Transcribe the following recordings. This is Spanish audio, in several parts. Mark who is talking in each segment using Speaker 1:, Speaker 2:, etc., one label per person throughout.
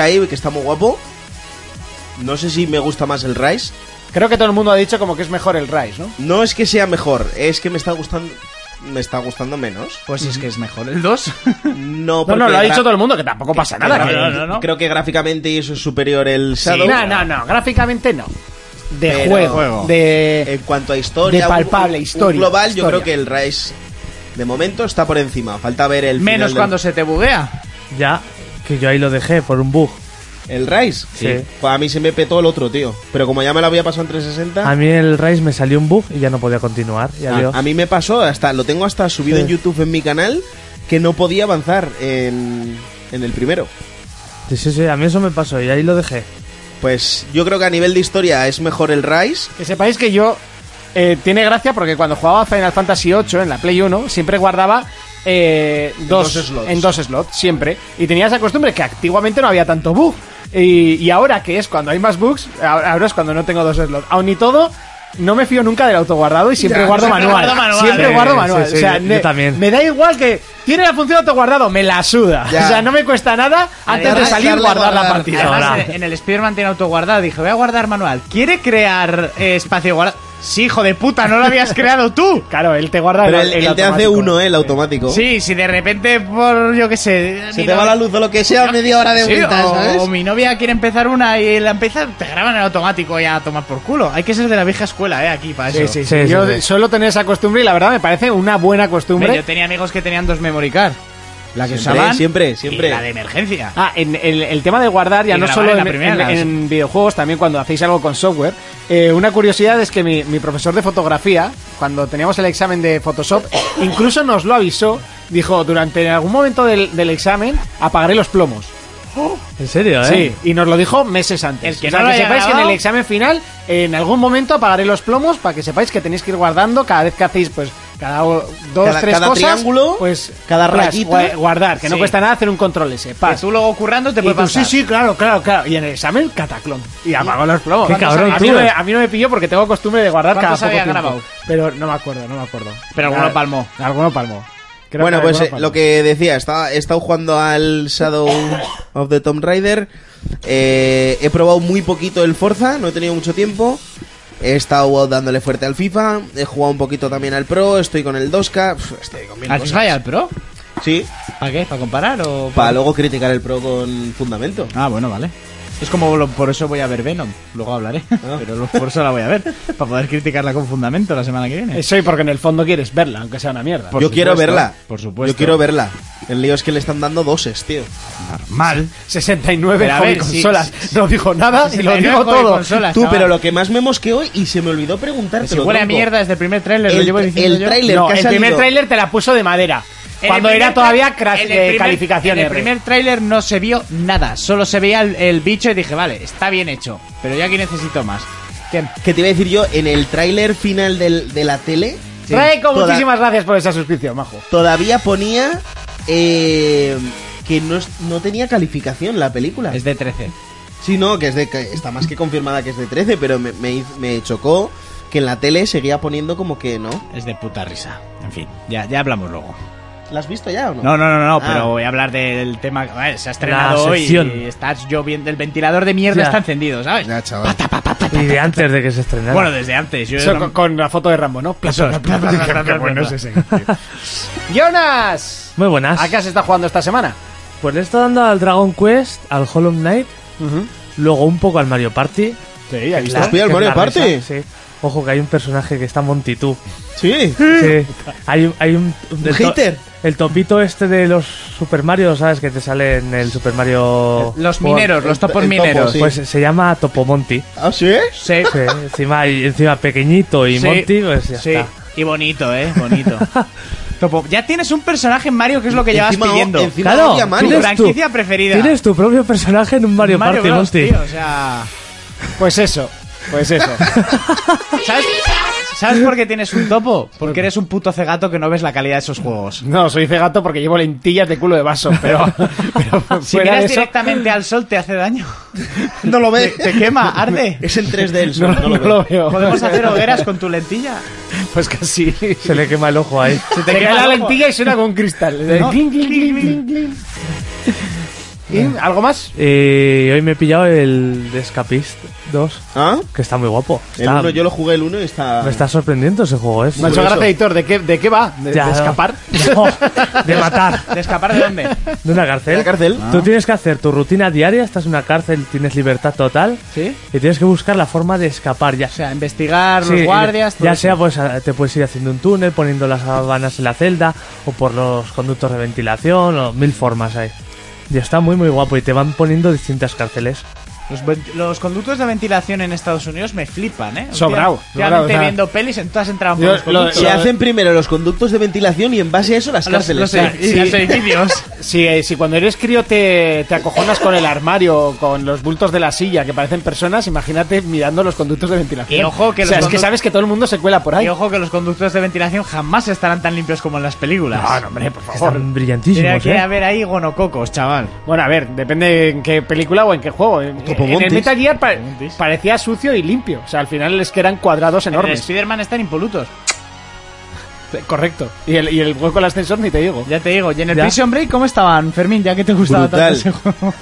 Speaker 1: ahí, que está muy guapo. No sé si me gusta más el Rice.
Speaker 2: Creo que todo el mundo ha dicho como que es mejor el Rice, ¿no?
Speaker 1: No es que sea mejor, es que me está gustando me está gustando menos.
Speaker 3: Pues si es que es mejor el 2.
Speaker 1: No,
Speaker 2: No,
Speaker 1: porque
Speaker 2: no, lo ha
Speaker 1: gra-
Speaker 2: dicho todo el mundo, que tampoco pasa nada.
Speaker 3: no,
Speaker 2: que-
Speaker 3: no, no, no.
Speaker 1: Creo que gráficamente eso es superior el Shadow.
Speaker 2: no, no, no, gráficamente no. De
Speaker 1: Pero-
Speaker 2: juego, de...
Speaker 1: En cuanto a historia,
Speaker 2: De palpable
Speaker 1: un- un
Speaker 2: historia,
Speaker 1: global, yo
Speaker 2: historia.
Speaker 1: creo que el Rice de momento está por encima. Falta ver el
Speaker 3: Menos
Speaker 1: final
Speaker 3: cuando
Speaker 1: del-
Speaker 3: se te buguea.
Speaker 4: Ya, que yo ahí lo dejé por un bug.
Speaker 1: el Rice.
Speaker 4: Sí.
Speaker 1: Pues a mí se me petó el otro, tío. Pero como ya me lo había pasado en 360,
Speaker 4: A mí el Rise me salió un bug y ya no podía continuar. Y adiós.
Speaker 1: Ah,
Speaker 2: Ah,
Speaker 1: a, a mí me pasó hasta lo tengo hasta subido
Speaker 4: Sí.
Speaker 1: en YouTube en mi canal que no podía avanzar en en el primero.
Speaker 2: ah.
Speaker 4: Sí, sí, sí, a mí eso me pasó y ahí lo dejé.
Speaker 1: Pues yo creo que a nivel de historia es mejor el Rise.
Speaker 2: Que sepáis que yo eh, tiene gracia porque cuando jugaba a Final Fantasy VIII en la Play 1 siempre guardaba eh, dos,
Speaker 1: dos slots.
Speaker 2: en dos slots, siempre. Y tenía esa costumbre que antiguamente no había tanto bug. Y, y ahora que es cuando hay más bugs, ahora ahora es cuando no tengo dos slots. Aún y todo, no me fío nunca del autoguardado y siempre
Speaker 3: Ya,
Speaker 2: guardo
Speaker 3: siempre
Speaker 2: manual.
Speaker 3: guardo manual.
Speaker 2: Siempre
Speaker 4: Sí,
Speaker 2: guardo
Speaker 4: sí,
Speaker 2: manual.
Speaker 4: sí,
Speaker 2: o sea,
Speaker 4: yo- yo
Speaker 2: me,
Speaker 4: también.
Speaker 2: me da igual que tiene la función de autoguardado, me la suda.
Speaker 1: Ya.
Speaker 2: O sea, no me cuesta nada antes de
Speaker 1: Además,
Speaker 2: salir
Speaker 1: darle
Speaker 2: guardar la
Speaker 1: guardar.
Speaker 2: partida.
Speaker 3: Además, eh, en- en el Spider-Man tiene autoguardado. Dije, voy a guardar manual. ¿Quiere crear eh, espacio guardado? Sí, hijo de puta, no lo habías creado tú.
Speaker 2: Claro, él te guarda
Speaker 1: Pero
Speaker 2: Ah, el,
Speaker 1: él,
Speaker 2: el
Speaker 1: él te hace
Speaker 2: automático.
Speaker 1: uno, eh, el automático.
Speaker 3: Sí, si de repente, por yo qué sé.
Speaker 1: Se
Speaker 3: mi
Speaker 1: te va
Speaker 3: novia-
Speaker 1: la luz o lo que sea, media hora de
Speaker 3: Sí,
Speaker 1: vuelta,
Speaker 3: o,
Speaker 1: ¿sabes?
Speaker 3: o mi novia quiere empezar una y la empieza, te graban en automático ya a tomar por culo. Hay que ser de la vieja escuela, eh, aquí para
Speaker 2: Sí,
Speaker 3: eso.
Speaker 2: sí, sí.
Speaker 4: Sí, sí,
Speaker 2: Yo
Speaker 4: sí.
Speaker 2: suelo tener esa costumbre y la verdad me parece una buena
Speaker 3: Hombre,
Speaker 2: costumbre.
Speaker 3: yo tenía amigos que tenían dos memory card. La que
Speaker 1: Siempre,
Speaker 3: usaban
Speaker 1: siempre,
Speaker 3: y
Speaker 1: siempre.
Speaker 3: la de emergencia.
Speaker 2: Ah, en el, el tema de guardar, ya
Speaker 3: Y
Speaker 2: no
Speaker 3: grabar
Speaker 2: solo
Speaker 3: en
Speaker 2: en,
Speaker 3: la primera,
Speaker 2: en-
Speaker 3: sí.
Speaker 2: en videojuegos, también cuando hacéis algo con software. Eh, una curiosidad es que mi, mi profesor de fotografía, cuando teníamos el examen de Photoshop, incluso nos lo avisó. Dijo, durante algún momento del, del examen, apagaré los plomos.
Speaker 4: ¿En serio, eh?
Speaker 2: Sí, y nos lo dijo meses antes.
Speaker 3: El que
Speaker 2: O sea,
Speaker 3: no lo haya
Speaker 2: sepáis que en
Speaker 3: grabado-
Speaker 2: el examen final, en algún momento apagaré los plomos para que sepáis que tenéis que ir guardando cada vez que hacéis, pues, cada o- dos,
Speaker 1: Cada-
Speaker 2: tres
Speaker 1: cada
Speaker 2: cosas.
Speaker 1: triángulo,
Speaker 2: pues,
Speaker 1: cada
Speaker 2: tras,
Speaker 1: rayito.
Speaker 2: gua- Guardar, que no
Speaker 3: Sí.
Speaker 2: cuesta nada hacer un control ese.
Speaker 3: que
Speaker 2: Paz.
Speaker 3: tú luego currando te
Speaker 2: Y
Speaker 3: puede
Speaker 2: tú, sí,
Speaker 3: pasar.
Speaker 2: sí, claro, claro, claro. Y en el examen, cataclón. Y apagó los plomos.
Speaker 4: Qué
Speaker 2: ¿Cuántos
Speaker 4: cabrón,
Speaker 2: había- a,
Speaker 4: tú,
Speaker 2: mí no
Speaker 4: eh.
Speaker 2: me, a mí no me pilló porque tengo costumbre de guardar cada
Speaker 3: ¿Cuántos
Speaker 2: poco
Speaker 3: había
Speaker 2: tiempo.
Speaker 3: grabado?
Speaker 2: Pero no me acuerdo, no me acuerdo.
Speaker 3: Pero alguno
Speaker 2: Nada,
Speaker 3: palmó.
Speaker 2: Alguno palmó. Creo
Speaker 1: bueno,
Speaker 2: que
Speaker 1: pues
Speaker 2: alguno
Speaker 1: eh,
Speaker 2: palmó.
Speaker 1: lo que decía, estaba, he estado jugando al Shadow of the Tomb Raider. eh, he probado muy poquito el Forza, no he tenido mucho tiempo. He estado dándole fuerte al FIFA. He jugado un poquito también al Pro. Estoy con el 2K. pf, Estoy con mil
Speaker 3: ¿Al
Speaker 1: cosas.
Speaker 3: FIFA y al Pro?
Speaker 1: Sí,
Speaker 3: ¿Para qué? ¿Para comparar o...?
Speaker 1: para luego criticar el Pro con fundamento.
Speaker 3: Ah, bueno, vale. Es como lo- por eso voy a ver Venom. Luego hablaré. Pero lo- por eso la voy a ver. Para poder criticarla con fundamento la semana que viene.
Speaker 2: Eso y Eh, porque en el fondo quieres verla, aunque sea una mierda.
Speaker 1: Yo quiero
Speaker 3: supuesto,
Speaker 1: verla.
Speaker 3: por supuesto.
Speaker 1: Yo quiero verla. El lío es que le están dando doses, tío.
Speaker 3: Normal.
Speaker 2: 69
Speaker 3: Pero a
Speaker 2: hobby
Speaker 3: ver, sí,
Speaker 2: consolas.
Speaker 3: sí,
Speaker 2: no dijo nada y lo
Speaker 3: 69
Speaker 2: digo
Speaker 3: hobby
Speaker 2: todo.
Speaker 3: consolas. Hola,
Speaker 1: Tú,
Speaker 3: chaval.
Speaker 1: pero lo que más me mosqueó y se me olvidó preguntarte.
Speaker 3: Si huele a mierda desde el primer tráiler, lo
Speaker 1: El-
Speaker 3: llevo diciendo
Speaker 1: el
Speaker 3: yo.
Speaker 1: tráiler
Speaker 2: No,
Speaker 1: que ha
Speaker 2: el primer
Speaker 1: salido.
Speaker 2: tráiler te la puso de madera.
Speaker 3: En
Speaker 2: cuando
Speaker 3: el
Speaker 2: era
Speaker 3: primer
Speaker 2: todavía
Speaker 3: tra-
Speaker 2: crash,
Speaker 3: en el
Speaker 2: eh,
Speaker 3: primer-
Speaker 2: calificación
Speaker 3: En el
Speaker 2: R.
Speaker 3: primer tráiler no se vio nada, solo se veía el, el bicho y dije, vale, está bien hecho, pero yo aquí necesito más. Que-
Speaker 1: Que te iba a decir yo, en el tráiler final del- de la tele.
Speaker 2: Raiko,
Speaker 1: toda-
Speaker 2: muchísimas gracias por esa suscripción, majo.
Speaker 1: Todavía ponía eh, que no, es- no tenía calificación la película.
Speaker 3: Es de 13.
Speaker 1: Sí, no, que es de, que está más que confirmada que es de 13, pero me, me hiz- me chocó que en la tele seguía poniendo como que no.
Speaker 3: Es de puta risa. En fin, ya, ya hablamos luego.
Speaker 1: ¿La has visto ya o no?
Speaker 3: No, no, no, no,
Speaker 1: Ah.
Speaker 3: pero voy a hablar del tema que bueno, se ha estrenado
Speaker 4: La
Speaker 3: hoy
Speaker 4: sección.
Speaker 3: y estás lloviendo, el ventilador de mierda
Speaker 4: Ya.
Speaker 3: está encendido, ¿sabes?
Speaker 1: Ya, chaval.
Speaker 4: Y de antes de que se estrenara.
Speaker 3: Bueno, desde antes, yo...
Speaker 2: Eso
Speaker 3: era-
Speaker 2: con, con la foto de Rambo, ¿no?
Speaker 3: Eso es.
Speaker 2: ¡Jonas!
Speaker 4: Muy buenas.
Speaker 2: ¿A qué has estado jugando esta semana?
Speaker 4: Pues le he estado dando al Dragon Quest, al Hollow Knight, luego un poco al Mario Party.
Speaker 2: Sí, ahí
Speaker 1: ¿Has pillado el
Speaker 4: Que
Speaker 1: Mario
Speaker 4: es la risa,
Speaker 1: Party?
Speaker 4: Sí. Ojo que hay un personaje que está Montitu.
Speaker 1: Sí.
Speaker 4: Sí. Hay, un- hay un...
Speaker 1: ¿Un
Speaker 4: el to-
Speaker 1: hater?
Speaker 4: El topito este de los Super Mario, ¿sabes? Que te sale en el Super Mario...
Speaker 3: Los
Speaker 4: World.
Speaker 3: mineros, los
Speaker 1: el to-
Speaker 3: topos
Speaker 1: el topo,
Speaker 3: mineros.
Speaker 1: sí.
Speaker 4: Pues se llama Topomonti.
Speaker 1: ¿Ah, sí?
Speaker 3: Sí,
Speaker 4: Sí, encima, y encima pequeñito y
Speaker 3: Sí.
Speaker 4: Monty, pues ya
Speaker 3: sí.
Speaker 4: está.
Speaker 3: Y bonito, ¿eh? Bonito. Topo, ya tienes un personaje en Mario que es lo que llevas
Speaker 1: Encima-
Speaker 3: pidiendo.
Speaker 1: encima
Speaker 4: Claro,
Speaker 1: odia a Mario.
Speaker 3: Tu
Speaker 4: tienes tú-
Speaker 3: franquicia preferida.
Speaker 4: Tienes tu propio personaje en un Mario, Party,
Speaker 3: Bros,
Speaker 4: Monty.
Speaker 3: tío, o sea...
Speaker 2: Pues eso, pues eso.
Speaker 3: ¿sabes, ¿Sabes por qué tienes un topo? Porque eres un puto cegato que no ves la calidad de esos juegos.
Speaker 2: No, soy cegato porque llevo lentillas de culo de vaso, pero, pero
Speaker 3: Si
Speaker 2: fuera
Speaker 3: miras
Speaker 2: de eso,
Speaker 3: directamente al sol te hace daño.
Speaker 1: No lo
Speaker 3: Te,
Speaker 1: ve.
Speaker 3: te quema, arde.
Speaker 1: Es el 3D el
Speaker 2: no,
Speaker 1: sol, no,
Speaker 2: no
Speaker 1: lo
Speaker 2: lo
Speaker 1: ve.
Speaker 2: veo.
Speaker 3: Podemos hacer hogueras con tu lentilla.
Speaker 2: Pues casi.
Speaker 4: Se le quema el ojo ahí.
Speaker 2: Te, queda la lentilla y suena con un cristal.
Speaker 3: No.
Speaker 2: Clink, clink, clink, clink, clink. ¿Y algo más?
Speaker 4: Eh, hoy me he pillado el de Escapist 2,
Speaker 1: ¿Ah?
Speaker 4: que está muy guapo.
Speaker 1: El
Speaker 4: Está-
Speaker 1: uno, yo lo jugué el uno y está.
Speaker 4: Me está sorprendiendo ese juego, es.
Speaker 2: Me ha hecho
Speaker 1: curioso.
Speaker 2: gracia, editor. ¿De qué, de qué va? ¿De,
Speaker 4: Ya,
Speaker 2: de
Speaker 4: no.
Speaker 2: escapar?
Speaker 4: No, de matar.
Speaker 3: ¿De escapar de dónde?
Speaker 4: De una cárcel.
Speaker 1: ¿De la cárcel?
Speaker 4: Tú tienes que hacer tu rutina diaria, estás en una cárcel, tienes libertad total
Speaker 3: Sí.
Speaker 4: y tienes que buscar la forma de escapar ya.
Speaker 3: O sea, investigar
Speaker 4: Sí,
Speaker 3: los guardias. todo
Speaker 4: ya
Speaker 3: eso.
Speaker 4: sea pues a- te puedes ir haciendo un túnel, poniendo las sábanas en la celda o por los conductos de ventilación o mil formas hay. Y está muy muy guapo y te van poniendo distintas cárceles.
Speaker 3: Los, ven- los conductos de ventilación en Estados Unidos me flipan, ¿eh?
Speaker 2: Sobrao,
Speaker 3: Última-
Speaker 2: sobrao,
Speaker 3: últimamente
Speaker 2: o sea-
Speaker 3: viendo pelis, en todas entraban por
Speaker 2: Yo-
Speaker 3: los
Speaker 2: lo- Ah,
Speaker 3: conductos.
Speaker 1: Se hacen primero los conductos de ventilación y en base a eso las
Speaker 3: Los-
Speaker 1: cárceles.
Speaker 3: los edifi-
Speaker 2: Sí.
Speaker 3: los edificios.
Speaker 2: Si, eh, si cuando eres crío te, te acojonas con el armario, con los bultos de la silla que parecen personas, imagínate mirando los conductos de ventilación.
Speaker 3: Y ojo que
Speaker 2: o sea,
Speaker 3: los
Speaker 2: es que
Speaker 3: condu-
Speaker 2: sabes que todo el mundo se cuela por ahí.
Speaker 3: Y ojo que los conductos de ventilación jamás estarán tan limpios como en las películas.
Speaker 2: No, no, hombre, por favor.
Speaker 4: Están
Speaker 3: Tiene
Speaker 4: brillantísimos,
Speaker 3: que
Speaker 4: ¿eh?
Speaker 3: haber ahí gonococos, chaval.
Speaker 2: Bueno, a ver, depende en qué película o en qué juego. En, en el
Speaker 1: Montis.
Speaker 2: Metal Gear pa-
Speaker 3: Montis.
Speaker 2: parecía sucio y limpio. O sea, al final es que eran cuadrados
Speaker 3: En el
Speaker 2: enormes.
Speaker 3: Spider-Man están impolutos.
Speaker 2: Correcto. Y el, y el hueco del ascensor ni te digo.
Speaker 3: Ya te digo. ¿Y en el
Speaker 4: Ya.
Speaker 3: Prison Break cómo estaban, Fermín? Ya que te gustaba
Speaker 1: Brutal.
Speaker 3: tanto ese juego.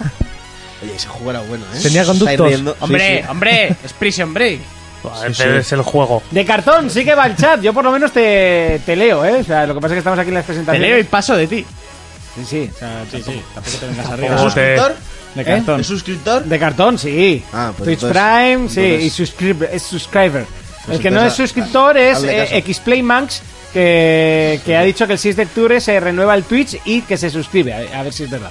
Speaker 1: Oye, ese juego era bueno, ¿eh?
Speaker 4: Tenía conductos.
Speaker 1: Estáis riendo.
Speaker 3: Hombre,
Speaker 1: Sí,
Speaker 3: hombre, es Prison Break.
Speaker 4: Joder, pero es el juego.
Speaker 2: De cartón, sí que va el chat. Yo por lo menos te, te leo, ¿eh? O sea, lo que pasa es que estamos aquí en las
Speaker 3: Te
Speaker 2: presentaciones.
Speaker 3: leo y paso de ti.
Speaker 2: Sí, sí.
Speaker 3: O sea, sí, sí. Tampoco te vengas
Speaker 1: sí. ¿Es
Speaker 4: Joder.
Speaker 1: suscriptor?
Speaker 3: De
Speaker 1: ¿Eh?
Speaker 3: cartón.
Speaker 1: ¿Es suscriptor?
Speaker 2: De cartón, sí.
Speaker 1: Ah, pues
Speaker 2: Twitch
Speaker 1: entonces-
Speaker 2: Prime, sí.
Speaker 1: entonces- Pues
Speaker 2: Y subscribe- es subscriber. el que no
Speaker 1: entonces,
Speaker 2: es suscriptor es
Speaker 1: hazle
Speaker 2: eh, Xplay Max, que, que ha dicho que el 6 de octubre se renueva el Twitch y que se suscribe. A, a ver si es verdad.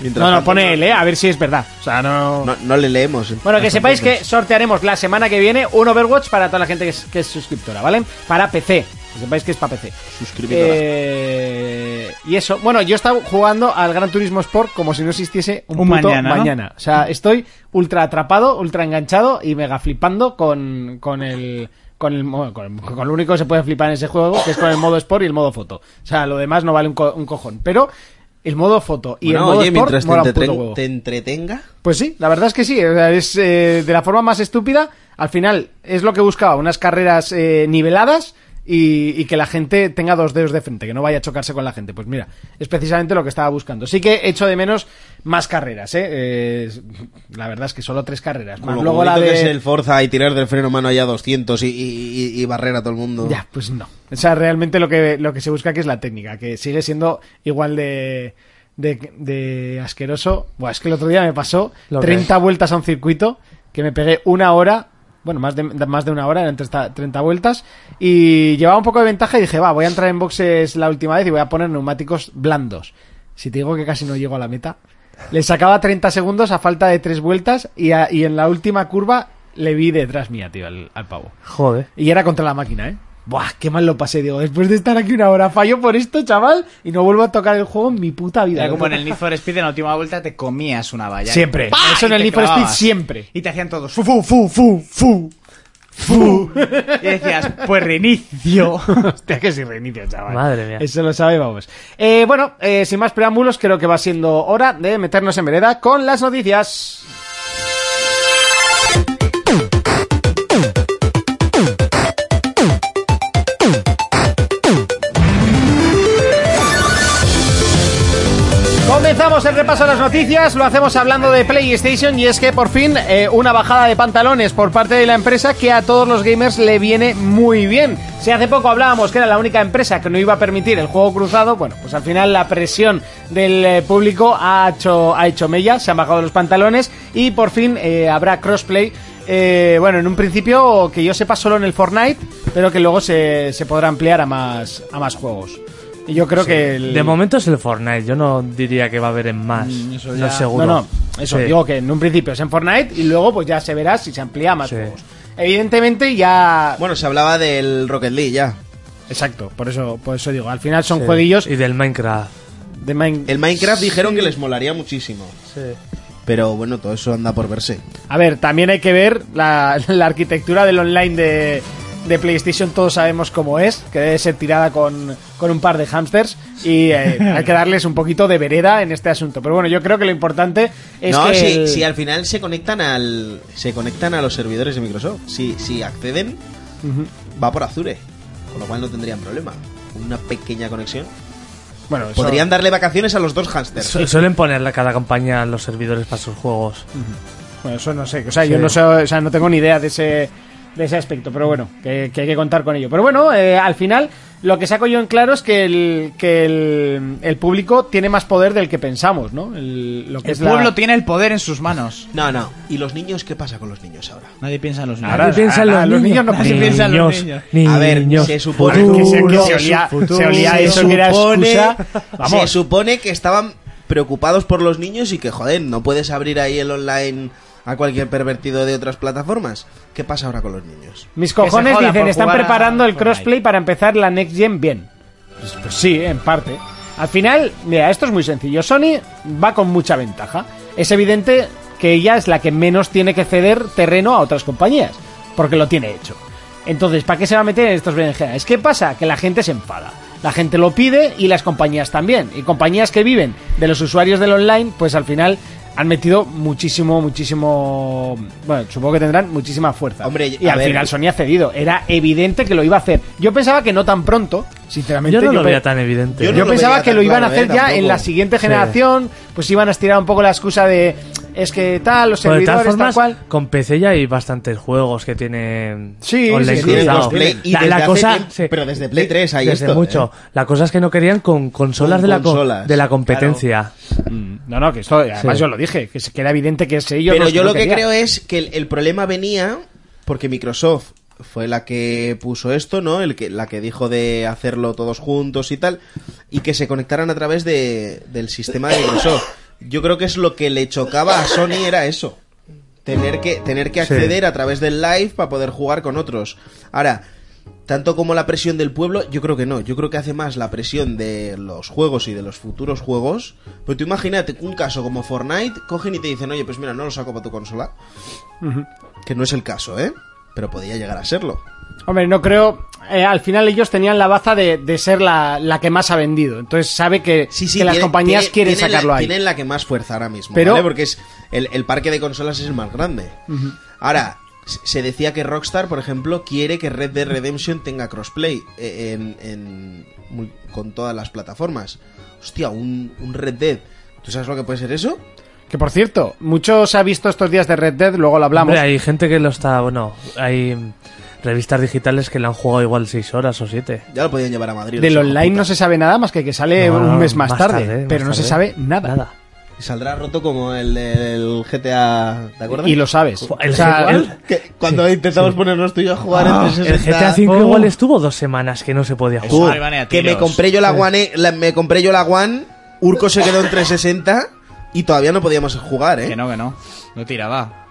Speaker 1: Mientras
Speaker 2: No, no,
Speaker 1: tanto,
Speaker 2: pone él, ¿eh? A ver si es verdad. O sea, no...
Speaker 1: No, no le leemos.
Speaker 2: Bueno, que sepáis que sortearemos la semana que viene un Overwatch para toda la gente que es, que es suscriptora, ¿vale? Para PC. Que sepáis que es para PC.
Speaker 1: Suscribidoras.
Speaker 2: Eh, y eso. Bueno, yo estaba jugando al Gran Turismo Sport como si no existiese un,
Speaker 3: Un
Speaker 2: puto mañana.
Speaker 3: mañana, ¿no?
Speaker 2: O sea, estoy ultra atrapado, ultra enganchado y mega flipando con, con el. Con, el, mo- con, con lo único que se puede flipar en ese juego, que es con el modo Sport y el modo foto. O sea, lo demás no vale un, co- un cojón. Pero el modo foto y el
Speaker 1: Bueno,
Speaker 2: modo
Speaker 1: oye,
Speaker 2: Sport
Speaker 1: mientras te,
Speaker 2: mola un puto
Speaker 1: entreten-
Speaker 2: huevo.
Speaker 1: te entretenga.
Speaker 2: Pues sí, la verdad es que sí. o sea, es eh, de la forma más estúpida. Al final es lo que buscaba, unas carreras eh, niveladas y, y que la gente tenga dos dedos de frente, que no vaya a chocarse con la gente. Pues mira, es precisamente lo que estaba buscando. Sí que echo de menos más carreras, ¿eh? Eh, es- la verdad es que solo tres carreras. más
Speaker 1: Como
Speaker 2: Luego la
Speaker 1: bonito
Speaker 2: de...
Speaker 1: que es el Forza y tirar del freno mano allá 200 y, y, y- y barrer a todo el mundo.
Speaker 2: Ya, pues no. O sea, realmente lo que, lo que se busca que es la técnica, que sigue siendo igual de, de, de asqueroso. Buah, es que el otro día me pasó
Speaker 4: Lo que
Speaker 2: 30 vueltas a un circuito, que me pegué una hora, bueno, más de, de- más de una hora, eran 30, 30 vueltas, y llevaba un poco de ventaja y dije, va, voy a entrar en boxes la última vez y voy a poner neumáticos blandos. Si te digo que casi no llego a la meta. Le sacaba 30 segundos a falta de tres vueltas y, a- y en la última curva le vi detrás mía, tío, al- al pavo.
Speaker 4: Joder.
Speaker 2: Y era contra la máquina, ¿eh? Buah, qué mal lo pasé, digo. Después de estar aquí una hora, fallo por esto, chaval, y no vuelvo a tocar el juego en mi puta vida.
Speaker 3: Era como en el Need for Speed en la última vuelta te comías una valla.
Speaker 2: Siempre.
Speaker 3: ¡Pa!
Speaker 2: Eso en
Speaker 3: Y
Speaker 2: el
Speaker 3: te
Speaker 2: Need for Speed
Speaker 3: clavabas.
Speaker 2: siempre.
Speaker 3: Y te hacían todos fu fu fu fu fu fu. y decías, pues reinicio.
Speaker 2: Hostia, que si reinicio, chaval.
Speaker 4: Madre mía.
Speaker 2: Eso lo sabemos. Eh, bueno, eh, sin más preámbulos, creo que va siendo hora de meternos en vereda con las noticias. Comenzamos el repaso de las noticias, lo hacemos hablando de PlayStation y es que por fin eh, una bajada de pantalones por parte de la empresa que a todos los gamers le viene muy bien. Si hace poco hablábamos que era la única empresa que no iba a permitir el juego cruzado, bueno, pues al final la presión del eh, público ha hecho, ha hecho mella, se han bajado los pantalones y por fin eh, habrá crossplay. eh, bueno, en un principio que yo sepa solo en el Fortnite, pero que luego se, se podrá ampliar a más, a más juegos. Y yo creo que... el-
Speaker 4: De momento es el Fortnite, yo no diría que va a haber en más.
Speaker 3: Mm, eso
Speaker 4: No
Speaker 3: ya-
Speaker 4: es seguro.
Speaker 2: No, no, eso
Speaker 4: Sí.
Speaker 2: digo que en un principio es en Fortnite y luego pues ya se verá si se amplía a más
Speaker 4: Sí.
Speaker 2: juegos. Evidentemente ya
Speaker 1: Bueno, se hablaba del Rocket League ya.
Speaker 2: exacto, por eso por eso digo, al final son
Speaker 4: Sí.
Speaker 2: jueguillos
Speaker 4: Y del Minecraft.
Speaker 2: de Mine-
Speaker 1: El Minecraft dijeron que les molaría muchísimo.
Speaker 4: Sí.
Speaker 1: Pero bueno, todo eso anda por verse.
Speaker 2: A ver, también hay que ver la, la arquitectura del online de, de PlayStation, todos sabemos cómo es, que debe ser tirada con, con un par de hamsters y eh, hay que darles un poquito de vereda en este asunto. Pero bueno, yo creo que lo importante es
Speaker 1: no,
Speaker 2: que
Speaker 1: si,
Speaker 2: el-
Speaker 1: si al final se conectan al se conectan a los servidores de Microsoft. Si, si acceden, va por Azure. Con lo cual no tendrían problema. Una pequeña conexión.
Speaker 2: Bueno, eso-
Speaker 1: Podrían darle vacaciones a los dos hamsters.
Speaker 4: Su- Suelen ponerle a cada campaña a los servidores para sus juegos.
Speaker 2: Bueno, eso no sé. O sea,
Speaker 4: Sí.
Speaker 2: yo no sé, o sea, no tengo ni idea de ese, de ese aspecto, pero bueno, que, que hay que contar con ello. Pero bueno, eh, al final, lo que saco yo en claro es que el, que el, el público tiene más poder del que pensamos, ¿no? El, lo que
Speaker 3: El
Speaker 2: es la-
Speaker 3: pueblo tiene el poder en sus manos.
Speaker 1: No, no. ¿Y los niños? ¿Qué pasa con los niños ahora?
Speaker 3: Nadie piensa en los niños.
Speaker 2: Ahora-
Speaker 4: Nadie piensa en
Speaker 2: ahora los niños no
Speaker 3: Nadie piensa en los
Speaker 1: A ver, se supone
Speaker 2: Bueno, que se, que
Speaker 4: Futuro.
Speaker 2: se olía,
Speaker 1: Futuro.
Speaker 2: se olía
Speaker 1: Se
Speaker 2: eso que era
Speaker 1: supone-
Speaker 2: excusa.
Speaker 1: Se
Speaker 2: Vamos,
Speaker 1: supone que estaban preocupados por los niños y que, joder, no puedes abrir ahí el online a cualquier pervertido de otras plataformas. ¿Qué pasa ahora con los niños?
Speaker 2: mis
Speaker 3: se
Speaker 2: cojones
Speaker 3: jodan
Speaker 2: dicen,
Speaker 3: por
Speaker 2: están
Speaker 3: jugar a
Speaker 2: preparando el
Speaker 3: Fortnite".
Speaker 2: crossplay para empezar la next gen bien. Pues, pues sí, en parte. Al final, mira, esto es muy sencillo. Sony va con mucha ventaja. Es evidente que ella es la que menos tiene que ceder terreno a otras compañías, porque lo tiene hecho. Entonces, ¿para qué se va a meter en estos berenjenas? ¿Qué pasa? Que la gente se enfada. La gente lo pide y las compañías también. Y compañías que viven de los usuarios del online, pues al final han metido muchísimo, muchísimo... Bueno, supongo que tendrán muchísima fuerza.
Speaker 1: Hombre,
Speaker 2: y
Speaker 1: a
Speaker 2: al
Speaker 1: ver.
Speaker 2: final Sony ha cedido. Era evidente que lo iba a hacer. Yo pensaba que no tan pronto, sinceramente.
Speaker 4: Yo no lo
Speaker 2: pe-
Speaker 4: veía tan evidente. pues,
Speaker 1: Yo no
Speaker 2: yo
Speaker 1: lo
Speaker 2: pensaba
Speaker 1: veía
Speaker 2: que
Speaker 1: tan
Speaker 2: lo iban a
Speaker 1: claro,
Speaker 2: hacer
Speaker 1: eh,
Speaker 2: ya
Speaker 1: tampoco.
Speaker 2: en la siguiente generación, pues iban a estirar un poco la excusa de es que tal, los
Speaker 4: Pero de todas
Speaker 2: servidores,
Speaker 4: formas,
Speaker 2: tal cual.
Speaker 4: con PC ya hay bastantes juegos que tienen
Speaker 2: Sí,
Speaker 4: online
Speaker 2: sí, sí,
Speaker 1: Que tienen
Speaker 4: cruzado.
Speaker 1: los Play- y
Speaker 4: La-
Speaker 1: desde
Speaker 4: la
Speaker 1: hace
Speaker 4: cosa-
Speaker 1: tiempo-
Speaker 4: sí.
Speaker 1: pero desde Play 3 hay
Speaker 4: Desde
Speaker 1: esto,
Speaker 4: mucho.
Speaker 1: ¿eh?
Speaker 4: La cosa es que no querían con consolas,
Speaker 1: Con
Speaker 4: de, la co-
Speaker 1: consolas,
Speaker 4: de la competencia.
Speaker 2: Mm, No, no, que esto, además
Speaker 4: Sí.
Speaker 2: yo lo dije, que, se- que era evidente que ese ellos
Speaker 1: ¿eh? Pero
Speaker 2: los
Speaker 1: yo lo que
Speaker 2: querían.
Speaker 1: creo es que el, el problema venía porque Microsoft fue la que puso esto, ¿no? El que, la que dijo de hacerlo todos juntos y tal, y que se conectaran a través de, del sistema de Microsoft. Yo creo que es lo que le chocaba a Sony era eso. Tener que, tener que
Speaker 4: Sí.
Speaker 1: acceder a través del live para poder jugar con otros. Ahora, tanto como la presión del pueblo, yo creo que no. Yo creo que hace más la presión de los juegos y de los futuros juegos. Pero tú imagínate un caso como Fortnite, cogen y te dicen, oye, pues mira, no lo saco para tu consola. Que no es el caso, ¿eh? Pero podía llegar a serlo.
Speaker 2: Hombre, no creo. eh, al final ellos tenían la baza de, de ser la, la que más ha vendido. Entonces sabe que, que las
Speaker 1: tiene-
Speaker 2: compañías
Speaker 1: tiene-
Speaker 2: quieren
Speaker 1: tienen
Speaker 2: sacarlo
Speaker 1: la,
Speaker 2: ahí.
Speaker 1: Tienen la que más fuerza ahora mismo,
Speaker 2: Pero-
Speaker 1: ¿vale? Porque es el, el parque de consolas es el más grande. Ahora, se- se decía que Rockstar, por ejemplo, quiere que Red Dead Redemption tenga crossplay eh, en, en mul- con todas las plataformas. Hostia, un, un Red Dead. ¿Tú sabes lo que puede ser eso?
Speaker 2: Que por cierto, muchos ha visto estos días de Red Dead, luego lo hablamos.
Speaker 4: Hombre, hay gente que lo está. Bueno, hay mm, revistas digitales que la han jugado igual 6 horas o 7.
Speaker 1: Ya lo podían llevar a Madrid.
Speaker 2: Del
Speaker 1: los hijos de
Speaker 2: online no
Speaker 1: puta.
Speaker 2: se sabe nada más que que sale
Speaker 4: No, no,
Speaker 2: un mes más,
Speaker 4: más
Speaker 2: tarde,
Speaker 4: tarde,
Speaker 2: pero
Speaker 4: más
Speaker 2: no se
Speaker 4: tarde.
Speaker 2: sabe nada.
Speaker 4: Nada.
Speaker 1: Y saldrá roto como el del GTA. ¿Te acuerdas?
Speaker 2: Y lo sabes.
Speaker 4: El
Speaker 2: O sea,
Speaker 4: G- el-
Speaker 1: Que cuando intentamos ponernos tú y yo a jugar
Speaker 2: Ah.
Speaker 1: en
Speaker 4: El
Speaker 1: 360.
Speaker 4: GTA V
Speaker 2: Oh.
Speaker 4: igual estuvo dos semanas que no se podía
Speaker 1: Tú,
Speaker 4: jugar.
Speaker 3: Eso, ahí van a
Speaker 1: que me
Speaker 3: tiros.
Speaker 1: compré yo la One, eh, la- me compré yo la One, Urco se quedó en 360 y todavía no podíamos jugar, ¿eh?
Speaker 3: Que no, que no. No tiraba.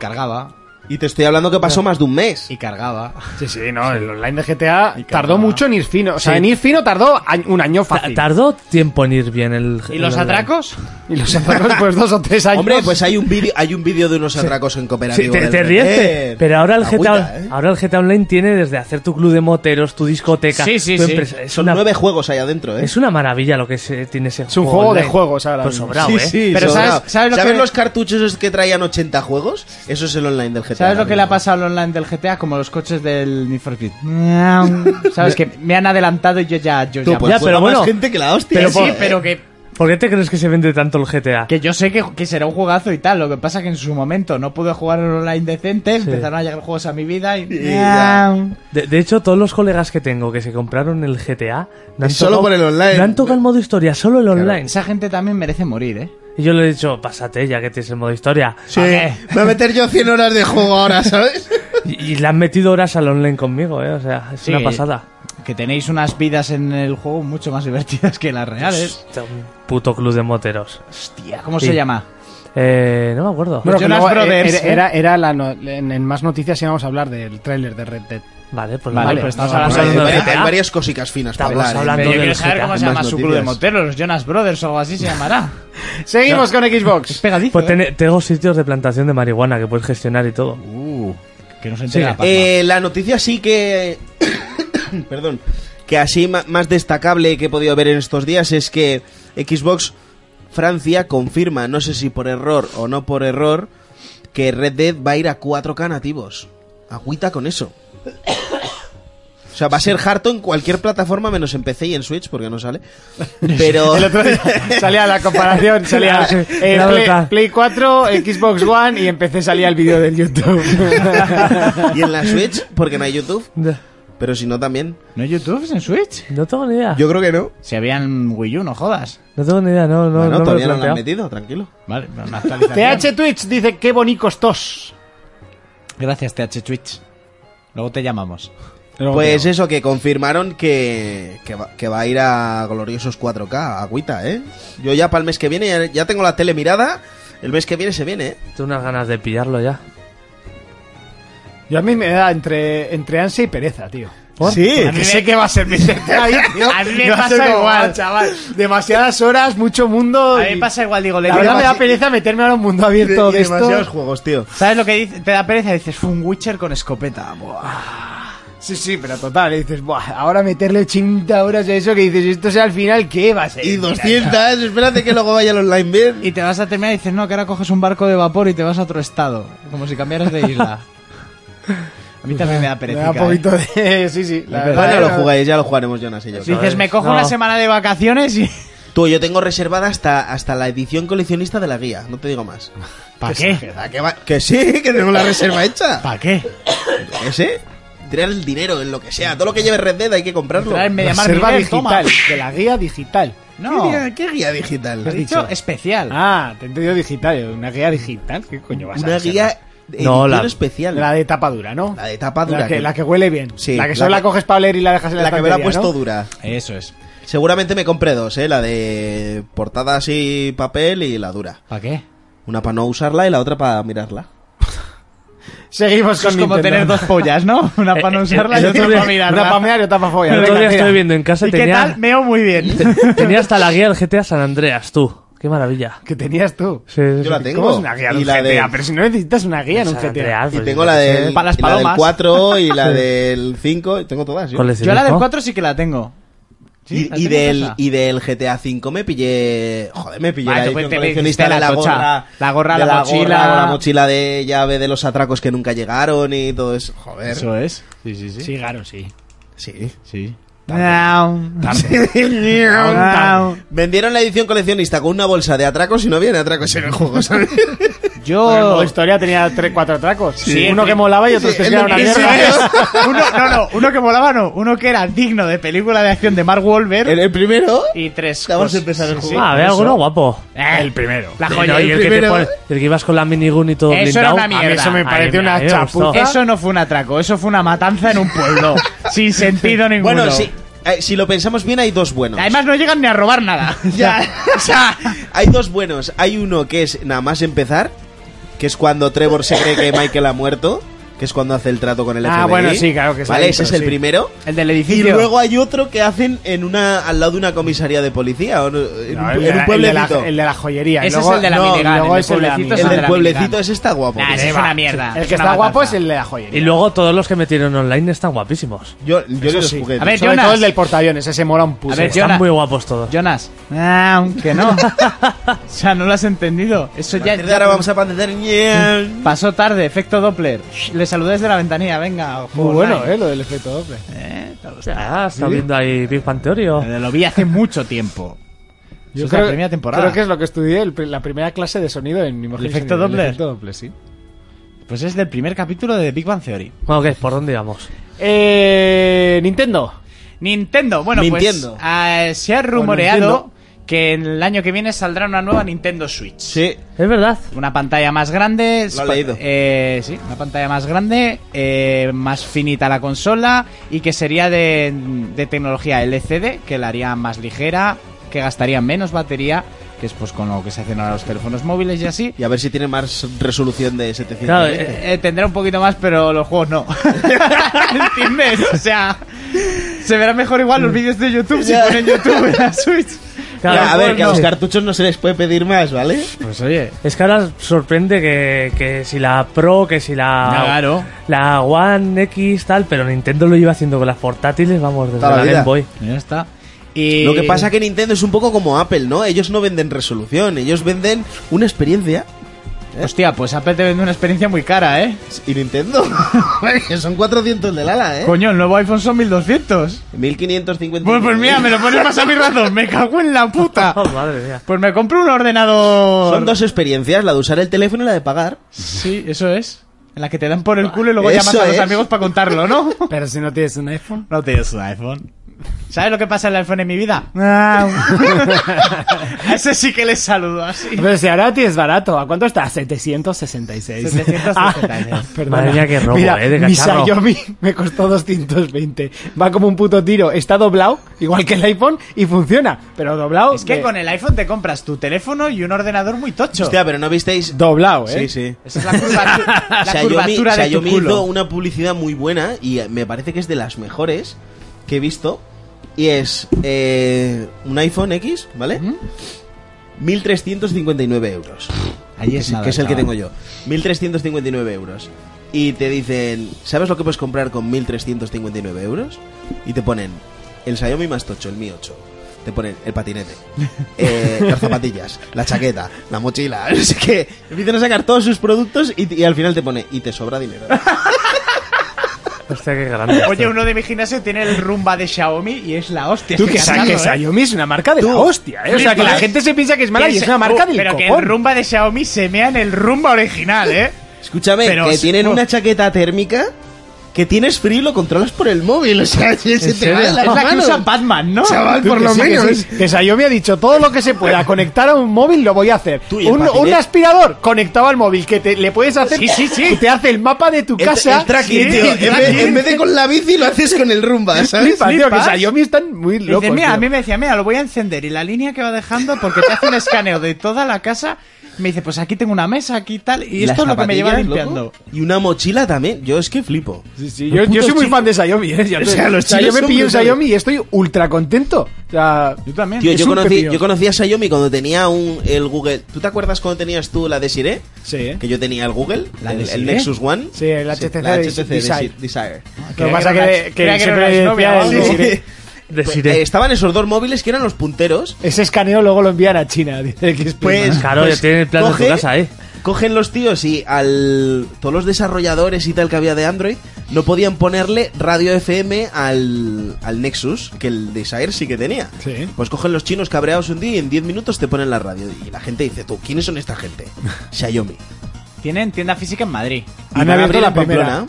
Speaker 3: Cargaba.
Speaker 1: Y te estoy hablando que pasó más de un mes.
Speaker 3: Y cargaba.
Speaker 2: Sí, sí, no, el online de GTA
Speaker 3: Y
Speaker 2: tardó
Speaker 3: cargaba.
Speaker 2: mucho en ir fino. O sea,
Speaker 4: Sí.
Speaker 2: en ir fino tardó a- un año
Speaker 4: Ta-
Speaker 2: fácil.
Speaker 4: Tardó tiempo en ir bien el.
Speaker 3: ¿Y
Speaker 4: el
Speaker 3: los
Speaker 4: online.
Speaker 3: atracos?
Speaker 2: y los atracos, pues dos o tres años.
Speaker 1: Hombre, pues hay un vídeo, hay un vídeo de unos atracos en
Speaker 4: Sí,
Speaker 1: cooperativo.
Speaker 4: te,
Speaker 1: del
Speaker 4: te
Speaker 1: Red
Speaker 4: ríes,
Speaker 1: Dead.
Speaker 4: te- pero ahora el, GTA,
Speaker 1: Agüita, ¿eh?
Speaker 4: ahora el GTA Online tiene desde hacer tu club de moteros, tu discoteca,
Speaker 3: Sí, sí,
Speaker 4: tu
Speaker 3: sí.
Speaker 4: empresa. Es
Speaker 1: Son
Speaker 4: una,
Speaker 1: nueve juegos ahí adentro, ¿eh?
Speaker 4: es una maravilla lo que se, tiene ese
Speaker 2: es un juego de
Speaker 4: online.
Speaker 2: juegos ahora.
Speaker 4: Pues
Speaker 2: mismo.
Speaker 4: sobrado, ¿eh?
Speaker 1: pero
Speaker 3: Pero
Speaker 1: ¿sabes,
Speaker 3: ¿sabes- sabes lo que-
Speaker 1: los cartuchos esos que traían 80 juegos? Eso es el online del GTA.
Speaker 3: ¿Sabes lo que le ha
Speaker 1: ahora mismo.
Speaker 3: pasado al online del GTA? Como los coches del Need for Speed. ¿Sabes? que me han adelantado y yo ya... Yo
Speaker 1: Tú,
Speaker 3: ya,
Speaker 1: pues,
Speaker 4: Ya,
Speaker 1: juega
Speaker 4: pero
Speaker 1: más
Speaker 4: bueno,
Speaker 1: gente que la hostia.
Speaker 3: pero
Speaker 1: ¿eh?
Speaker 3: sí, pero que...
Speaker 4: ¿Por qué te crees que se vende tanto el GTA?
Speaker 3: Que yo sé que, que será un juegazo y tal, lo que pasa que en su momento no pude jugar en online decente,
Speaker 4: Sí.
Speaker 3: empezaron a llegar juegos a mi vida y...
Speaker 1: Y ya.
Speaker 4: De, de hecho, todos los colegas que tengo que se compraron el GTA... no han
Speaker 1: Es solo
Speaker 4: tocado-
Speaker 1: por el online.
Speaker 4: No han tocado el modo historia, solo el online.
Speaker 3: Esa gente también merece morir, ¿eh?
Speaker 4: Y yo le he dicho, pásate ya que tienes el modo historia.
Speaker 1: Sí. Me voy a meter yo 100 horas de juego ahora, ¿sabes?
Speaker 4: Y, y le han metido horas al online conmigo, ¿eh? O sea, es
Speaker 3: Sí.
Speaker 4: una pasada.
Speaker 3: Que tenéis unas vidas en el juego mucho más divertidas que las reales.
Speaker 4: Hostia, Un puto club de moteros.
Speaker 3: Hostia, ¿cómo
Speaker 4: Sí.
Speaker 3: se llama?
Speaker 4: Eh, no me acuerdo.
Speaker 2: Bueno,
Speaker 3: Los
Speaker 2: que
Speaker 3: Jonas
Speaker 2: luego, eh,
Speaker 3: Brothers,
Speaker 2: era,
Speaker 3: ¿eh?
Speaker 2: era, era la no- en, en más noticias íbamos a hablar del tráiler de Red Dead.
Speaker 4: Vale, pues
Speaker 3: Vale,
Speaker 4: vale,
Speaker 3: pero estamos
Speaker 4: no,
Speaker 3: hablando
Speaker 1: Hay
Speaker 3: de
Speaker 4: de
Speaker 1: varias- hay
Speaker 4: GTA.
Speaker 1: varias cositas finas para
Speaker 4: Estamos
Speaker 1: hablar. ¿eh?
Speaker 4: hablando
Speaker 3: Pero yo
Speaker 4: del
Speaker 3: quiero saber
Speaker 4: GTA.
Speaker 3: cómo se
Speaker 1: Más
Speaker 3: llama su club de
Speaker 1: noticias.
Speaker 3: moteros, los Jonas Brothers o algo así se llamará.
Speaker 2: Seguimos con Xbox.
Speaker 3: Pegadizo.
Speaker 4: Pues ten- tengo sitios de plantación de marihuana que puedes gestionar y todo.
Speaker 3: Uh, que no se entera.
Speaker 4: Sí.
Speaker 3: Paco.
Speaker 1: Eh, la noticia sí que. Perdón. Que así ma- más destacable que he podido ver en estos días es que Xbox Francia confirma, no sé si por error o no por error, que Red Dead va a ir a 4K nativos. Agüita con eso. O sea, va a ser harto en cualquier plataforma menos en PC y en Switch porque no sale. Pero
Speaker 2: El otro día salía la comparación, salía
Speaker 4: Sí,
Speaker 2: eh,
Speaker 4: la
Speaker 2: Play,
Speaker 4: verdad.
Speaker 2: Play 4, Xbox One y empecé salía el vídeo del YouTube.
Speaker 1: y en la Switch porque no hay YouTube, pero si no también.
Speaker 3: ¿No hay YouTube en Switch?
Speaker 4: No tengo ni idea.
Speaker 1: Yo creo que no.
Speaker 3: Si había en Wii U, no jodas.
Speaker 4: No tengo ni idea, no, no,
Speaker 1: bueno,
Speaker 4: no me lo he
Speaker 1: todavía no lo han
Speaker 4: planteado.
Speaker 1: metido, tranquilo.
Speaker 3: Vale, pero una actualización.
Speaker 2: TH Twitch dice qué bonicos tos.
Speaker 3: Gracias, TH Twitch. Luego te llamamos.
Speaker 1: Pues eso, que confirmaron que, que, va, que va a ir a gloriosos 4K, agüita, ¿eh? Yo ya para el mes que viene, ya, ya tengo la tele mirada, el mes que viene se viene, ¿eh?
Speaker 4: Tengo unas ganas de pillarlo ya.
Speaker 2: Yo a mí me da entre, entre ansia y pereza, tío.
Speaker 4: ¿Por?
Speaker 2: A mí me- sé que va a ser mi ahí, tío.
Speaker 3: A mí me
Speaker 2: Va a ser
Speaker 3: pasa
Speaker 2: como,
Speaker 3: igual.
Speaker 2: "Ah, chaval. Demasiadas horas, mucho mundo.
Speaker 3: A mí
Speaker 2: y-
Speaker 3: me pasa igual, digo, le
Speaker 2: La
Speaker 3: doy
Speaker 2: verdad me da
Speaker 3: demasi-
Speaker 2: pereza meterme ahora en un mundo abierto de,
Speaker 1: Y demasiados
Speaker 2: esto.
Speaker 1: juegos, tío.
Speaker 3: ¿Sabes lo que dice? te da pereza? Dices, un Witcher con escopeta. Buah.
Speaker 2: Sí, sí, pero total, y dices, "Buah, ahora meterle 80 horas a eso que dices, esto sea al final, ¿qué va a ser?
Speaker 1: Y 200, espérate que luego vaya el online bien.
Speaker 3: Y te vas a terminar y dices, no, que ahora coges un barco de vapor y te vas a otro estado. Como si cambiaras de isla. A mí también me da ¿eh?
Speaker 2: Me
Speaker 3: pereza.
Speaker 2: da un poquito de... Sí, sí, la
Speaker 1: Bueno,
Speaker 2: ¿eh? verdad.
Speaker 1: ya lo
Speaker 2: no-
Speaker 1: jugáis, ya lo jugaremos Jonas y yo.
Speaker 4: Sí.
Speaker 3: Dices, me cojo
Speaker 4: No.
Speaker 3: una semana de vacaciones y...
Speaker 1: Tú, yo tengo reservada hasta, hasta la edición coleccionista de la guía, no te digo más.
Speaker 3: ¿Para
Speaker 1: ¿A qué va? Que sí, que tenemos la reserva hecha.
Speaker 3: ¿Para qué?
Speaker 1: Que sí. Tirar el dinero en lo que sea, todo lo que lleve Red Dead hay que comprarlo.
Speaker 3: Traer media mar
Speaker 2: Reserva
Speaker 3: Miguel, toma.
Speaker 2: digital, de la guía digital.
Speaker 1: ¿Qué,
Speaker 3: No,
Speaker 1: guía, qué guía digital?
Speaker 3: has dicho especial.
Speaker 2: Ah, te he entendido digital, una guía digital, ¿qué coño vas a
Speaker 1: Una
Speaker 2: hacer?
Speaker 1: guía de
Speaker 4: No,
Speaker 1: edición
Speaker 4: la-
Speaker 1: especial.
Speaker 2: La de tapa dura, ¿no?
Speaker 1: La de tapa dura,
Speaker 2: La que,
Speaker 1: que-
Speaker 2: la que huele bien.
Speaker 1: Sí,
Speaker 2: la que
Speaker 1: la
Speaker 2: solo la,
Speaker 1: que-
Speaker 2: coges para oler y la dejas en la,
Speaker 1: La que me la ha
Speaker 2: estantería,
Speaker 1: puesto
Speaker 2: ¿no?
Speaker 1: dura.
Speaker 3: Eso es.
Speaker 1: Seguramente me compré dos, ¿eh? La de portada así, papel y la dura.
Speaker 3: ¿Para qué?
Speaker 1: Una para no usarla y la otra para mirarla.
Speaker 2: Seguimos
Speaker 3: Eso
Speaker 2: con
Speaker 3: es como
Speaker 2: Nintendo.
Speaker 3: tener dos pollas, ¿no? Una
Speaker 4: Eh,
Speaker 3: para no
Speaker 4: eh,
Speaker 3: usarla
Speaker 4: el
Speaker 3: y
Speaker 4: otro
Speaker 3: otra
Speaker 4: día-
Speaker 3: para mirarla.
Speaker 2: Una para mear y otra para follar.
Speaker 4: El otro
Speaker 2: Venga,
Speaker 4: día
Speaker 2: mira.
Speaker 4: estoy viendo en casa
Speaker 3: ¿Y
Speaker 4: y
Speaker 3: qué
Speaker 4: tenía,
Speaker 3: tal? Meo muy bien.
Speaker 4: tenía hasta la guía del GTA San Andreas, tú. Qué maravilla.
Speaker 2: Que tenías tú.
Speaker 4: Sí, sí, sí.
Speaker 1: Yo la
Speaker 2: ¿Cómo es
Speaker 1: tengo.
Speaker 2: una guía de
Speaker 1: Y
Speaker 2: un
Speaker 1: la
Speaker 2: GTA?
Speaker 1: de-
Speaker 2: Pero si no necesitas una guía en un
Speaker 4: San
Speaker 2: GTA.
Speaker 3: Ah,
Speaker 4: Andreas,
Speaker 1: Y
Speaker 4: pues,
Speaker 1: tengo
Speaker 4: yo
Speaker 1: la
Speaker 4: qué
Speaker 1: del,
Speaker 4: sé.
Speaker 3: Para las
Speaker 1: y la del
Speaker 3: palomas.
Speaker 1: 4 y la
Speaker 4: Sí.
Speaker 1: del 5. y Tengo todas. yo.
Speaker 4: Coleccionismo.
Speaker 3: Yo la del 4 sí que la tengo.
Speaker 1: Y, y del, y del GTA V me pillé. Joder, me pillé la
Speaker 3: Vale, tú
Speaker 1: edición
Speaker 3: pues te
Speaker 1: coleccionista
Speaker 3: hiciste
Speaker 1: de
Speaker 3: la
Speaker 1: la
Speaker 3: tocha.
Speaker 1: gorra.
Speaker 3: La gorra,
Speaker 1: de
Speaker 3: la mochila.
Speaker 1: gorra, la mochila de llave de los atracos que nunca llegaron y todo eso. Joder.
Speaker 3: Eso es. Sí, sí, sí.
Speaker 2: Sí, claro, sí.
Speaker 1: Sí.
Speaker 3: Sí.
Speaker 1: Vendieron la edición coleccionista con una bolsa de atracos y no había ni atracos en el juego, ¿sabes?
Speaker 2: Porque en
Speaker 3: Yo.
Speaker 2: modo historia tenía 3, 4 atracos.
Speaker 3: Sí.
Speaker 2: uno que molaba y otros
Speaker 1: Sí,
Speaker 2: que
Speaker 1: el
Speaker 2: eran una
Speaker 1: de-
Speaker 2: mierda.
Speaker 3: uno, no, no, uno que molaba no, uno que era digno de película de acción de Mark Wahlberg
Speaker 1: En el primero.
Speaker 3: y tres
Speaker 1: Vamos a
Speaker 2: pues,
Speaker 3: cosas.
Speaker 1: empezar el
Speaker 3: Sí,
Speaker 1: juego.
Speaker 4: Ah, había alguno guapo.
Speaker 3: sí. Eh,
Speaker 2: El primero.
Speaker 3: La
Speaker 4: Sí,
Speaker 3: joya.
Speaker 4: no, y el, que te
Speaker 1: primero.
Speaker 4: pone- y el que ibas con la minigun y todo
Speaker 3: Eso
Speaker 4: blindado.
Speaker 3: era una
Speaker 4: A mí
Speaker 2: eso me
Speaker 4: a mí
Speaker 2: parece
Speaker 4: me-
Speaker 2: una
Speaker 4: a mí me gustó.
Speaker 2: chapuza.
Speaker 3: Eso no fue un atraco, eso fue una matanza en un pueblo. sin sentido ninguno.
Speaker 1: Bueno, sí, eh, si lo pensamos bien, hay dos buenos.
Speaker 3: Además no llegan ni a robar nada.
Speaker 1: Ya.
Speaker 3: O sea,
Speaker 1: Hay dos buenos. Hay uno que es nada más empezar, que es cuando Trevor se cree que Michael ha muerto, que es cuando hace el trato con el
Speaker 2: Ah,
Speaker 1: FBI.
Speaker 2: bueno, sí, claro que es
Speaker 1: Vale, ese
Speaker 2: adentro,
Speaker 1: es el
Speaker 2: sí.
Speaker 1: primero.
Speaker 3: el del
Speaker 1: Y
Speaker 3: edificio.
Speaker 1: luego hay otro que hacen en una al lado de una comisaría de policía, o en, en
Speaker 2: No,
Speaker 1: un-
Speaker 2: el,
Speaker 1: en
Speaker 2: de la-
Speaker 1: un
Speaker 2: el de la-
Speaker 1: pueblecito.
Speaker 2: el de la joyería. y
Speaker 3: Ese
Speaker 2: luego,
Speaker 3: es el de la
Speaker 2: no,
Speaker 3: minigun,
Speaker 2: y luego
Speaker 3: el
Speaker 2: es el de la
Speaker 3: pueblecito
Speaker 1: El
Speaker 3: es
Speaker 2: minigun.
Speaker 3: de
Speaker 1: del
Speaker 3: la
Speaker 1: pueblecito
Speaker 3: minigun.
Speaker 1: ese está guapo.
Speaker 3: Nah, ese es una mierda.
Speaker 2: El
Speaker 3: es
Speaker 2: que
Speaker 3: una
Speaker 2: está guapo es
Speaker 3: matanza.
Speaker 2: el de la joyería.
Speaker 4: Y luego todos los que metieron online están guapísimos.
Speaker 1: Yo, yo
Speaker 2: Eso
Speaker 1: los
Speaker 2: sí.
Speaker 1: juguetes.
Speaker 3: A ver,
Speaker 2: Sobre
Speaker 3: Jonas.
Speaker 2: todo el del portaaviones, ese mola un puto.
Speaker 3: A ver,
Speaker 4: Están
Speaker 3: Jonas.
Speaker 4: muy guapos todos.
Speaker 3: Jonas. Ah, aunque no. o sea, no lo has entendido. Eso ya,
Speaker 1: Mierda, ahora vamos a padecer.
Speaker 3: pasó tarde, efecto Doppler. Le saludé desde la ventanilla, venga. al
Speaker 2: Muy
Speaker 3: juego
Speaker 2: bueno,
Speaker 3: online.
Speaker 2: eh, lo del efecto doble.
Speaker 3: Eh, te ha gustado.
Speaker 4: Ah, está viendo ahí Big Bang Theory o-
Speaker 1: Eh.
Speaker 3: Lo vi hace mucho tiempo. Eso es la primera temporada.
Speaker 2: creo que es lo que estudié, el pri- la primera clase de sonido en mi
Speaker 3: ¿El efecto
Speaker 2: doble.
Speaker 3: Doppler?
Speaker 2: El efecto Doppler, sí.
Speaker 3: Pues es del primer capítulo de Big Bang Theory.
Speaker 4: Bueno, ¿qué? ¿Por dónde íbamos?
Speaker 2: Eh, Nintendo.
Speaker 3: Nintendo, bueno,
Speaker 1: Nintendo.
Speaker 3: pues ah, se ha rumoreado que el año que viene saldrá una nueva Nintendo Switch.
Speaker 1: Sí,
Speaker 4: Es verdad.
Speaker 3: Una pantalla más grande. es
Speaker 1: Lo he
Speaker 3: pa-
Speaker 1: leído.
Speaker 3: eh, sí, una pantalla más grande, eh, más finita la consola y que sería de, de tecnología LCD, que la haría más ligera, que gastaría menos batería, que es pues con lo que se hacen ahora los teléfonos móviles y así.
Speaker 1: y a ver si tiene más resolución de 700.
Speaker 4: Claro, eh,
Speaker 3: Eh, eh, tendrá un poquito más, pero los juegos no. ¿Entiendes? O sea, se verá mejor igual los vídeos de YouTube si
Speaker 1: Ya.
Speaker 3: ponen YouTube en la Switch.
Speaker 4: Claro, pues,
Speaker 1: Ya, a ver, que a
Speaker 4: no.
Speaker 1: los cartuchos no se les puede pedir más, ¿vale?
Speaker 3: Pues oye,
Speaker 4: Es que ahora sorprende que, que si la Pro, que si la.
Speaker 3: claro.
Speaker 4: La One X, tal, pero Nintendo lo lleva haciendo con las portátiles, vamos, desde
Speaker 1: Toda la
Speaker 4: la
Speaker 1: vida.
Speaker 4: Game Boy.
Speaker 3: Ya está. Y...
Speaker 1: Lo que pasa que Nintendo es un poco como Apple, ¿no? Ellos no venden resolución, ellos venden una experiencia.
Speaker 3: Hostia, pues Apple te vende una experiencia muy cara, ¿eh?
Speaker 1: ¿Y Nintendo? Que son 400 del ala, ¿eh?
Speaker 3: Coño, el nuevo iPhone son 1200.
Speaker 1: 1550.
Speaker 3: Pues, pues mira, me lo pones más a mi razón. Me cago en la puta.
Speaker 4: Oh, madre mía.
Speaker 3: Pues me compro un ordenador.
Speaker 1: Son dos experiencias, la de usar el teléfono y la de pagar.
Speaker 3: Sí, eso es. En la que te dan por el culo y luego
Speaker 1: Eso
Speaker 3: llamas a los
Speaker 1: es.
Speaker 3: amigos para contarlo, ¿no?
Speaker 2: Pero si no tienes un iPhone. Ah.
Speaker 3: No tienes un iPhone. ¿Sabes lo que pasa en el iPhone en mi vida? A ese sí que le saludo así.
Speaker 2: Pero si ahora tienes barato, ¿a cuánto está? 766.
Speaker 3: 766.
Speaker 2: Ah, perdona.
Speaker 4: Madre mía, qué robo,
Speaker 2: Mira,
Speaker 4: eh, de
Speaker 2: mi
Speaker 4: cacharro.
Speaker 2: Xiaomi me costó 220. Va como un puto tiro. Está doblado, igual que el iPhone, y funciona. Pero doblado.
Speaker 3: Es que
Speaker 2: de-
Speaker 3: con el iPhone te compras tu teléfono y un ordenador muy tocho.
Speaker 1: Hostia, pero no visteis.
Speaker 2: Doblado,
Speaker 1: Sí,
Speaker 2: ¿eh?
Speaker 1: sí.
Speaker 3: Esa es la, curvatu- la
Speaker 1: Xiaomi-
Speaker 3: curvatura de tu
Speaker 1: Xiaomi
Speaker 3: culo.
Speaker 1: hizo una publicidad muy buena y eh, me parece que es de las mejores que he visto. Y es eh, un iPhone X, ¿vale? 1.359 euros.
Speaker 3: Ahí
Speaker 1: que
Speaker 3: es
Speaker 1: es,
Speaker 3: nada,
Speaker 1: que es el que tengo
Speaker 3: chaval.
Speaker 1: yo. 1.359 euros. Y te dicen, ¿sabes lo que puedes comprar con 1.359 euros? Y te ponen el Xiaomi más tocho, el Mi 8. Te ponen el patinete, eh, las zapatillas, la chaqueta, la mochila. Es que empiezan a sacar todos sus productos y, y al final te pone, y te sobra dinero.
Speaker 4: Hostia, qué grande.
Speaker 3: Oye, uno de mi gimnasio tiene el rumba de Xiaomi y es la hostia.
Speaker 2: Tú
Speaker 3: estoy
Speaker 2: que sabes
Speaker 3: cantando,
Speaker 2: que
Speaker 3: ¿eh?
Speaker 2: Xiaomi es una marca de la hostia, ¿eh? O sea, que la
Speaker 3: Flipas.
Speaker 2: gente se piensa que es mala y
Speaker 3: Que
Speaker 2: es
Speaker 3: se-
Speaker 2: una marca
Speaker 3: oh,
Speaker 2: del
Speaker 3: Pero que el
Speaker 2: copón.
Speaker 3: rumba de Xiaomi se mea en el rumba original, ¿eh?
Speaker 1: Escúchame,
Speaker 3: Pero
Speaker 1: que
Speaker 3: sí,
Speaker 1: tienen
Speaker 3: no.
Speaker 1: una chaqueta térmica que tienes frío y lo controlas por el móvil. O sea, se te va
Speaker 3: Es
Speaker 1: en las
Speaker 3: la que
Speaker 1: manos.
Speaker 3: usa Batman, ¿no?
Speaker 1: Chaval,
Speaker 2: Tú
Speaker 1: por
Speaker 2: que
Speaker 1: lo
Speaker 2: sí, que
Speaker 1: menos.
Speaker 2: sí. Que Xiaomi ha dicho todo lo que se pueda conectar a un móvil lo voy a hacer.
Speaker 1: Tú y el
Speaker 2: Un, un
Speaker 1: patinete.
Speaker 2: aspirador conectado al móvil que te, le puedes hacer.
Speaker 3: Sí, sí, sí.
Speaker 2: que te hace el mapa de tu
Speaker 1: El-
Speaker 2: casa.
Speaker 1: El, tracking,
Speaker 3: sí,
Speaker 1: tío.
Speaker 3: el
Speaker 1: En vez-
Speaker 3: tracking.
Speaker 1: En, vez de con la bici, lo haces con el rumba, ¿sabes?
Speaker 2: Flipa, tío, que
Speaker 3: Flipas.
Speaker 2: Xiaomi están muy
Speaker 3: Y dices,
Speaker 2: locos.
Speaker 3: mira,
Speaker 2: tío.
Speaker 3: a mí me decía, mira, lo voy a encender y la línea que va dejando, porque te hace un escaneo de toda la casa, me dice, pues aquí tengo una mesa, aquí tal, y
Speaker 1: Las
Speaker 3: esto es lo que me lleva
Speaker 1: zapatillas,
Speaker 3: limpiando.
Speaker 1: loco. Y una mochila también. Yo es que flipo.
Speaker 2: Sí, sí, yo,
Speaker 1: Los
Speaker 2: yo soy
Speaker 1: putos
Speaker 2: muy fan de Xiaomi, ¿eh? Ya
Speaker 1: O
Speaker 2: te-
Speaker 1: sea, los
Speaker 2: o sea,
Speaker 1: chinos
Speaker 2: yo me
Speaker 1: son
Speaker 2: pillé un
Speaker 1: brutales.
Speaker 2: Xiaomi y estoy ultra contento. O sea,
Speaker 3: Yo también.
Speaker 1: Tío,
Speaker 2: Es
Speaker 1: yo
Speaker 2: un
Speaker 1: conocí,
Speaker 2: pepino.
Speaker 1: yo conocí a Xiaomi cuando tenía un, el Google. ¿Tú te acuerdas cuando tenías tú la Desiree?
Speaker 2: Sí, ¿eh?
Speaker 1: Que yo tenía el Google,
Speaker 3: ¿La
Speaker 1: el, el
Speaker 3: Desiree?
Speaker 1: Nexus One.
Speaker 2: Sí, el HTC
Speaker 1: la
Speaker 2: Desi-
Speaker 1: HTC
Speaker 2: Desire.
Speaker 1: Desire. Desire.
Speaker 2: Lo que pasa
Speaker 3: era
Speaker 2: que-
Speaker 3: una-
Speaker 2: que
Speaker 3: creía
Speaker 2: siempre
Speaker 3: era una
Speaker 2: decía
Speaker 3: novia o
Speaker 2: el
Speaker 3: algo.
Speaker 2: Desiree.
Speaker 1: Pues, eh,
Speaker 4: Desiré.
Speaker 1: estaban esos dos móviles que eran los punteros.
Speaker 2: Ese escaneo luego lo envían a China. Dice que es
Speaker 1: Pues,
Speaker 4: Claro, ya
Speaker 1: pues,
Speaker 4: tiene el plan de
Speaker 1: coge-
Speaker 4: tu casa, ¿eh?
Speaker 1: Cogen los tíos y al todos los desarrolladores y tal que había de Android no podían ponerle radio FM al, al Nexus, que el Desire sí que tenía.
Speaker 2: Sí.
Speaker 1: Pues cogen los chinos cabreados un día y en 10 minutos te ponen la radio. Y la gente dice, tú, ¿quiénes son esta gente? Xiaomi.
Speaker 3: Tienen tienda física en Madrid.
Speaker 1: Y van
Speaker 2: Han
Speaker 1: a
Speaker 2: abierto
Speaker 1: abrir
Speaker 2: la
Speaker 1: en Pamplona.
Speaker 2: primera.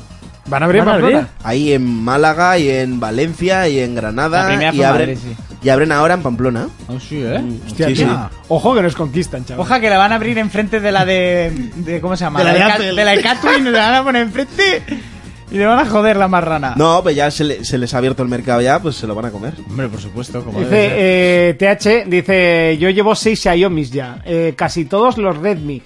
Speaker 2: ¿Van a abrir
Speaker 4: ¿Van a
Speaker 2: Pamplona?
Speaker 4: abrir?
Speaker 1: Ahí en Málaga y en Valencia y en
Speaker 3: La
Speaker 1: Granada.
Speaker 3: primera fue
Speaker 1: y,
Speaker 3: en
Speaker 1: abren,
Speaker 3: Madrid,
Speaker 1: y abren ahora en Pamplona.
Speaker 3: Oh, sí, ¿eh?
Speaker 2: Hostia,
Speaker 1: Sí,
Speaker 2: tío.
Speaker 1: sí.
Speaker 2: Ojo que nos conquistan, chaval.
Speaker 3: Oja, que la van a abrir enfrente de la de... de- ¿Cómo se llama?
Speaker 1: De la de
Speaker 3: Ca-
Speaker 1: Apple.
Speaker 3: de la de Catherine, la van a poner enfrente y le van a joder la
Speaker 2: Ah.
Speaker 3: marrana.
Speaker 1: No, pues ya se, le- se les ha abierto el mercado ya, pues se lo van a comer.
Speaker 3: Hombre, por supuesto, como debe ser.
Speaker 2: Dice eh, TH, dice, yo llevo 6 Xiaomi's ya, eh, casi todos los Redmi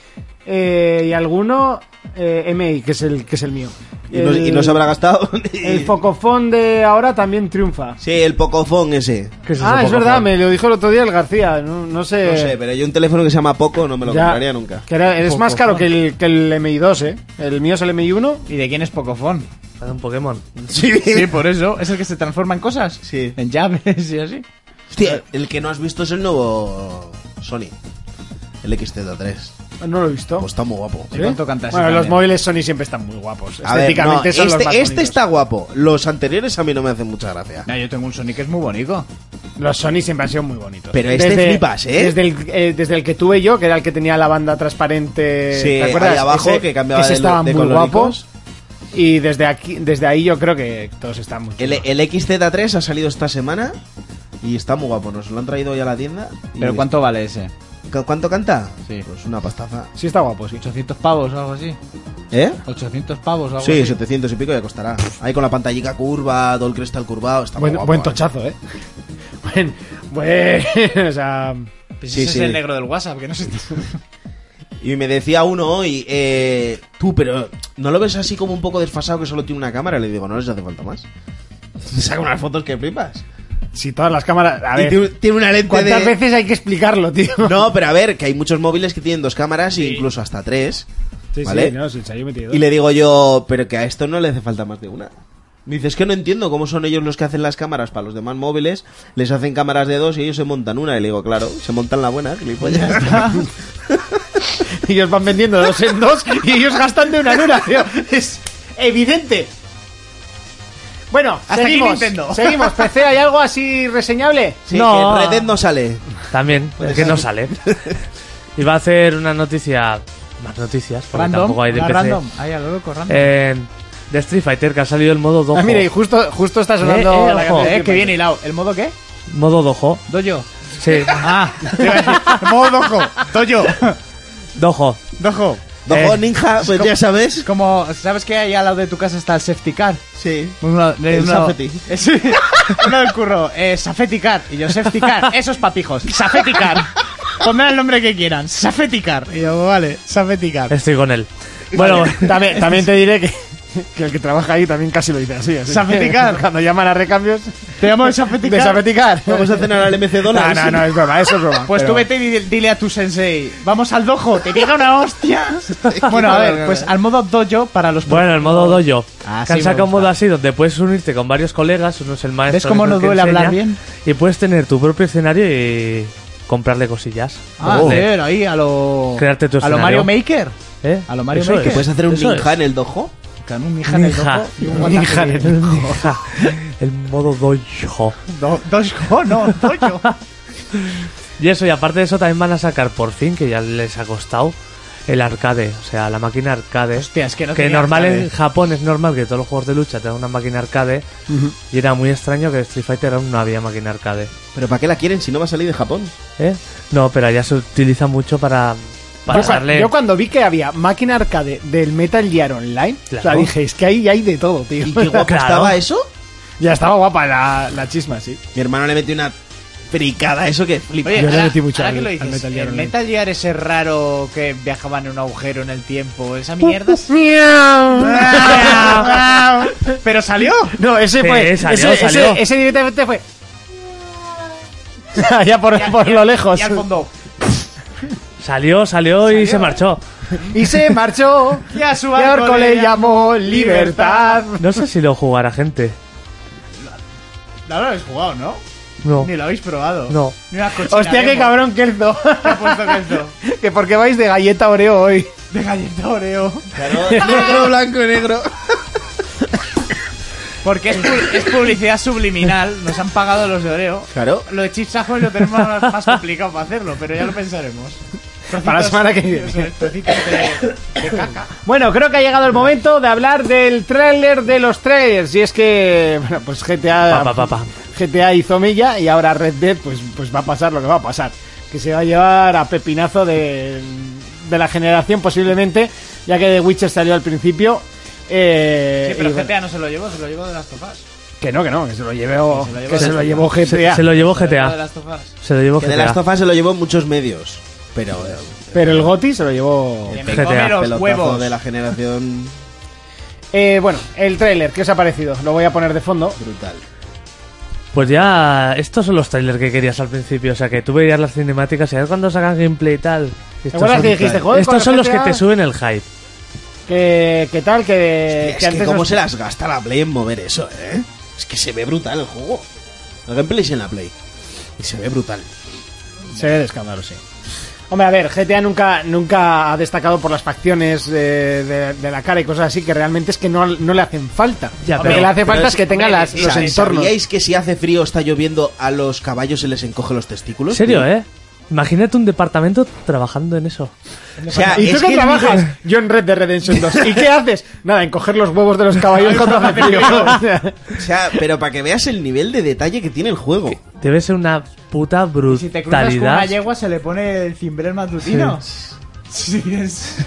Speaker 2: eh, y alguno eh, MI, que es el que es el mío.
Speaker 1: Y, no,
Speaker 2: El-
Speaker 1: y no se habrá gastado.
Speaker 2: El Focofón de ahora también triunfa.
Speaker 1: sí, el Pocofón ese.
Speaker 4: ¿Qué eso,
Speaker 2: ah, es
Speaker 4: poco
Speaker 2: verdad,
Speaker 4: fan?
Speaker 2: me lo dijo el otro día el García, no, no sé.
Speaker 1: No sé, pero yo un teléfono que se llama Poco no me lo
Speaker 2: Eh. Ya,
Speaker 1: compraría nunca.
Speaker 2: que era- es más caro
Speaker 4: Focofón.
Speaker 2: que el, que el MI2, ¿eh? El mío es el MI1.
Speaker 3: ¿Y de quién es Pocofón?
Speaker 4: Parece un Pokémon.
Speaker 1: Sí.
Speaker 3: Sí, por eso. ¿Es el que se transforma en cosas?
Speaker 1: Sí.
Speaker 3: En llaves y así.
Speaker 1: Hostia, el que no has visto es el nuevo Sony. El XZ3.
Speaker 2: No lo he visto.
Speaker 1: Pues está muy guapo.
Speaker 3: ¿Y cuánto cantas?
Speaker 2: Bueno,
Speaker 3: Vale.
Speaker 2: los móviles Sony siempre están muy guapos.
Speaker 1: A ver,
Speaker 2: Estéticamente
Speaker 1: no,
Speaker 2: son los más
Speaker 1: este, este
Speaker 2: bonitos.
Speaker 1: está guapo. Los anteriores a mí no me hacen mucha gracia.
Speaker 3: No, yo tengo un Sony que es muy bonito.
Speaker 2: Los Sony siempre han sido muy bonitos.
Speaker 1: Pero este flipas, ¿eh?
Speaker 2: Desde el, eh, desde el que tuve yo, que era el que tenía la banda transparente.
Speaker 1: Sí,
Speaker 2: Eh, ¿te acuerdas?
Speaker 1: ahí abajo,
Speaker 2: Ese-
Speaker 1: que cambiaba
Speaker 2: ese
Speaker 1: de-
Speaker 2: estaba
Speaker 1: de
Speaker 2: muy
Speaker 1: coloricos.
Speaker 2: guapo. Y desde, aquí, desde ahí yo creo que todos están muy
Speaker 1: El,
Speaker 2: chulos.
Speaker 1: el XZ3 ha salido esta semana y está muy guapo. Nos lo han traído ya a la tienda. y-
Speaker 3: ¿Pero cuánto vale ese?
Speaker 1: ¿Cu- ¿Cuánto canta?
Speaker 3: Sí.
Speaker 1: Pues una pastaza.
Speaker 2: Sí, está guapo, sí.
Speaker 3: 800 pavos o algo así.
Speaker 1: ¿Eh?
Speaker 3: 800 pavos o algo
Speaker 1: Sí,
Speaker 3: así.
Speaker 1: 700 y pico ya costará. Ahí con la pantallica curva, todo el cristal curvado. Está muy
Speaker 2: Buen,
Speaker 1: guapo,
Speaker 2: buen
Speaker 1: ¿eh?
Speaker 2: tochazo, ¿eh? Buen. Buen. O sea.
Speaker 3: Pues
Speaker 1: Sí,
Speaker 3: ese
Speaker 1: sí.
Speaker 3: es el negro del WhatsApp, que no sé.
Speaker 1: Y me decía uno hoy, eh, tú, pero ¿no lo ves así como un poco desfasado que solo tiene una cámara? Le digo, no les hace falta más. Saca unas fotos que flipas.
Speaker 2: Si todas las cámaras. A
Speaker 1: Y tiene,
Speaker 2: ver.
Speaker 1: tiene una lente
Speaker 2: ¿Cuántas
Speaker 1: de...
Speaker 2: veces hay que explicarlo, tío?
Speaker 1: No, pero a ver, que hay muchos móviles que tienen dos cámaras e incluso hasta tres.
Speaker 2: Sí,
Speaker 1: ¿vale?
Speaker 2: sí, no, sí, Xiaomi tiene dos.
Speaker 1: Y le digo yo, pero que a esto no le hace falta más de una. Me dice, es que no entiendo cómo son ellos los que hacen las cámaras para los demás móviles. Les hacen cámaras de dos y ellos se montan una. Y le digo, claro, se montan la buena, gilipollas.
Speaker 2: ellos van vendiendo de dos en dos y ellos gastan de una en una, tío. Es evidente. Bueno,
Speaker 3: Hasta aquí
Speaker 2: seguimos.
Speaker 3: Nintendo.
Speaker 2: Seguimos. PC, ¿hay algo así reseñable?
Speaker 1: Sí,
Speaker 4: No.
Speaker 1: que Red Dead no sale.
Speaker 4: También, es que no
Speaker 1: Pues,
Speaker 4: sale. Y va a hacer una noticia. Más noticias, porque
Speaker 3: Random.
Speaker 4: tampoco hay de
Speaker 3: la
Speaker 4: PC.
Speaker 3: random. Ahí a lo loco, random.
Speaker 4: Eh, de Street Fighter, que ha salido el modo dojo.
Speaker 2: Ah, mire, y justo, justo está sonando
Speaker 4: Eh, eh,
Speaker 2: la
Speaker 4: ojo.
Speaker 2: canción.
Speaker 3: Eh, que viene hilado. ¿El modo qué?
Speaker 4: Modo dojo.
Speaker 3: Dojo.
Speaker 4: Sí,
Speaker 3: Ah,
Speaker 2: Modo dojo. Dojo.
Speaker 4: dojo.
Speaker 2: Dojo.
Speaker 1: Dojo
Speaker 4: Eh,
Speaker 1: Ninja, pues ya sabes.
Speaker 3: como, ¿sabes que ahí al lado de tu casa está el safety car?
Speaker 1: Sí.
Speaker 3: Uno,
Speaker 1: El safety.
Speaker 3: Eh, sí. Uno del curro, eh, safety car. Y yo, safety car. Esos papijos, safety car. Pondrán el nombre que quieran, safety car. Y yo, vale, safety car.
Speaker 4: Estoy con él. Bueno,
Speaker 2: También, también te diré que, que el que trabaja ahí también casi lo dice así. así.
Speaker 3: Safeticar.
Speaker 2: Cuando llaman a recambios.
Speaker 3: Te llamo el safety
Speaker 2: De
Speaker 3: car.
Speaker 2: Safeticar.
Speaker 1: Vamos a cenar al MC
Speaker 2: No,
Speaker 1: Dollars.
Speaker 2: no, no, es broma, eso es broma.
Speaker 3: Pues
Speaker 2: Pero-
Speaker 3: tú vete y di- dile a tu sensei, vamos al dojo, te llega una hostia. Bueno, a ver, pues al modo dojo para los...
Speaker 4: bueno, el modo dojo.
Speaker 3: Ah,
Speaker 4: que
Speaker 3: sí,
Speaker 4: han
Speaker 3: me
Speaker 4: sacado un
Speaker 3: gusta.
Speaker 4: modo así donde puedes unirte con varios colegas, uno es el maestro.
Speaker 3: ¿Ves cómo
Speaker 4: otro es
Speaker 3: no
Speaker 4: el que
Speaker 3: duele hablar
Speaker 4: enseña,
Speaker 3: bien?
Speaker 4: Y puedes tener tu propio escenario y comprarle cosillas. Oh.
Speaker 3: Ah,
Speaker 2: oh.
Speaker 4: Comprarle-
Speaker 3: hacer ahí a lo...
Speaker 4: Crearte tu
Speaker 3: a lo
Speaker 4: escenario.
Speaker 3: Mario Maker.
Speaker 4: ¿Eh?
Speaker 3: a lo Mario
Speaker 4: Eso
Speaker 3: Maker.
Speaker 4: es.
Speaker 1: ¿Puedes hacer un
Speaker 4: Eso es.
Speaker 1: ninja en el dojo?
Speaker 3: Con un hija en el
Speaker 4: Ninja.
Speaker 3: dojo y un guantazo de-
Speaker 4: Ninja. El modo dojo.
Speaker 3: Do- Dojo, no, dojo.
Speaker 4: Y eso, y aparte de eso también van a sacar por fin, que ya les ha costado, el arcade, o sea, la máquina arcade.
Speaker 3: Hostia, es que no
Speaker 4: que
Speaker 3: tenía
Speaker 4: normal
Speaker 3: arcade.
Speaker 4: en Japón es normal que todos los juegos de lucha tengan una máquina arcade. Y era muy extraño que Street Fighter aún no había máquina arcade.
Speaker 1: ¿Pero para qué la quieren si no va a salir de Japón?
Speaker 4: ¿eh? No, pero allá se utiliza mucho para, para
Speaker 2: Yo cua-
Speaker 4: darle-
Speaker 2: Yo cuando vi que había máquina arcade del Metal Gear Online, o sea,
Speaker 4: Claro.
Speaker 2: dije, es que ahí hay de todo, tío.
Speaker 1: ¿Y qué guapo
Speaker 4: Claro.
Speaker 1: estaba eso?
Speaker 2: Ya estaba guapa la, la chisma, sí.
Speaker 1: Mi hermano le metió una fricada a eso que flipa.
Speaker 3: Oye,
Speaker 2: Yo le
Speaker 3: ahora-
Speaker 2: metí mucho
Speaker 3: ahora
Speaker 2: al-
Speaker 3: que lo
Speaker 2: al
Speaker 3: dices,
Speaker 2: Metal
Speaker 3: Metal
Speaker 2: Gear
Speaker 3: Gear el
Speaker 2: Online.
Speaker 3: Metal Gear ese raro que viajaba en un agujero en el tiempo, esa mierda. Pero salió.
Speaker 2: No, ese
Speaker 4: Sí,
Speaker 2: fue.
Speaker 4: salió,
Speaker 2: ese, ese-
Speaker 4: salió.
Speaker 2: ese directamente fue. Allá por, por lo lejos.
Speaker 3: Y al fondo.
Speaker 4: Salió, salió, y se marchó.
Speaker 2: Y se marchó.
Speaker 3: Y a su
Speaker 2: Y a
Speaker 3: barco
Speaker 2: Orco le llamó Libertad.
Speaker 4: No sé si lo jugará gente.
Speaker 3: No lo habéis jugado, ¿no?
Speaker 4: No,
Speaker 3: Ni lo habéis probado.
Speaker 4: no.
Speaker 3: Ni una cochina
Speaker 2: Hostia, qué
Speaker 3: demo.
Speaker 2: cabrón Kelzo.
Speaker 3: Te ha puesto que esto.
Speaker 2: que porque vais de galleta Oreo hoy.
Speaker 3: De eh, oh. galleta Oreo.
Speaker 1: negro, blanco y negro.
Speaker 3: Porque es, pu- es publicidad subliminal. Nos han pagado los de Oreo.
Speaker 1: Claro.
Speaker 3: Lo de Chips Ahoy lo tenemos más más complicado para hacerlo, pero ya lo pensaremos.
Speaker 2: Para la semana que viene. Eh,
Speaker 3: Eso es, trocitos de- de caca.
Speaker 2: Bueno, creo que ha llegado el momento de hablar del tráiler de los trailers. Y es que, bueno, pues GTA,
Speaker 4: Pa, pa, pa, pa.
Speaker 2: GTA hizo milla y ahora Red Dead pues, pues va a pasar lo que va a pasar. Que se va a llevar a pepinazo de, de la generación posiblemente, ya que The Witcher salió al principio. Eh,
Speaker 3: Sí, pero
Speaker 2: y bueno,
Speaker 3: GTA no se lo llevó, se lo llevó de las tofas.
Speaker 2: que no, que no, que se lo llevó,
Speaker 3: se lo llevó
Speaker 2: que
Speaker 3: de-
Speaker 2: se lo llevó GTA.
Speaker 4: Se, se lo llevó
Speaker 3: De
Speaker 4: GTA.
Speaker 3: las tofas.
Speaker 4: Se lo llevó
Speaker 1: Que de las
Speaker 4: GTA.
Speaker 1: tofas se lo llevó muchos medios. Pero eh,
Speaker 2: Pero el GOTI se lo llevó...
Speaker 3: Que me
Speaker 4: GTA,
Speaker 3: come los
Speaker 1: pelotazo
Speaker 3: huevos.
Speaker 1: de la generación
Speaker 2: Eh, bueno, el tráiler, ¿qué os ha parecido? Lo voy a poner de fondo.
Speaker 1: brutal.
Speaker 4: Pues ya, estos son los trailers que querías al principio. O sea, que tú veías las cinemáticas y a ver cuando sacan gameplay y tal. Estos
Speaker 2: acuerdas
Speaker 4: son-
Speaker 2: que dijiste, joder, con
Speaker 4: Estos son
Speaker 2: el
Speaker 4: los que
Speaker 2: GTA?
Speaker 4: te suben el hype.
Speaker 2: ¿Qué, qué tal? Que,
Speaker 1: es
Speaker 2: Eh, que
Speaker 1: que,
Speaker 2: antes
Speaker 1: cómo
Speaker 2: nos-
Speaker 1: se las gasta la Play en mover eso, ¿eh? Es que se ve brutal el juego. El gameplay es en la Play. Y se ve brutal.
Speaker 2: Se ve de escándalo, sí. Hombre, a ver, GTA nunca, nunca ha destacado por las facciones eh, de, de la cara y cosas así, que realmente es que no, no le hacen falta.
Speaker 4: Ya,
Speaker 2: Lo
Speaker 4: pero-
Speaker 2: que le hace
Speaker 3: pero
Speaker 2: falta
Speaker 3: es-
Speaker 2: es que tenga
Speaker 3: hombre,
Speaker 2: las- los
Speaker 1: ¿Sab-
Speaker 2: entornos.
Speaker 1: ¿Sabíais que si hace frío está lloviendo a los caballos se les encoge los testículos?
Speaker 4: ¿En serio,
Speaker 1: tío?
Speaker 4: eh? Imagínate un departamento trabajando en eso.
Speaker 1: O sea,
Speaker 2: eh? ¿Y tú
Speaker 1: es
Speaker 2: qué
Speaker 1: que
Speaker 2: trabajas?
Speaker 1: dices-
Speaker 2: Yo en Red de Redemption 2. ¿Y qué haces? Nada, en coger los huevos de los caballos cuando hace frío. O sea,
Speaker 1: O sea, pero para que veas el nivel de detalle que tiene el juego.
Speaker 4: Debe ser una puta
Speaker 3: Si te cruzas con
Speaker 4: brutalidad.
Speaker 3: una yegua se le pone el cimbrel matutino. Sí, es...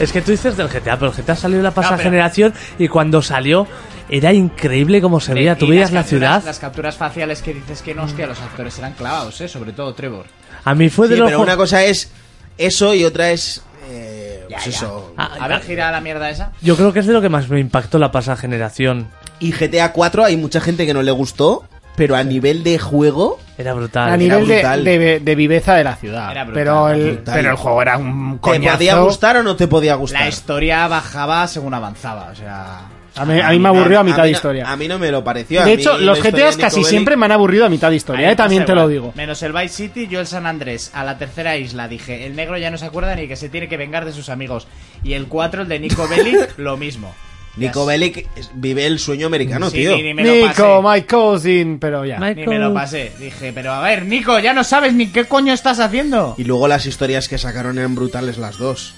Speaker 4: es que tú dices del GTA, pero el GTA salió de la pasada
Speaker 3: pero-
Speaker 4: generación y cuando salió era increíble cómo se veía. Tú
Speaker 3: Eh, Y
Speaker 4: veías
Speaker 3: las
Speaker 4: la
Speaker 3: capturas-
Speaker 4: ciudad.
Speaker 3: Las capturas faciales que dices que no, hostia, los actores eran clavados, ¿eh? Sobre todo Trevor.
Speaker 4: A mí fue de
Speaker 1: Sí,
Speaker 4: los
Speaker 1: pero
Speaker 4: ju-
Speaker 1: una cosa es eso y otra es. eh, pues
Speaker 3: Ya, ya.
Speaker 1: eso.
Speaker 4: Ah,
Speaker 3: A ver, gira la mierda esa.
Speaker 4: Yo creo que es de lo que más me impactó la pasada generación.
Speaker 1: Y GTA 4 hay mucha gente que no le gustó, pero a nivel de juego.
Speaker 4: Era
Speaker 2: a
Speaker 4: brutal.
Speaker 2: nivel de,
Speaker 1: Ah, brutal.
Speaker 2: de- de viveza de la ciudad.
Speaker 3: Era brutal,
Speaker 2: pero, el,
Speaker 1: brutal.
Speaker 2: pero el juego era un
Speaker 1: ¿Te podía
Speaker 2: coñazo.
Speaker 1: gustar o no te podía
Speaker 3: La
Speaker 1: gustar?
Speaker 3: historia bajaba según avanzaba, o sea...
Speaker 2: A mí, a mí me aburrió a mitad de historia.
Speaker 1: A mí no me lo pareció. a
Speaker 2: De
Speaker 1: mí
Speaker 2: hecho,
Speaker 1: la
Speaker 2: los
Speaker 1: historia
Speaker 2: GTAs
Speaker 1: de
Speaker 2: casi
Speaker 1: Nico
Speaker 2: siempre me han aburrido a mitad de
Speaker 3: A mí
Speaker 2: historia,
Speaker 3: me
Speaker 2: eh, también
Speaker 3: pasa
Speaker 2: te lo
Speaker 3: igual.
Speaker 2: digo.
Speaker 3: Menos el Vice City, yo el San Andrés, a la tercera isla dije, el negro ya no se acuerda ni que se tiene que vengar de sus amigos. Y el 4, el de Nico Bellic, lo mismo.
Speaker 1: Bellic- Nico Bellic vive el sueño americano,
Speaker 3: Sí,
Speaker 1: tío.
Speaker 3: ni- ni me lo
Speaker 2: Nico,
Speaker 3: pasé.
Speaker 2: my cousin, pero ya.
Speaker 4: My-
Speaker 3: Ni me lo pasé. Dije, pero a ver, Nico, ya no sabes ni qué coño estás haciendo.
Speaker 1: Y luego las historias que sacaron eran brutales las dos.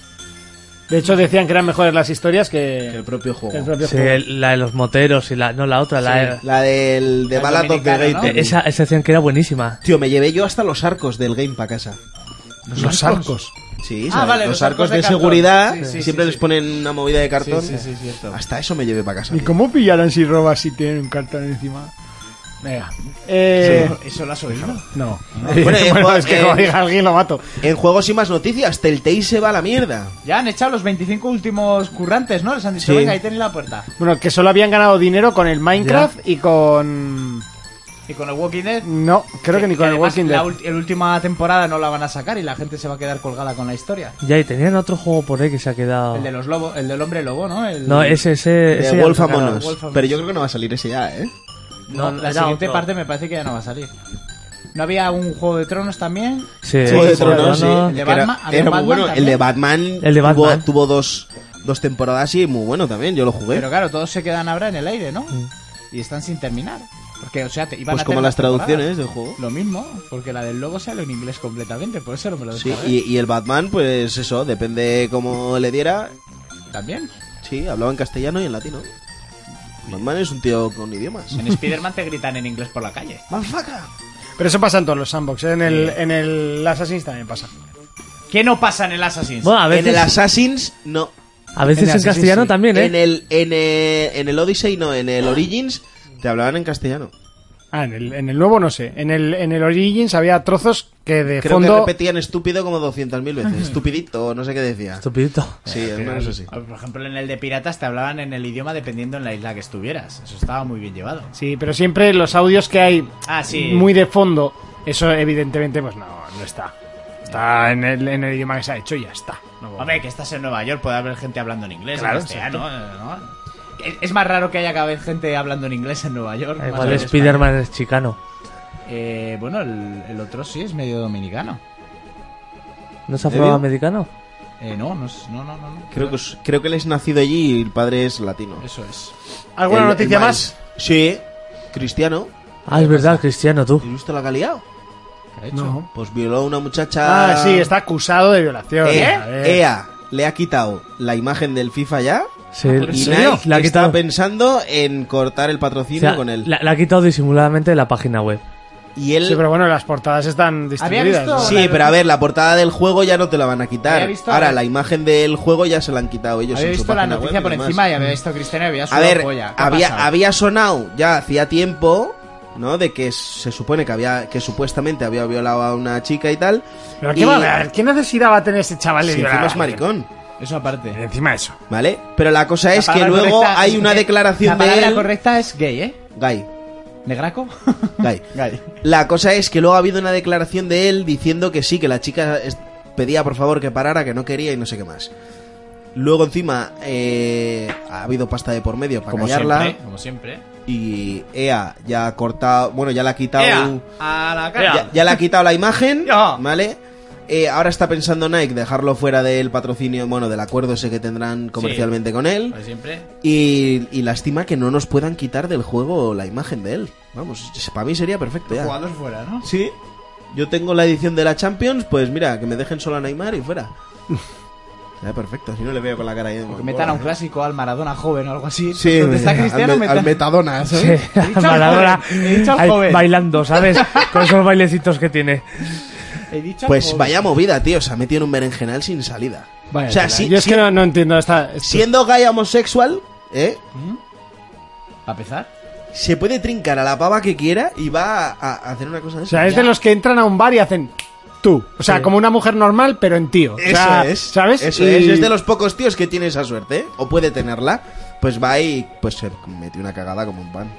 Speaker 2: De hecho, decían que eran mejores las historias
Speaker 1: que
Speaker 2: que
Speaker 1: El propio juego.
Speaker 2: que el propio
Speaker 4: Sí,
Speaker 2: juego.
Speaker 4: la de los moteros y la. No, la E- otra, la.
Speaker 1: La del de
Speaker 3: La
Speaker 1: Ballad of the
Speaker 3: dominicana,
Speaker 1: Gate.
Speaker 3: ¿no?
Speaker 4: eh, Esa, esa acción que era buenísima.
Speaker 1: Tío, me llevé yo hasta los arcos del game para casa.
Speaker 2: Los arcos.
Speaker 1: Sí,
Speaker 3: Ah,
Speaker 1: ¿sabes?
Speaker 3: vale,
Speaker 1: los,
Speaker 3: los
Speaker 1: arcos,
Speaker 3: arcos
Speaker 1: de,
Speaker 3: de cartón.
Speaker 1: seguridad
Speaker 3: Sí, sí,
Speaker 1: siempre
Speaker 3: sí,
Speaker 1: les
Speaker 3: sí.
Speaker 1: ponen una movida de cartón.
Speaker 3: cierto.
Speaker 1: Hasta eso me llevé para casa.
Speaker 2: ¿Y
Speaker 1: tío.
Speaker 2: cómo pillarán si robas si tienen un cartón encima? Venga. Eh,
Speaker 3: ¿Eso lo has oído?
Speaker 2: No.
Speaker 1: Bueno, eh,
Speaker 2: Bueno, es que
Speaker 1: eh,
Speaker 2: como diga alguien lo mato.
Speaker 1: En juegos y más noticias, Telltale se va a la mierda.
Speaker 3: Ya han echado los 25 últimos currantes, ¿no? Les han dicho,
Speaker 1: Sí.
Speaker 3: venga, ahí tenéis la puerta.
Speaker 2: Bueno, que solo habían ganado dinero con el Minecraft y con...
Speaker 3: Y con el Walking Dead...
Speaker 2: No, creo que, ni con el
Speaker 3: además
Speaker 2: Walking
Speaker 3: la
Speaker 2: Dead.
Speaker 3: ul- el última temporada no la van a sacar y la gente se va a quedar colgada con la historia.
Speaker 4: Ya, y tenían otro juego por ahí que se ha quedado.
Speaker 3: El de los lobos, el del hombre lobo, ¿no? El-
Speaker 4: No, ese, ese.
Speaker 1: De
Speaker 4: ese ya
Speaker 1: Wolf
Speaker 4: lo sacaron.
Speaker 1: Among Us.
Speaker 3: Wolf Among
Speaker 1: Pero
Speaker 3: Us.
Speaker 1: yo creo que no va a salir ese ya, ¿eh?
Speaker 3: No,
Speaker 4: No,
Speaker 3: la
Speaker 4: era
Speaker 3: siguiente
Speaker 4: otro.
Speaker 3: parte me parece que ya no va a salir. ¿No había un juego de tronos también?
Speaker 4: Sí,
Speaker 1: Juego de
Speaker 4: ese Juego de
Speaker 1: Tronos, sí.
Speaker 4: Tronos.
Speaker 3: El de
Speaker 1: Que era-
Speaker 3: Batman,
Speaker 1: era,
Speaker 3: había un
Speaker 1: muy
Speaker 3: Batman
Speaker 1: bueno. El
Speaker 3: también.
Speaker 1: de Batman,
Speaker 4: El de
Speaker 1: tuvo-
Speaker 4: Batman.
Speaker 1: Tuvo, dos, dos temporadas y muy bueno también. Yo lo jugué.
Speaker 3: Pero claro, todos se quedan ahora en el aire, ¿no? Y están sin terminar. Porque, o sea, te iban
Speaker 1: pues
Speaker 3: a
Speaker 1: como
Speaker 3: hacer
Speaker 1: las
Speaker 3: temporadas.
Speaker 1: traducciones del juego.
Speaker 3: Lo mismo, porque la del lobo sale en inglés completamente, por eso no me lo
Speaker 1: Sí,
Speaker 3: descargué.
Speaker 1: y, y el Batman, pues eso, depende cómo le diera.
Speaker 3: También.
Speaker 1: Sí, hablaba en castellano y en latino. Batman es un tío con idiomas.
Speaker 3: En Spider-Man te gritan en inglés por la calle.
Speaker 1: ¡Malfaca!
Speaker 2: Pero eso pasa en todos los sandbox. ¿eh? En el, en el Assassin's también pasa.
Speaker 3: ¿Qué no pasa en el Assassin's?
Speaker 4: Bueno, a
Speaker 1: En el
Speaker 4: veces,
Speaker 1: Assassin's, no.
Speaker 4: a veces
Speaker 2: en
Speaker 4: en,
Speaker 2: el Assassin's,
Speaker 4: castellano
Speaker 2: sí.
Speaker 4: también, ¿eh?
Speaker 1: En el, en, el, en el Odyssey, no. En el Origins, te hablaban en castellano.
Speaker 2: Ah, en el, en el nuevo no sé. En el, en el Origins había trozos que de
Speaker 1: Creo que
Speaker 2: fondo...
Speaker 1: repetían estúpido como 200.000 veces. Estupidito, o no sé qué decía.
Speaker 4: Estupidito.
Speaker 1: Sí, al menos así.
Speaker 3: Por ejemplo, en el de piratas te hablaban en el idioma dependiendo en la isla que estuvieras. Eso estaba muy bien llevado.
Speaker 2: Sí, pero siempre los audios que hay
Speaker 3: Ah, sí.
Speaker 2: muy de fondo, eso evidentemente pues no, no está. Está en el, en el idioma que se ha hecho y ya está. No-
Speaker 3: Hombre, que estás en Nueva York, puede haber gente hablando en inglés,
Speaker 2: Claro,
Speaker 3: en castellano, Eh, ¿no? Es- Es más raro que haya cada vez gente hablando en inglés en Nueva York.
Speaker 4: Ah,
Speaker 3: más
Speaker 4: Igual
Speaker 3: que en
Speaker 4: Spider-Man es chicano.
Speaker 3: España. Eh, bueno, el, el otro sí es medio dominicano.
Speaker 4: ¿No se ha
Speaker 1: ¿En
Speaker 4: probado
Speaker 1: serio?
Speaker 4: americano?
Speaker 3: Eh, no, no, es- no, no, no, no.
Speaker 1: Creo que, es- creo que él es nacido allí y el padre es latino.
Speaker 3: Eso es.
Speaker 2: ¿Alguna
Speaker 1: El- el
Speaker 2: noticia
Speaker 1: Miles.
Speaker 2: más?
Speaker 1: Sí. Cristiano.
Speaker 4: Ah, es verdad, Cristiano, tú.
Speaker 1: ¿Has visto la calidad?
Speaker 3: ¿Qué ha hecho?
Speaker 2: No.
Speaker 1: Pues violó a una muchacha.
Speaker 2: Ah, sí, está acusado de violación. A ver.
Speaker 1: ¿Eh? EA le ha quitado la imagen del FIFA ya.
Speaker 4: Sí,
Speaker 1: Y
Speaker 4: sí,
Speaker 1: Nike
Speaker 4: la ha
Speaker 1: está
Speaker 4: quitado.
Speaker 1: pensando en cortar el
Speaker 4: O
Speaker 1: patrocinio
Speaker 4: sea,
Speaker 1: con él.
Speaker 4: La, la ha quitado disimuladamente de la página web.
Speaker 1: Y él.
Speaker 2: Sí, pero bueno, las portadas están distribuidas.
Speaker 3: visto-
Speaker 2: ¿no?
Speaker 1: Sí, pero a ver, la portada del juego ya no te la van a quitar.
Speaker 3: Había visto-
Speaker 1: Ahora, la imagen del juego ya se la han quitado ellos.
Speaker 3: Había
Speaker 1: en su
Speaker 3: visto la
Speaker 1: página
Speaker 3: noticia
Speaker 1: web y
Speaker 3: por
Speaker 1: demás.
Speaker 3: encima y había visto a Cristiano y había
Speaker 1: A
Speaker 3: sudado
Speaker 1: ver,
Speaker 3: polla. ¿Qué ha
Speaker 1: había,
Speaker 3: pasado?
Speaker 1: había sonado ya hacía tiempo, ¿no? De que se supone que había que supuestamente había violado a una chica y tal.
Speaker 2: ¿Pero
Speaker 1: Y-
Speaker 2: qué, va a haber? ¿Qué necesidad va a tener ese chaval de
Speaker 1: Sí, encima
Speaker 2: violar?
Speaker 1: es maricón,
Speaker 3: Eso aparte.
Speaker 2: Encima eso.
Speaker 1: ¿vale? Pero la cosa
Speaker 3: La
Speaker 1: es que
Speaker 3: palabra
Speaker 1: luego
Speaker 3: correcta
Speaker 1: hay
Speaker 3: es-
Speaker 1: una declaración
Speaker 3: La
Speaker 1: de
Speaker 3: palabra
Speaker 1: él.
Speaker 3: correcta es gay, ¿eh?
Speaker 1: Gay,
Speaker 3: ¿Negraco?
Speaker 1: gay.
Speaker 3: gay.
Speaker 1: La cosa es que luego ha habido una declaración de él diciendo que sí, que la chica es- pedía por favor que parara, que no quería y no sé qué más. Luego encima eh, ha habido pasta de por medio para
Speaker 3: Como
Speaker 1: callarla
Speaker 3: siempre, como siempre.
Speaker 1: y EA ya ha cortado, bueno, ya la ha quitado,
Speaker 3: ¡Ea! a la cara.
Speaker 1: ya, ya le ha quitado la imagen,
Speaker 3: Ya.
Speaker 1: ¿vale? Eh, ahora está pensando Nike dejarlo fuera del patrocinio, bueno, del acuerdo ese que tendrán comercialmente con él.
Speaker 3: Como siempre.
Speaker 1: Y, y lástima que no nos puedan quitar del juego la imagen de él. Vamos, para mí sería perfecto ya.
Speaker 3: Jugadores fuera, ¿no?
Speaker 1: Sí. Yo tengo la edición de la Champions, pues mira, que me dejen solo a Neymar y fuera. Será perfecto, si no le veo con la cara ahí. de
Speaker 3: O que
Speaker 1: Mangola,
Speaker 3: metan a un
Speaker 1: ¿eh?
Speaker 3: clásico al Maradona joven o algo así.
Speaker 1: Sí,
Speaker 3: Donde está
Speaker 1: al
Speaker 3: Cristiano,
Speaker 1: me-
Speaker 3: metan-
Speaker 1: al Metadona, ¿sabes?
Speaker 3: He dicho al
Speaker 4: Maradona
Speaker 3: joven, he dicho al
Speaker 4: ahí
Speaker 3: joven.
Speaker 4: bailando, ¿sabes? Con esos bailecitos que tiene.
Speaker 3: He dicho
Speaker 1: Pues
Speaker 3: joven.
Speaker 1: vaya movida, tío. Se ha metido en un berenjenal sin salida.
Speaker 2: Vaya
Speaker 1: o sea,
Speaker 2: tela.
Speaker 1: si-
Speaker 2: Yo es
Speaker 1: si-
Speaker 2: que no, no entiendo esta...
Speaker 1: siendo gay homosexual, ¿eh?
Speaker 3: ¿A pesar?
Speaker 1: se puede trincar a la pava que quiera y va a, a hacer una cosa de
Speaker 2: O sea, es de los que entran a un bar y hacen tú. O sea, como una mujer normal, pero en tío. O
Speaker 1: Eso
Speaker 2: sea,
Speaker 1: es.
Speaker 2: ¿Sabes?
Speaker 1: Eso
Speaker 2: Y-
Speaker 1: es. Es de los pocos tíos que tiene esa suerte, ¿eh? O puede tenerla. Pues va y pues se metió una cagada como un pan.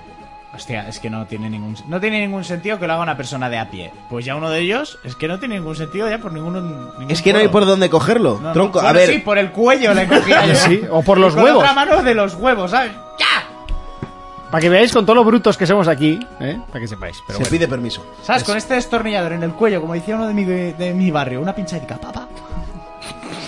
Speaker 3: Hostia, es que no tiene ningún no tiene ningún sentido que lo haga una persona de a pie. Pues ya uno de ellos es que no tiene ningún sentido ya por ninguno. ningún
Speaker 1: Es que no hay
Speaker 3: codo.
Speaker 1: por dónde cogerlo.
Speaker 3: No, no.
Speaker 1: Tronco, a
Speaker 3: Bueno,
Speaker 1: ver.
Speaker 3: Sí, por el cuello le cogía yo.
Speaker 2: Sí, o por los
Speaker 3: Y con
Speaker 2: huevos.
Speaker 3: otra mano de los huevos, ¿sabes? ¡Ya!
Speaker 2: Para que veáis con todos los brutos que somos aquí, ¿eh? para que sepáis. Pero
Speaker 1: Se
Speaker 2: bueno.
Speaker 1: pide permiso.
Speaker 3: ¿Sabes? Con este destornillador en el cuello, como decía uno de mi, de mi barrio, una pinchadica, papá.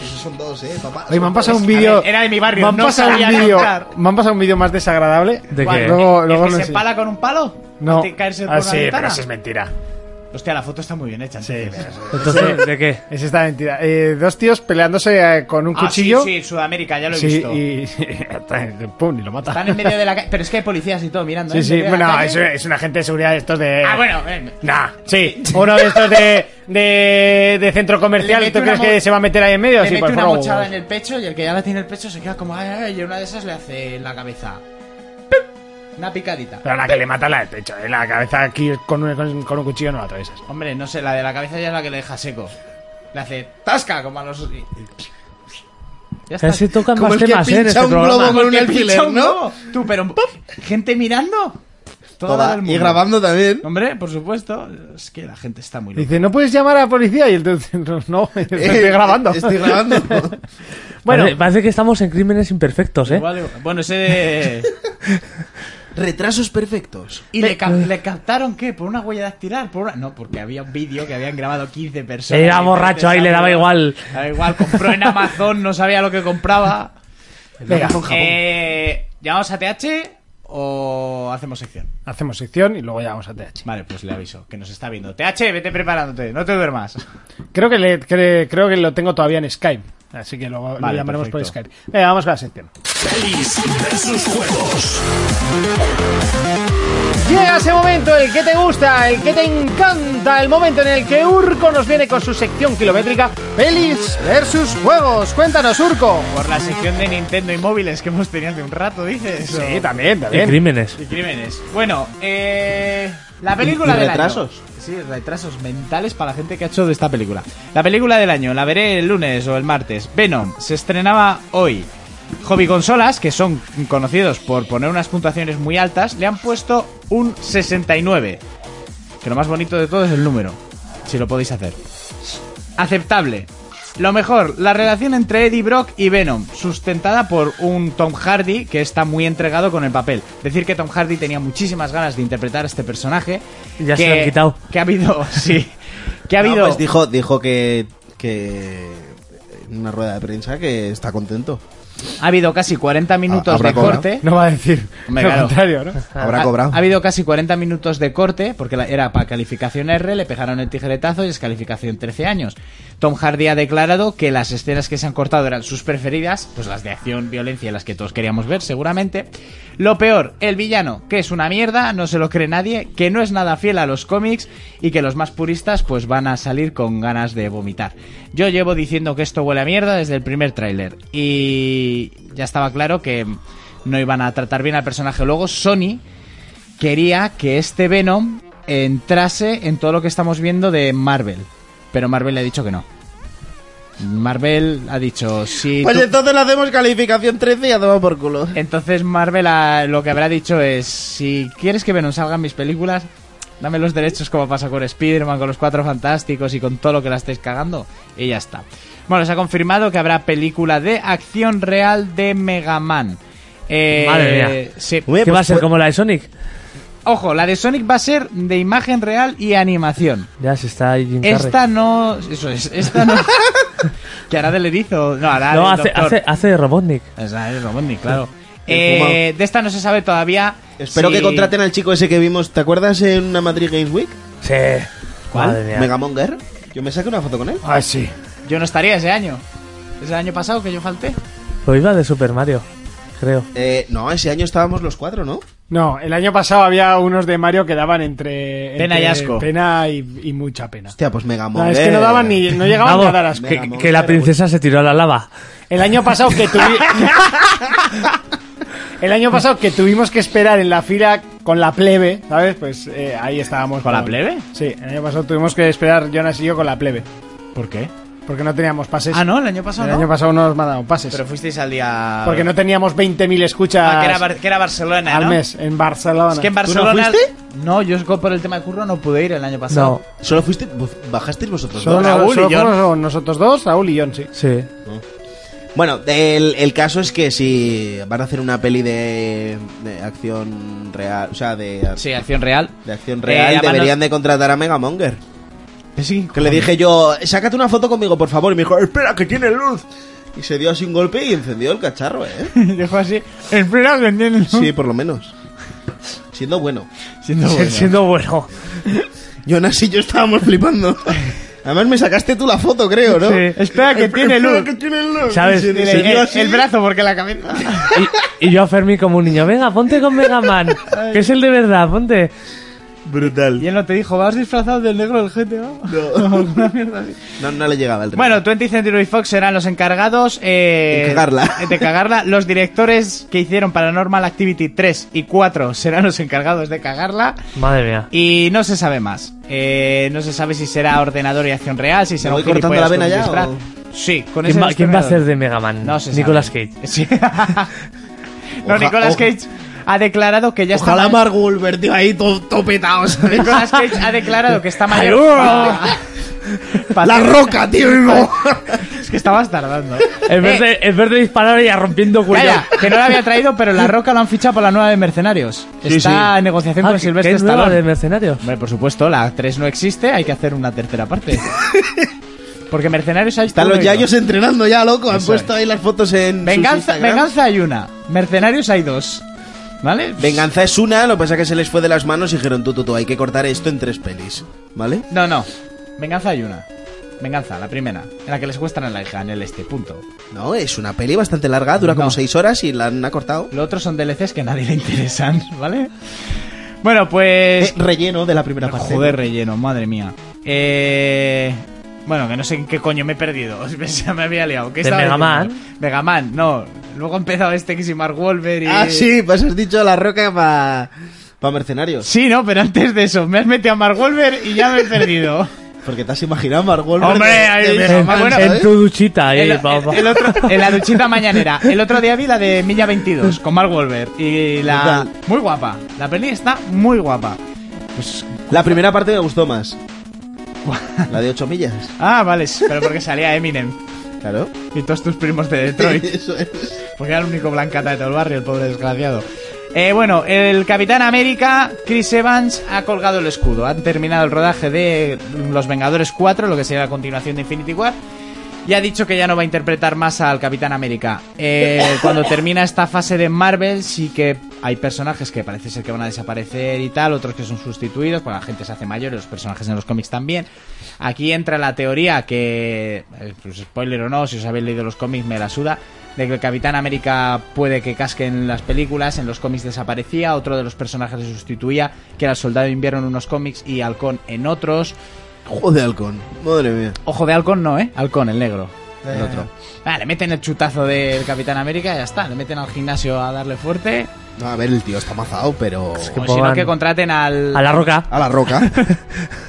Speaker 1: Esos son dos, eh, papá.
Speaker 2: Oye, me han pasado un
Speaker 3: ver,
Speaker 2: vídeo.
Speaker 3: era de mi barrio,
Speaker 2: me han
Speaker 3: no
Speaker 2: pasado un
Speaker 3: sabía
Speaker 2: vídeo.
Speaker 3: contar.
Speaker 2: Me han pasado un vídeo más desagradable.
Speaker 4: ¿De
Speaker 3: ¿Cuál?
Speaker 4: qué?
Speaker 2: Luego-
Speaker 3: ¿El-
Speaker 2: luego
Speaker 3: el que
Speaker 2: no
Speaker 3: se
Speaker 2: sé.
Speaker 3: pala con un palo?
Speaker 2: No.
Speaker 3: ¿Te caerse por
Speaker 2: Ah,
Speaker 3: la
Speaker 2: sí,
Speaker 3: ventana?
Speaker 2: pero eso es mentira.
Speaker 3: Hostia, la foto está muy bien hecha. Sí, sí.
Speaker 4: Entonces, ¿de qué?
Speaker 2: Es esta mentira. Eh, dos tíos peleándose eh, con un
Speaker 3: Ah,
Speaker 2: cuchillo.
Speaker 3: sí, sí, Sudamérica, ya lo he
Speaker 2: Sí,
Speaker 3: visto.
Speaker 2: y. Pum, y lo mata.
Speaker 3: Están en medio de la calle. Pero es que hay policías y todo mirando.
Speaker 2: Sí,
Speaker 3: ¿eh? En
Speaker 2: sí.
Speaker 3: medio de la
Speaker 2: Bueno,
Speaker 3: calle.
Speaker 2: es, es un agente de seguridad de estos de.
Speaker 3: Ah, bueno, eh,
Speaker 2: Nah, sí. Uno de estos de, de, de centro comercial.
Speaker 3: Le
Speaker 2: ¿Y
Speaker 3: mete
Speaker 2: tú crees
Speaker 3: una mo-
Speaker 2: que se va a meter ahí en medio?
Speaker 3: le
Speaker 2: Sí, pues por
Speaker 3: mete una
Speaker 2: favor.
Speaker 3: mochada en el pecho y el que ya la tiene en el pecho se queda como. Ay, ay, y una de esas le hace en la cabeza. Una picadita.
Speaker 2: Pero la que le mata la del pecho. eh, La cabeza aquí con un, con, con un cuchillo no la atravesas.
Speaker 3: Hombre, no sé, la de la cabeza ya es la que le deja seco. Le hace tasca como a los. Ya está.
Speaker 4: Casi tocan
Speaker 1: Como
Speaker 4: más
Speaker 1: el que
Speaker 4: temas, ¿eh? En
Speaker 1: pincha
Speaker 4: este
Speaker 1: un globo
Speaker 4: programa.
Speaker 1: con un
Speaker 3: Que
Speaker 1: alfiler,
Speaker 3: pincha un
Speaker 1: ¿no?
Speaker 3: globo. Tú, pero gente mirando. Toda la
Speaker 1: Toda-
Speaker 3: del
Speaker 1: y
Speaker 3: mundo.
Speaker 1: grabando también.
Speaker 3: Hombre, por supuesto. Es que la gente está muy loca.
Speaker 2: Dice, ¿no puedes llamar a la policía? Y el tío dice, no, no, estoy
Speaker 1: Eh,
Speaker 2: grabando.
Speaker 3: este-
Speaker 1: Estoy grabando.
Speaker 2: Bueno,
Speaker 4: Parece, parece que estamos en crímenes imperfectos, ¿eh?
Speaker 3: Igual, igual. Bueno, ese de...
Speaker 1: Retrasos perfectos.
Speaker 3: ¿Y le, cap- le captaron qué? ¿Por una huella dactilar? ¿Por una... No, porque había un vídeo que habían grabado 15 personas.
Speaker 4: Era borracho, ahí le daba igual.
Speaker 3: Le daba igual, compró en Amazon, no sabía lo que compraba.
Speaker 2: venga,
Speaker 3: Eh, ¿Llamamos a TH o hacemos sección?
Speaker 2: hacemos sección y luego llamamos a TH.
Speaker 3: Vale, pues le aviso, que nos está viendo. TH, vete preparándote, no te duermas.
Speaker 2: Creo que, le, cre- creo que lo tengo todavía en Skype. Así que luego lo
Speaker 3: Vale,
Speaker 2: llamaremos por
Speaker 3: perfecto.
Speaker 2: Skype. Venga, vamos con la sección.
Speaker 5: Pelis versus juegos.
Speaker 2: Llega ese momento, el que te gusta, el que te encanta, el momento en el que Urco nos viene con su sección kilométrica Pelis versus Juegos. Cuéntanos, Urco.
Speaker 3: Por la sección de Nintendo y móviles que hemos tenido hace un rato, dices.
Speaker 2: Sí, también,
Speaker 4: De
Speaker 2: también.
Speaker 4: crímenes.
Speaker 3: Y crímenes. Bueno, eh, la película
Speaker 1: y
Speaker 3: del
Speaker 1: retrasos.
Speaker 3: año. Sí, retrasos mentales para la gente que ha hecho de esta película. La película del año, la veré el lunes o el martes. Venom se estrenaba hoy. Hobby Consolas, que son conocidos por poner unas puntuaciones muy altas, le han puesto un 69. Que lo más bonito de todo es el número. Si lo podéis hacer. Aceptable. Lo mejor, la relación entre Eddie Brock y Venom, sustentada por un Tom Hardy que está muy entregado con el papel. Decir que Tom Hardy tenía muchísimas ganas de interpretar a este personaje.
Speaker 4: Ya
Speaker 3: que,
Speaker 4: se lo han quitado.
Speaker 3: Que ha habido, sí. Que ha habido.
Speaker 1: pues dijo, dijo que, que en una rueda de prensa que está contento.
Speaker 3: Ha habido casi 40 minutos
Speaker 1: Ah, ¿Habrá
Speaker 3: de
Speaker 1: cobrado?
Speaker 3: corte.
Speaker 2: No va a decir
Speaker 3: Hombre,
Speaker 2: lo
Speaker 3: claro.
Speaker 2: contrario, ¿no?
Speaker 1: Habrá
Speaker 3: Ha-
Speaker 1: cobrado.
Speaker 3: Ha, habido casi 40 minutos de corte, porque la- era para calificación R, le pegaron el tijeretazo y es calificación 13 años. Tom Hardy ha declarado que las escenas que se han cortado eran sus preferidas, pues las de acción, violencia, las que todos queríamos ver, seguramente. Lo peor, el villano, que es una mierda, no se lo cree nadie, que no es nada fiel a los cómics y que los más puristas pues van a salir con ganas de vomitar. Yo llevo diciendo que esto huele a mierda desde el primer tráiler y ya estaba claro que no iban a tratar bien al personaje. Luego Sony quería que este Venom entrase en todo lo que estamos viendo de Marvel. Pero Marvel le ha dicho que no. Marvel ha dicho, sí.
Speaker 1: Pues
Speaker 3: tú- Eh,
Speaker 1: entonces le hacemos calificación 13 y a tomar por culo.
Speaker 3: Entonces Marvel ha- lo que habrá dicho es, si quieres que Venom salga en mis películas, dame los derechos como pasa con Spider-Man, con los Cuatro Fantásticos y con todo lo que la estáis cagando. Y ya está. Bueno, se ha confirmado que habrá película de acción real de Mega Man. Eh,
Speaker 4: Madre mía.
Speaker 3: sí.
Speaker 1: Hombre,
Speaker 4: ¿Qué va a
Speaker 1: pues
Speaker 4: ser
Speaker 1: fue-
Speaker 4: como la de Sonic?
Speaker 3: Ojo, la de Sonic va a ser de imagen real y animación.
Speaker 4: Ya se está ahí Jim Carrey.
Speaker 3: Esta no. Eso es, esta no. que hará del erizo. No, hará
Speaker 4: No,
Speaker 3: del
Speaker 4: hace,
Speaker 3: doctor.
Speaker 4: hace, hace de Robotnik.
Speaker 3: O sea, es Robotnik, claro.
Speaker 1: El
Speaker 3: Eh, de esta no se sabe todavía.
Speaker 1: Espero
Speaker 3: si-
Speaker 1: que contraten al chico ese que vimos. ¿Te acuerdas en una Madrid Games Week?
Speaker 4: Sí.
Speaker 3: ¿Cuál?
Speaker 4: Madre mía.
Speaker 1: Megamonger. Yo me saqué una foto con él.
Speaker 2: Ah, sí.
Speaker 3: Yo no estaría ese año. Es el año pasado que yo falté.
Speaker 4: Lo iba de Super Mario, creo.
Speaker 1: Eh, no, ese año estábamos los cuatro, ¿no?
Speaker 2: No, el año pasado había unos de Mario que daban entre.
Speaker 3: Pena y
Speaker 2: entre
Speaker 3: asco.
Speaker 2: Pena y, y mucha pena.
Speaker 1: Hostia, pues Megamonger.
Speaker 2: No, es que no daban ni. No llegaban
Speaker 4: Vamos,
Speaker 2: ni a dar asco.
Speaker 1: Mega
Speaker 4: que,
Speaker 1: Monster,
Speaker 4: que la princesa se tiró a la lava.
Speaker 2: El año pasado que tuvi- El año pasado que tuvimos que esperar en la fila con la plebe, ¿sabes? Pues eh, ahí estábamos.
Speaker 3: ¿Con la plebe?
Speaker 2: Sí, el año pasado tuvimos que esperar Jonas y yo con la plebe,
Speaker 3: ¿Por qué?
Speaker 2: porque no teníamos pases.
Speaker 3: Ah, no, el año pasado.
Speaker 2: El
Speaker 3: no?
Speaker 2: año pasado no nos mandaron pases.
Speaker 3: Pero fuisteis al día.
Speaker 2: porque no teníamos 20.000 escuchas
Speaker 3: Ah, que era, Bar- que era Barcelona,
Speaker 2: al
Speaker 3: ¿no?
Speaker 2: mes en Barcelona.
Speaker 3: Es que en
Speaker 1: ¿Tú no
Speaker 3: Barcelona.
Speaker 1: fuiste?
Speaker 3: no, yo es que por el tema de curro no pude ir el año pasado.
Speaker 4: No,
Speaker 1: Solo fuiste, bajasteis vosotros.
Speaker 2: Solo,
Speaker 1: dos.
Speaker 3: Raúl y
Speaker 2: solo
Speaker 3: John.
Speaker 2: fuimos nosotros dos, Raúl y John, sí.
Speaker 4: sí.
Speaker 1: Bueno, el, el caso es que si van a hacer una peli de, de acción real, o sea, de,
Speaker 3: Sí, acción real.
Speaker 1: de acción
Speaker 3: Eh,
Speaker 1: real,
Speaker 3: además
Speaker 1: deberían
Speaker 3: nos-
Speaker 1: de contratar a Megamonger.
Speaker 3: Sí,
Speaker 1: Que le dije yo, sácate una foto conmigo, por favor. Y me dijo, espera, que tiene luz. Y se dio así un golpe y encendió el cacharro, ¿eh?
Speaker 3: Dejó así. El pleno que tiene-
Speaker 1: Sí, por lo menos. Siendo bueno.
Speaker 3: Siendo
Speaker 4: Sí,
Speaker 3: bueno.
Speaker 4: Siendo bueno.
Speaker 1: Jonas y yo estábamos flipando. Además me sacaste tú la foto, creo, ¿no?
Speaker 4: Sí.
Speaker 3: Espera, que tiene
Speaker 1: Espera,
Speaker 3: luz.
Speaker 1: que tiene luz.
Speaker 4: ¿Sabes?
Speaker 1: Se-
Speaker 4: Dile,
Speaker 1: se
Speaker 3: El,
Speaker 1: dio así.
Speaker 3: el brazo, porque la cabeza.
Speaker 4: Y, y yo a Fermi como un niño, venga, ponte con Mega Man, que es el de verdad, ponte.
Speaker 3: Y
Speaker 1: Brutal.
Speaker 3: él no te dijo, vas disfrazado del negro del GTA.
Speaker 1: No. no, no le llegaba el tren.
Speaker 3: Bueno, 20th Century Fox serán los encargados eh,
Speaker 1: De cagarla.
Speaker 3: de cagarla. Los directores que hicieron Paranormal Activity 3 y 4 serán los encargados de cagarla.
Speaker 4: Madre mía.
Speaker 3: Y no se sabe más. Eh, no se sabe si será ordenador y acción real, si será
Speaker 1: voy
Speaker 3: un gilipollas
Speaker 1: cortando la vena
Speaker 3: con
Speaker 1: ya,
Speaker 3: disfraz. Sí, con
Speaker 4: ¿Quién
Speaker 3: ese
Speaker 4: va, quién va a
Speaker 3: historiador.
Speaker 4: ser de Mega Man?
Speaker 3: No se sabe.
Speaker 4: Nicolas Cage.
Speaker 3: Sí. no,
Speaker 1: Oja-
Speaker 3: Nicolas
Speaker 1: oja-
Speaker 3: Cage ha declarado que ya está...
Speaker 1: Ojalá
Speaker 3: mal-
Speaker 1: Mark Wahlberg, tío, ahí todo, todo petado, ¿sabes?
Speaker 3: Nicolas Cage ha declarado que está mayor.
Speaker 4: Ay,
Speaker 3: Pa-
Speaker 1: oh. La roca, tío. y no.
Speaker 3: Es que estabas tardando.
Speaker 4: En vez, de, en vez de disparar y rompiendo cuello.
Speaker 3: Eh. Calla, que no la había traído, pero La Roca lo han fichado para la nueva de Mercenarios.
Speaker 1: Sí,
Speaker 3: Está
Speaker 1: sí.
Speaker 3: en negociación
Speaker 4: Ah,
Speaker 3: con
Speaker 4: que- que
Speaker 3: Silvestre
Speaker 4: es nueva
Speaker 3: Stallone.
Speaker 4: de Mercenarios.
Speaker 3: Hombre, por supuesto, la 3 no existe, hay que hacer una tercera parte. Porque Mercenarios hay
Speaker 1: Están
Speaker 3: uno
Speaker 1: los
Speaker 3: y dos.
Speaker 1: yayos entrenando ya, loco. Han
Speaker 3: Eso
Speaker 1: puesto
Speaker 3: es.
Speaker 1: ahí las fotos en sus
Speaker 3: Venganza,
Speaker 1: Instagram.
Speaker 3: venganza hay una, Mercenarios hay dos. ¿Vale?
Speaker 1: Venganza es una, lo que pasa es que se les fue de las manos y dijeron, tú, tú, tú, hay que cortar esto en tres pelis, ¿vale?
Speaker 3: No, no. Venganza hay una. Venganza, la primera. En la que les cuestan a la hija, en el este, punto.
Speaker 1: No, es una peli bastante larga, dura como
Speaker 3: No.
Speaker 1: seis horas y la han acortado.
Speaker 3: Lo otro son DLCs que a nadie le interesan, ¿vale? Bueno, pues...
Speaker 1: Eh, relleno de la primera parte.
Speaker 3: Joder, relleno, madre mía. Eh... Bueno, que no sé en qué coño me he perdido. Ya me había liado. ¿Qué
Speaker 4: De
Speaker 3: estaba
Speaker 4: Mega
Speaker 3: diciendo? Mega Man, no. Luego ha empezado este que si Mark Wahlberg y...
Speaker 1: Ah, sí, pues has dicho la roca para mercenarios.
Speaker 3: Sí, no, pero antes de eso, me has metido a Mark Wahlberg y ya me he perdido.
Speaker 1: Porque te has imaginado a Mark Wahlberg
Speaker 3: Hombre,
Speaker 1: de- de ¿eh?
Speaker 3: ahí-
Speaker 1: Mega
Speaker 4: En,
Speaker 3: Ah,
Speaker 1: Man,
Speaker 3: bueno,
Speaker 4: en
Speaker 1: ¿sabes?
Speaker 4: tu duchita ahí,
Speaker 3: El- el-
Speaker 4: va- va.
Speaker 3: el otro- en la duchita mañanera. El otro día vi la de Milla 22 con Mark Wahlberg. Y la.
Speaker 1: Brutal.
Speaker 3: Muy guapa. La peli está muy guapa.
Speaker 1: La primera parte me gustó más. La de ocho millas,
Speaker 3: Ah, vale, sí, pero porque salía Eminem
Speaker 1: claro.
Speaker 3: y todos tus primos de Detroit.
Speaker 1: Eso es.
Speaker 3: Porque era el único blancata de todo el barrio, el pobre desgraciado. Eh, bueno, el Capitán América, Chris Evans, ha colgado el escudo. Han terminado el rodaje de Los Vengadores 4, lo que sería la continuación de Infinity War. Y ha dicho que ya no va a interpretar más al Capitán América. Eh, cuando termina esta fase de Marvel, sí que hay personajes que parece ser que van a desaparecer y tal, otros que son sustituidos, porque la gente se hace mayor y los personajes en los cómics también. Aquí entra la teoría que, eh, pues, spoiler o no, si os habéis leído los cómics me la suda, de que el Capitán América puede que casque en las películas, en los cómics desaparecía, otro de los personajes le sustituía, que era el Soldado de Invierno en unos cómics y Halcón en otros.
Speaker 1: Joder, halcón. Madre mía.
Speaker 3: Ojo de halcón no, ¿eh? Halcón, el negro. El
Speaker 1: Eh.
Speaker 3: otro. Vale, le meten el chutazo del Capitán América y ya está. Le meten al gimnasio a darle fuerte.
Speaker 1: No, a ver, el tío está mazado, pero...
Speaker 4: que
Speaker 3: O si no,
Speaker 4: pongan
Speaker 3: que contraten al...
Speaker 4: A la roca.
Speaker 1: A la roca,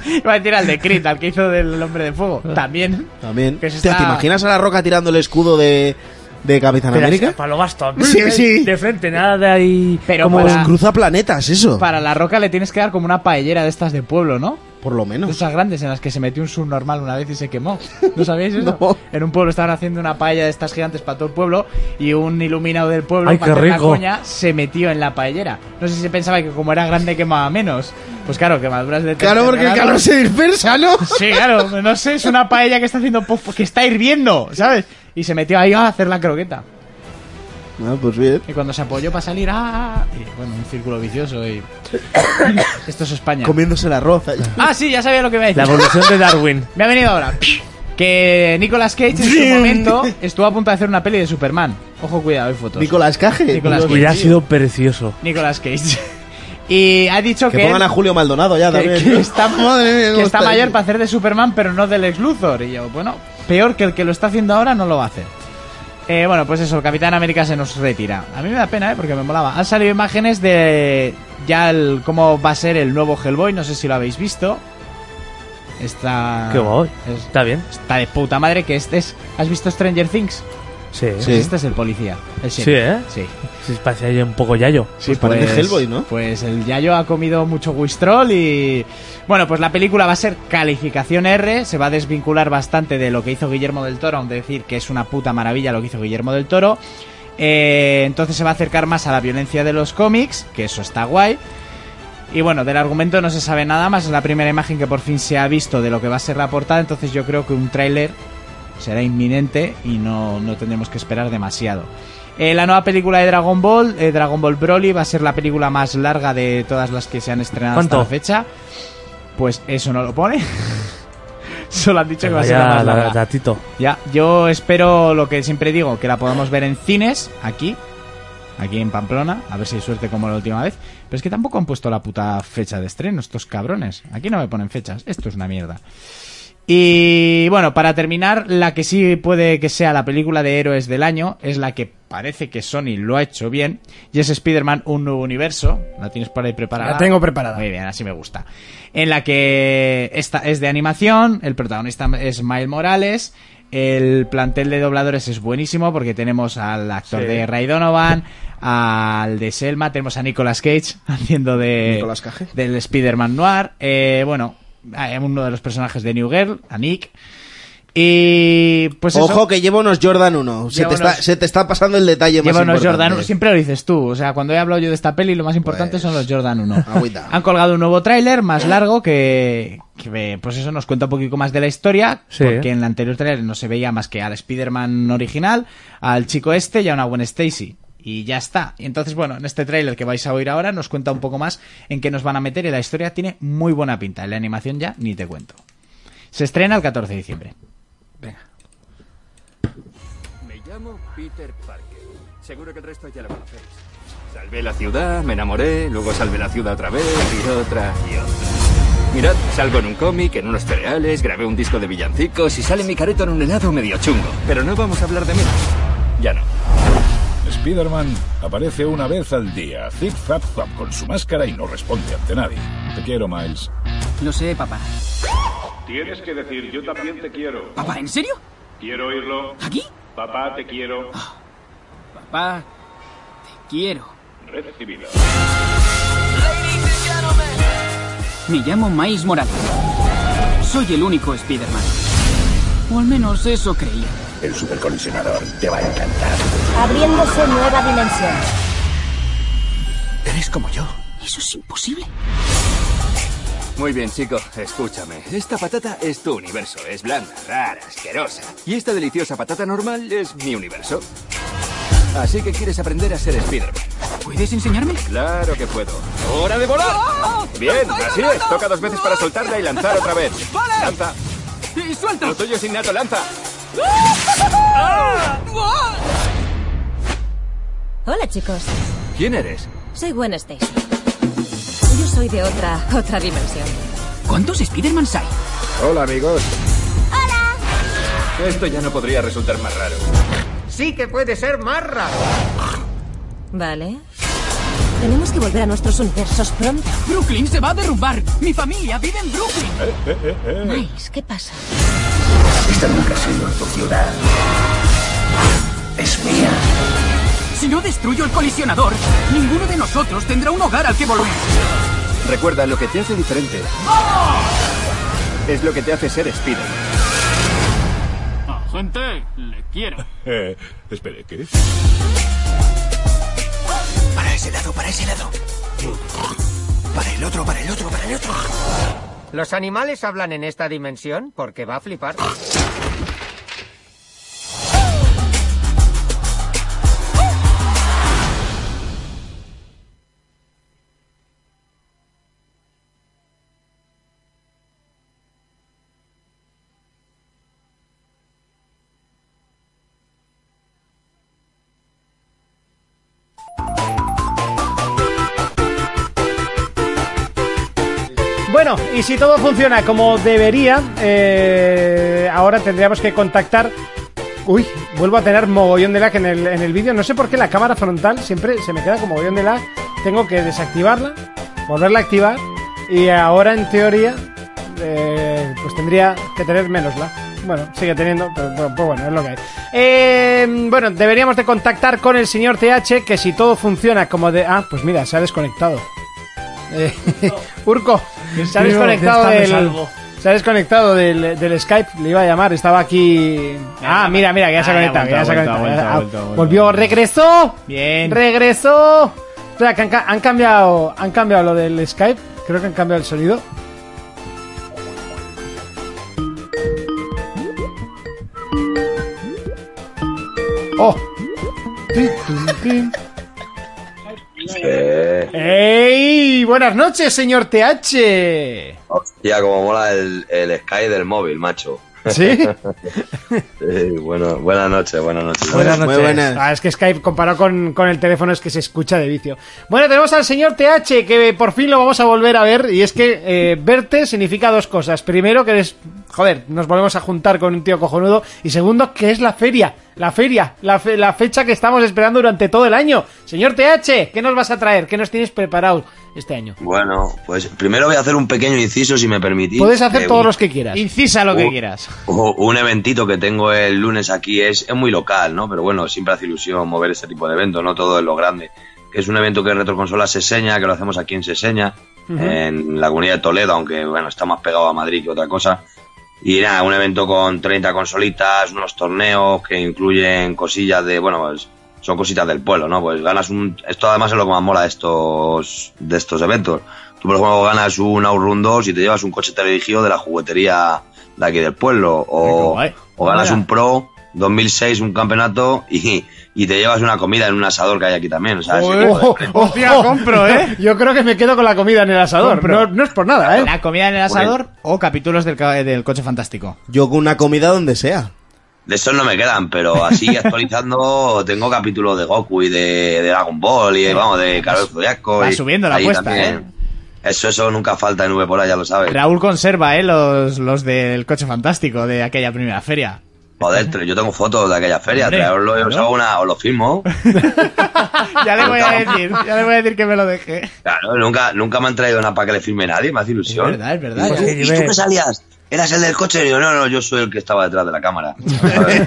Speaker 3: Iba a decir al de Crit, al que hizo del Hombre de Fuego.
Speaker 4: Ah.
Speaker 3: También.
Speaker 1: también.
Speaker 3: Que se
Speaker 1: Hostia, ¿Te
Speaker 3: está-
Speaker 1: imaginas a la roca tirando el escudo de, de Capitán
Speaker 4: Pero
Speaker 1: América?
Speaker 4: es que Palo Bastón.
Speaker 1: Sí, sí.
Speaker 4: De frente, nada de ahí.
Speaker 3: Pero
Speaker 4: como
Speaker 3: para-
Speaker 4: un-
Speaker 1: Cruza planetas, eso.
Speaker 3: Para la roca le tienes que dar como una paellera de estas de pueblo, ¿no?
Speaker 1: Por lo
Speaker 3: De
Speaker 1: menos.
Speaker 3: esas grandes en las que se metió un subnormal una vez y se quemó. ¿No sabéis eso?
Speaker 1: No.
Speaker 3: En un pueblo estaban haciendo una paella de estas gigantes para todo el pueblo y un iluminado del pueblo
Speaker 4: Ay,
Speaker 3: para
Speaker 4: qué
Speaker 3: hacer la
Speaker 4: rico.
Speaker 3: coña se metió en la paellera. No sé si se pensaba que como era grande quemaba menos. Pues claro, quemaduras de
Speaker 1: Claro, porque el
Speaker 3: tercer
Speaker 1: calor
Speaker 3: grado.
Speaker 1: se dispersa, ¿no?
Speaker 3: Sí, claro, no sé, es una paella que está haciendo puff, que está hirviendo, ¿sabes? Y se metió ahí a hacer la croqueta.
Speaker 1: Ah, pues bien.
Speaker 3: Y cuando se apoyó para salir, ¡ah! Y, bueno, un círculo vicioso y. Esto es España.
Speaker 1: Comiéndose el arroz. ahí.
Speaker 3: Ah, sí, ya sabía lo que iba a decir.
Speaker 4: La evolución de Darwin.
Speaker 3: Me ha venido ahora. Que Nicolas Cage en su momento estuvo a punto de hacer una peli de Superman. Ojo, cuidado, hay fotos.
Speaker 1: Nicolás Caje.
Speaker 3: Nicolás
Speaker 1: Dios,
Speaker 4: Hubiera
Speaker 1: tío.
Speaker 4: sido precioso.
Speaker 3: Nicolas Cage. Y ha dicho
Speaker 1: Que
Speaker 3: que,
Speaker 1: pongan
Speaker 3: él-
Speaker 1: a Julio Maldonado ya
Speaker 3: que-
Speaker 1: también.
Speaker 3: que está,
Speaker 1: Madre mía,
Speaker 3: que
Speaker 1: cómo
Speaker 3: está
Speaker 1: está
Speaker 3: mayor
Speaker 1: eso.
Speaker 3: para hacer de Superman, pero no del ex Luthor. Y yo, bueno, peor que el que lo está haciendo ahora no lo va a hacer. Eh, bueno, pues eso, el Capitán América se nos retira. A mí me da pena, ¿eh? Porque me molaba. Han salido imágenes de ya el, cómo va a ser el nuevo Hellboy, no sé si lo habéis visto. Está...
Speaker 4: Qué guay.
Speaker 3: es-
Speaker 4: Está bien.
Speaker 3: Está de puta madre que este es... ¿Has visto Stranger Things?
Speaker 4: Sí.
Speaker 1: Sí.
Speaker 3: Este es el policía. El
Speaker 4: Sí,
Speaker 3: sheriff.
Speaker 4: ¿eh?
Speaker 3: Sí.
Speaker 4: Sí, parecía yo un poco yayo.
Speaker 3: Sí,
Speaker 1: Pues parece Hellboy, ¿no?
Speaker 3: Pues el Yayo ha comido mucho Wistrol y. Bueno, pues la película va a ser calificación R, se va a desvincular bastante de lo que hizo Guillermo del Toro, aunque decir que es una puta maravilla lo que hizo Guillermo del Toro. Eh, entonces se va a acercar más a la violencia de los cómics, que eso está guay. Y bueno, del argumento no se sabe nada más, es la primera imagen que por fin se ha visto de lo que va a ser la portada, entonces yo creo que un tráiler será inminente y no, no tendremos que esperar demasiado. Eh, la nueva película de Dragon Ball, eh, Dragon Ball Broly, va a ser la película más larga de todas las que se han estrenado
Speaker 4: ¿Cuánto?
Speaker 3: hasta la fecha. Pues eso no lo pone. Solo han dicho que va a ser la
Speaker 4: Vaya
Speaker 3: más
Speaker 4: la-
Speaker 3: larga.
Speaker 4: datito.
Speaker 3: Ya, yo espero lo que siempre digo, que la podamos ver en cines, aquí, aquí en Pamplona, a ver si hay suerte como la última vez. Pero es que tampoco han puesto la puta fecha de estreno, estos cabrones. Aquí no me ponen fechas, esto es una mierda. Y bueno, para terminar, la que sí puede que sea la película de héroes del año es la que parece que Sony lo ha hecho bien y es Spider-Man Un Nuevo Universo. La tienes por ahí preparada.
Speaker 2: La tengo preparada.
Speaker 3: Muy bien, así me gusta. En la que esta es de animación, el protagonista es Miles Morales. El plantel de dobladores es buenísimo porque tenemos al actor
Speaker 4: Sí.
Speaker 3: de Ray Donovan, al de Selma, tenemos a Nicolas Cage haciendo de
Speaker 1: Nicolas Cage.
Speaker 3: del Spider-Man Noir. Eh, bueno, hay uno de los personajes de New Girl, a Nick. Y pues eso,
Speaker 1: Ojo que lleva unos Jordan 1. Se,
Speaker 3: Lleva
Speaker 1: te está,
Speaker 3: unos-
Speaker 1: se te está pasando el detalle más
Speaker 3: lleva unos
Speaker 1: importante.
Speaker 3: Jordan 1. Siempre lo dices tú. O sea, cuando he hablado yo de esta peli, lo más importante
Speaker 1: Pues,
Speaker 3: son los Jordan 1.
Speaker 1: agüita.
Speaker 3: Han colgado un nuevo tráiler más largo que, que, pues eso nos cuenta un poquito más de la historia.
Speaker 4: Sí.
Speaker 3: Porque en el anterior tráiler no se veía más que al Spider-Man original, al chico este y a una buena Stacy. Y ya está. Y entonces, bueno, en este tráiler que vais a oír ahora nos cuenta un poco más en qué nos van a meter y la historia tiene muy buena pinta. En la animación ya ni te cuento. Se estrena el 14 de diciembre.
Speaker 6: Me llamo Peter Parker. Seguro que el resto ya lo conocéis. Salvé la ciudad, me enamoré, luego salvé la ciudad otra vez, y otra, y otra. Mirad, salgo en un cómic, en unos cereales, grabé un disco de villancicos y sale mi careto en un helado medio chungo. Pero no vamos a hablar de mí. Ya no.
Speaker 7: Spider-Man aparece una vez al día, zip zap zap con su máscara y no responde ante nadie. Te quiero, Miles.
Speaker 8: Lo sé, papá.
Speaker 9: Tienes que decir, yo también te quiero.
Speaker 8: ¿Papá, en serio?
Speaker 9: Quiero oírlo.
Speaker 8: ¿Aquí? Ah.
Speaker 9: Papá, te quiero.
Speaker 8: Papá, te quiero.
Speaker 9: Recibido.
Speaker 8: Me llamo Miles Morales. Soy el único Spider-Man. O al menos eso creía.
Speaker 7: El supercolisionador te va a encantar.
Speaker 10: abriéndose nueva dimensión.
Speaker 6: Eres como yo.
Speaker 8: Eso es imposible.
Speaker 6: Muy bien, chico, escúchame. Esta patata es tu universo. Es blanda, rara, asquerosa. Y esta deliciosa patata normal es mi universo. Así que quieres aprender a ser Spider-Man.
Speaker 8: ¿Puedes enseñarme?
Speaker 6: Claro que puedo. ¡Hora de volar! Bien, así es. Toca dos veces para soltarla y lanzar otra vez.
Speaker 8: ¡Vale!
Speaker 6: ¡Lanza!
Speaker 8: ¡Y suelta!
Speaker 6: Lo tuyo es innato, lanza.
Speaker 10: Hola chicos,
Speaker 6: ¿Quién eres?
Speaker 10: soy Gwen Stacy. Yo soy de otra, otra dimensión.
Speaker 8: ¿Cuántos Spider-Mans hay?
Speaker 6: Hola, amigos. ¡Hola! Esto ya no podría resultar más raro.
Speaker 10: Vale. Tenemos que volver a nuestros universos pronto.
Speaker 8: Brooklyn se va a derrumbar. Mi familia vive en Brooklyn.
Speaker 6: ¿Eh?
Speaker 10: Miles, ¿qué pasa?
Speaker 7: Esta nunca ha sido tu ciudad. Es mía.
Speaker 8: Si no destruyo el colisionador, ninguno de nosotros tendrá un hogar al que volver.
Speaker 6: Recuerda, lo que te hace diferente es lo que te hace ser Spider-Man.
Speaker 8: Gente, Ah, le quiero.
Speaker 7: Eh, espere, ¿qué?
Speaker 6: Para ese lado, para ese lado. Para el otro, para el otro, para el otro.
Speaker 11: ¿Los animales hablan en esta dimensión? Porque va a flipar.
Speaker 2: Bueno, y si todo funciona como debería, eh, ahora tendríamos que contactar. Uy, vuelvo a tener mogollón de lag en el, en el vídeo. No sé por qué la cámara frontal siempre se me queda con mogollón de lag. Tengo que desactivarla, volverla a activar. Y ahora, en teoría, eh, pues tendría que tener menos lag. Bueno, sigue teniendo, pero, pero- pero bueno, es lo que hay. Eh, bueno, deberíamos de contactar con el señor TH, que si todo funciona como de... Ah, pues mira, se ha desconectado. Eh, Urco, se ha
Speaker 4: Creo que
Speaker 2: desconectado
Speaker 4: está me
Speaker 2: del...
Speaker 4: salvo.
Speaker 2: Se ha desconectado del, del Skype, le iba a llamar, estaba aquí... Ah, mira, mira, que ya se ha
Speaker 3: Ah, ya ha
Speaker 2: conectado, que ya
Speaker 3: vuelto,
Speaker 2: se ha
Speaker 3: ha
Speaker 2: conectado.
Speaker 3: vuelto,
Speaker 2: ya-
Speaker 3: ha vuelto, ha
Speaker 2: ah,
Speaker 3: vuelto, ha vuelto.
Speaker 2: Volvió, regresó.
Speaker 3: Bien.
Speaker 2: Regresó. O sea, que han, ca- han cambiado, han cambiado lo del Skype, creo que han cambiado el sonido. ¡Oh! Tin, tin, tin.
Speaker 6: Eh,
Speaker 2: ¡Ey! Buenas noches, señor TH.
Speaker 6: Hostia, como mola el, el Sky del móvil, macho.
Speaker 2: ¿Sí?
Speaker 6: Sí, bueno, buenas noches, buenas noches.
Speaker 2: Muy buenas. Ah, es que Skype comparado con, con el teléfono es que se escucha de vicio. Bueno, tenemos al señor TH que por fin lo vamos a volver a ver y es que eh, verte significa dos cosas. Primero que eres, joder, nos volvemos a juntar con un tío cojonudo y segundo que es la feria, la feria, la, fe- la fecha que estamos esperando durante todo el año. Señor TH, ¿qué nos vas a traer? ¿Qué nos tienes preparado este año?
Speaker 6: Bueno, pues primero voy a hacer un pequeño inciso, si me permitís.
Speaker 2: Puedes hacer
Speaker 6: Eh,
Speaker 2: todos
Speaker 6: un-
Speaker 2: los que quieras.
Speaker 3: Incisa lo que
Speaker 6: Uh.
Speaker 3: quieras.
Speaker 6: u- Un eventito que tengo el lunes aquí es, es muy local, ¿no? Pero bueno, siempre hace ilusión mover este tipo de eventos, no todo es lo grande. Que es un evento que Retroconsola Seseña, que lo hacemos aquí en Seseña,
Speaker 2: Ujú.
Speaker 6: en la comunidad de Toledo, aunque bueno, está más pegado a Madrid que otra cosa. Y nada, un evento con 30 consolitas, unos torneos que incluyen cosillas de, bueno, pues, son cositas del pueblo, ¿no? Pues ganas un... Esto además es lo que más mola de estos, de estos eventos. Tú, por ejemplo, ganas un Outrun 2 y te llevas un coche teledirigido de la juguetería de aquí del pueblo. O, o ganas un Pro 2006, un campeonato y, y te llevas una comida en un asador que hay aquí también. pues, O sea, ese tipo de-
Speaker 2: Hostia, compro, ¿eh? Yo creo que me quedo con la comida en el asador. No, no es por nada, ¿eh?
Speaker 3: La comida en el asador o capítulos del, ca- del coche fantástico.
Speaker 1: Yo con una comida donde sea.
Speaker 6: De esos no me quedan, pero así actualizando tengo capítulos de Goku y de, de Dragon Ball y vamos, de Carlos Zodiaco.
Speaker 3: va
Speaker 6: y
Speaker 3: subiendo la
Speaker 6: ahí
Speaker 3: apuesta, ¿eh?
Speaker 6: también. ¿eh? Eso, eso nunca falta en V por allá, ya lo sabes.
Speaker 3: Raúl conserva, ¿eh? Los, los del coche fantástico de aquella primera feria.
Speaker 6: Joder, tra- yo tengo fotos de aquella feria,
Speaker 3: Hombre,
Speaker 6: traeroslo, os
Speaker 3: claro.
Speaker 6: hago una, os lo firmo.
Speaker 3: Ya le voy a decir, ya le voy a decir que me lo dejé.
Speaker 6: Claro, nunca, nunca me han traído una para que le firme nadie, me hace ilusión.
Speaker 3: Es verdad, es verdad.
Speaker 6: Oye, Pues, ¿Y, tú qué salías? ¿Eras el del coche? Y yo, no, no, yo soy el que estaba detrás de la cámara. ¿sabes?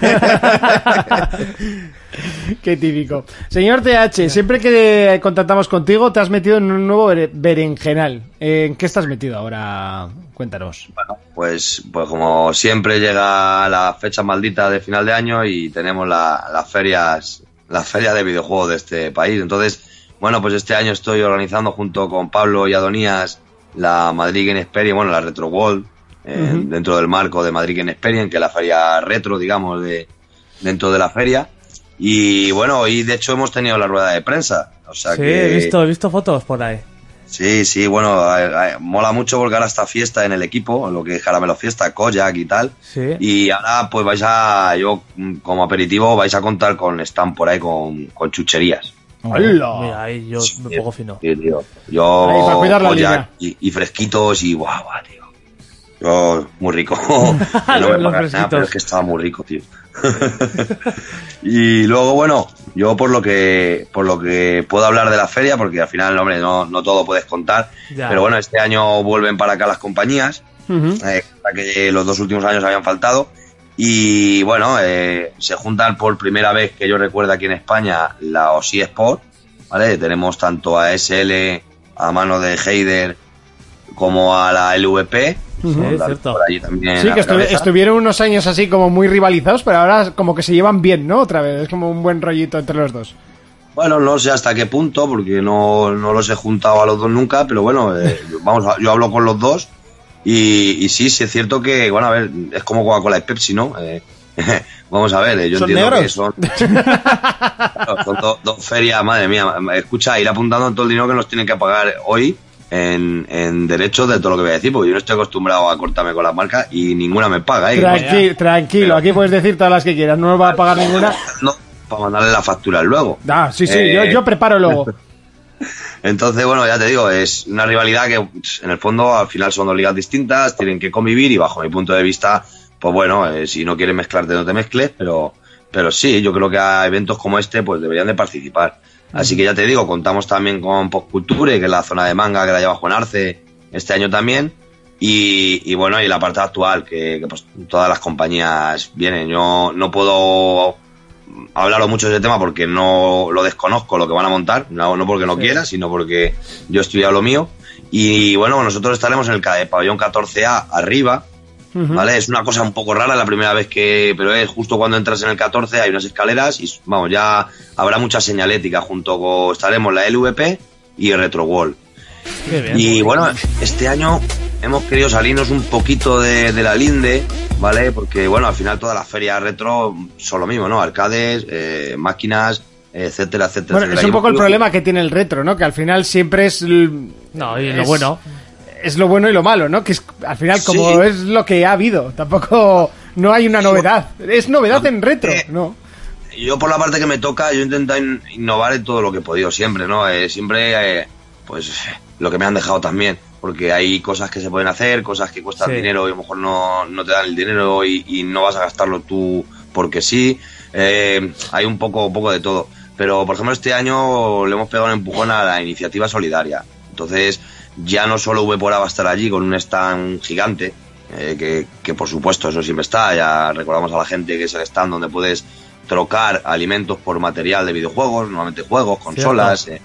Speaker 2: Qué típico. Señor TH, siempre que contactamos contigo te has metido en un nuevo bere- berenjenal. Eh, ¿En qué estás metido ahora? Cuéntanos.
Speaker 6: Pues, pues como siempre llega la fecha maldita de final de año y tenemos la- las ferias, las ferias de videojuegos de este país. Entonces, bueno, pues este año estoy organizando junto con Pablo y Adonías la Madrid Game Experience, bueno, la Retro World, eh, dentro del marco de Madrid Game Experience, que es la feria retro, digamos, de, dentro de la feria. Y bueno, hoy de hecho hemos tenido la rueda de prensa. O sea
Speaker 4: Sí,
Speaker 6: que
Speaker 4: he visto, he visto fotos por ahí.
Speaker 6: Sí, sí, bueno, eh, eh, mola mucho porque ahora está fiesta en el equipo, lo que es Caramelo Fiesta, Koyak y tal.
Speaker 4: Sí.
Speaker 6: Y ahora pues vais a, yo mm, como aperitivo, vais a contar con stand por ahí con, con chucherías.
Speaker 4: Mira, ahí yo me pongo fino.
Speaker 6: Sí, tío.
Speaker 2: Ahí, para
Speaker 6: Yo,
Speaker 2: cuidar la línea.
Speaker 6: Koyak y, y fresquitos y guau, guau, tío. Yo, muy rico. no
Speaker 4: Los
Speaker 6: me pagas nada, pero
Speaker 4: fresquitos.
Speaker 6: es que estaba muy rico, tío. y luego, bueno, yo por lo que por lo que puedo hablar de la feria, porque al final, hombre, no, no todo puedes contar.
Speaker 4: Ya.
Speaker 6: Pero bueno, este año vuelven para acá las compañías, eh, la que los dos últimos años habían faltado. Y bueno, eh, se juntan por primera vez que yo recuerdo aquí en España la OSI Sport, ¿vale? Tenemos tanto a SL a mano de Heider como a la LVP.
Speaker 4: Sí,
Speaker 6: la-
Speaker 4: cierto.
Speaker 6: Por allí también
Speaker 2: Sí,
Speaker 6: a
Speaker 2: que
Speaker 6: la
Speaker 2: estu-
Speaker 6: cabeza.
Speaker 2: estuvieron unos años así como muy rivalizados, pero ahora como que se llevan bien, ¿no? Otra vez, es como un buen rollito entre los dos.
Speaker 6: Bueno, no sé hasta qué punto, porque no, no los he juntado a los dos nunca, pero bueno, eh, vamos, a- yo hablo con los dos y, y sí, sí es cierto que, bueno, a ver, es como Coca-Cola y Pepsi, ¿no? Eh, vamos a ver, eh, yo
Speaker 1: ¿Son
Speaker 6: entiendo que
Speaker 1: negros?
Speaker 6: son, Claro, son dos dos ferias, madre mía, escucha, ir apuntando todo el dinero que nos tienen que pagar hoy en, en derechos de todo lo que voy a decir, porque yo no estoy acostumbrado a cortarme con las marcas y ninguna me paga, ¿eh? Que
Speaker 2: Tranqui- tranquilo, aquí puedes decir todas las que quieras, no nos va a pagar ninguna.
Speaker 6: no, para mandarle las facturas luego.
Speaker 2: Ah, sí, sí,
Speaker 6: Eh,
Speaker 2: yo, yo preparo luego.
Speaker 6: Entonces, bueno, ya te digo, es una rivalidad que pff, en el fondo al final son dos ligas distintas, tienen que convivir y bajo mi punto de vista, pues bueno, eh, si no quieres mezclarte no te mezcles, pero, pero sí, yo creo que a eventos como este pues deberían de participar. Así que ya te digo, contamos también con Postculture, que es la zona de manga que la lleva Juan Arce este año también. Y, y bueno, y la parte actual, que, que, pues todas las compañías vienen. Yo no puedo hablaros mucho de ese tema porque no lo desconozco lo que van a montar, no, no porque no
Speaker 4: Sí.
Speaker 6: quiera, sino porque yo he estudiado lo mío. Y bueno, nosotros estaremos en el ca- pabellón 14A arriba, ¿Vale? Es una cosa un poco rara la primera vez que. Pero es justo cuando entras en el 14, hay unas escaleras y vamos, ya habrá mucha señalética junto con. Estaremos la LVP y Retro Wall. Y bueno, este año hemos querido salirnos un poquito de, de la linde, ¿vale? Porque bueno, al final todas las ferias retro son lo mismo, ¿no? Arcades, eh, máquinas, etcétera, etcétera.
Speaker 2: Bueno,
Speaker 6: etcétera.
Speaker 2: es
Speaker 6: Y
Speaker 2: un poco el
Speaker 6: hemos-
Speaker 2: problema que tiene el retro, ¿no? Que al final siempre es. No,
Speaker 4: y lo bueno.
Speaker 2: Es lo bueno y lo malo, ¿no? Que es, al final, como
Speaker 4: Sí.
Speaker 2: es lo que ha habido, tampoco. No hay una novedad. Es novedad en retro,
Speaker 6: Eh,
Speaker 2: ¿no?
Speaker 6: yo por la parte que me toca, yo intento in- innovar en todo lo que he podido siempre, ¿no? Eh, siempre, eh, pues, lo que me han dejado también, porque hay cosas que se pueden hacer, cosas que cuestan
Speaker 4: Sí.
Speaker 6: dinero y a lo mejor no, no te dan el dinero y, y no vas a gastarlo tú porque sí. Eh, hay un poco, un poco de todo. Pero, por ejemplo, este año le hemos pegado un empujón a la iniciativa solidaria. Entonces, ya no solo Vpora va a estar allí con un stand gigante, eh, que, que por supuesto eso siempre está, ya recordamos a la gente que es el stand donde puedes trocar alimentos por material de videojuegos, normalmente juegos, consolas, eh,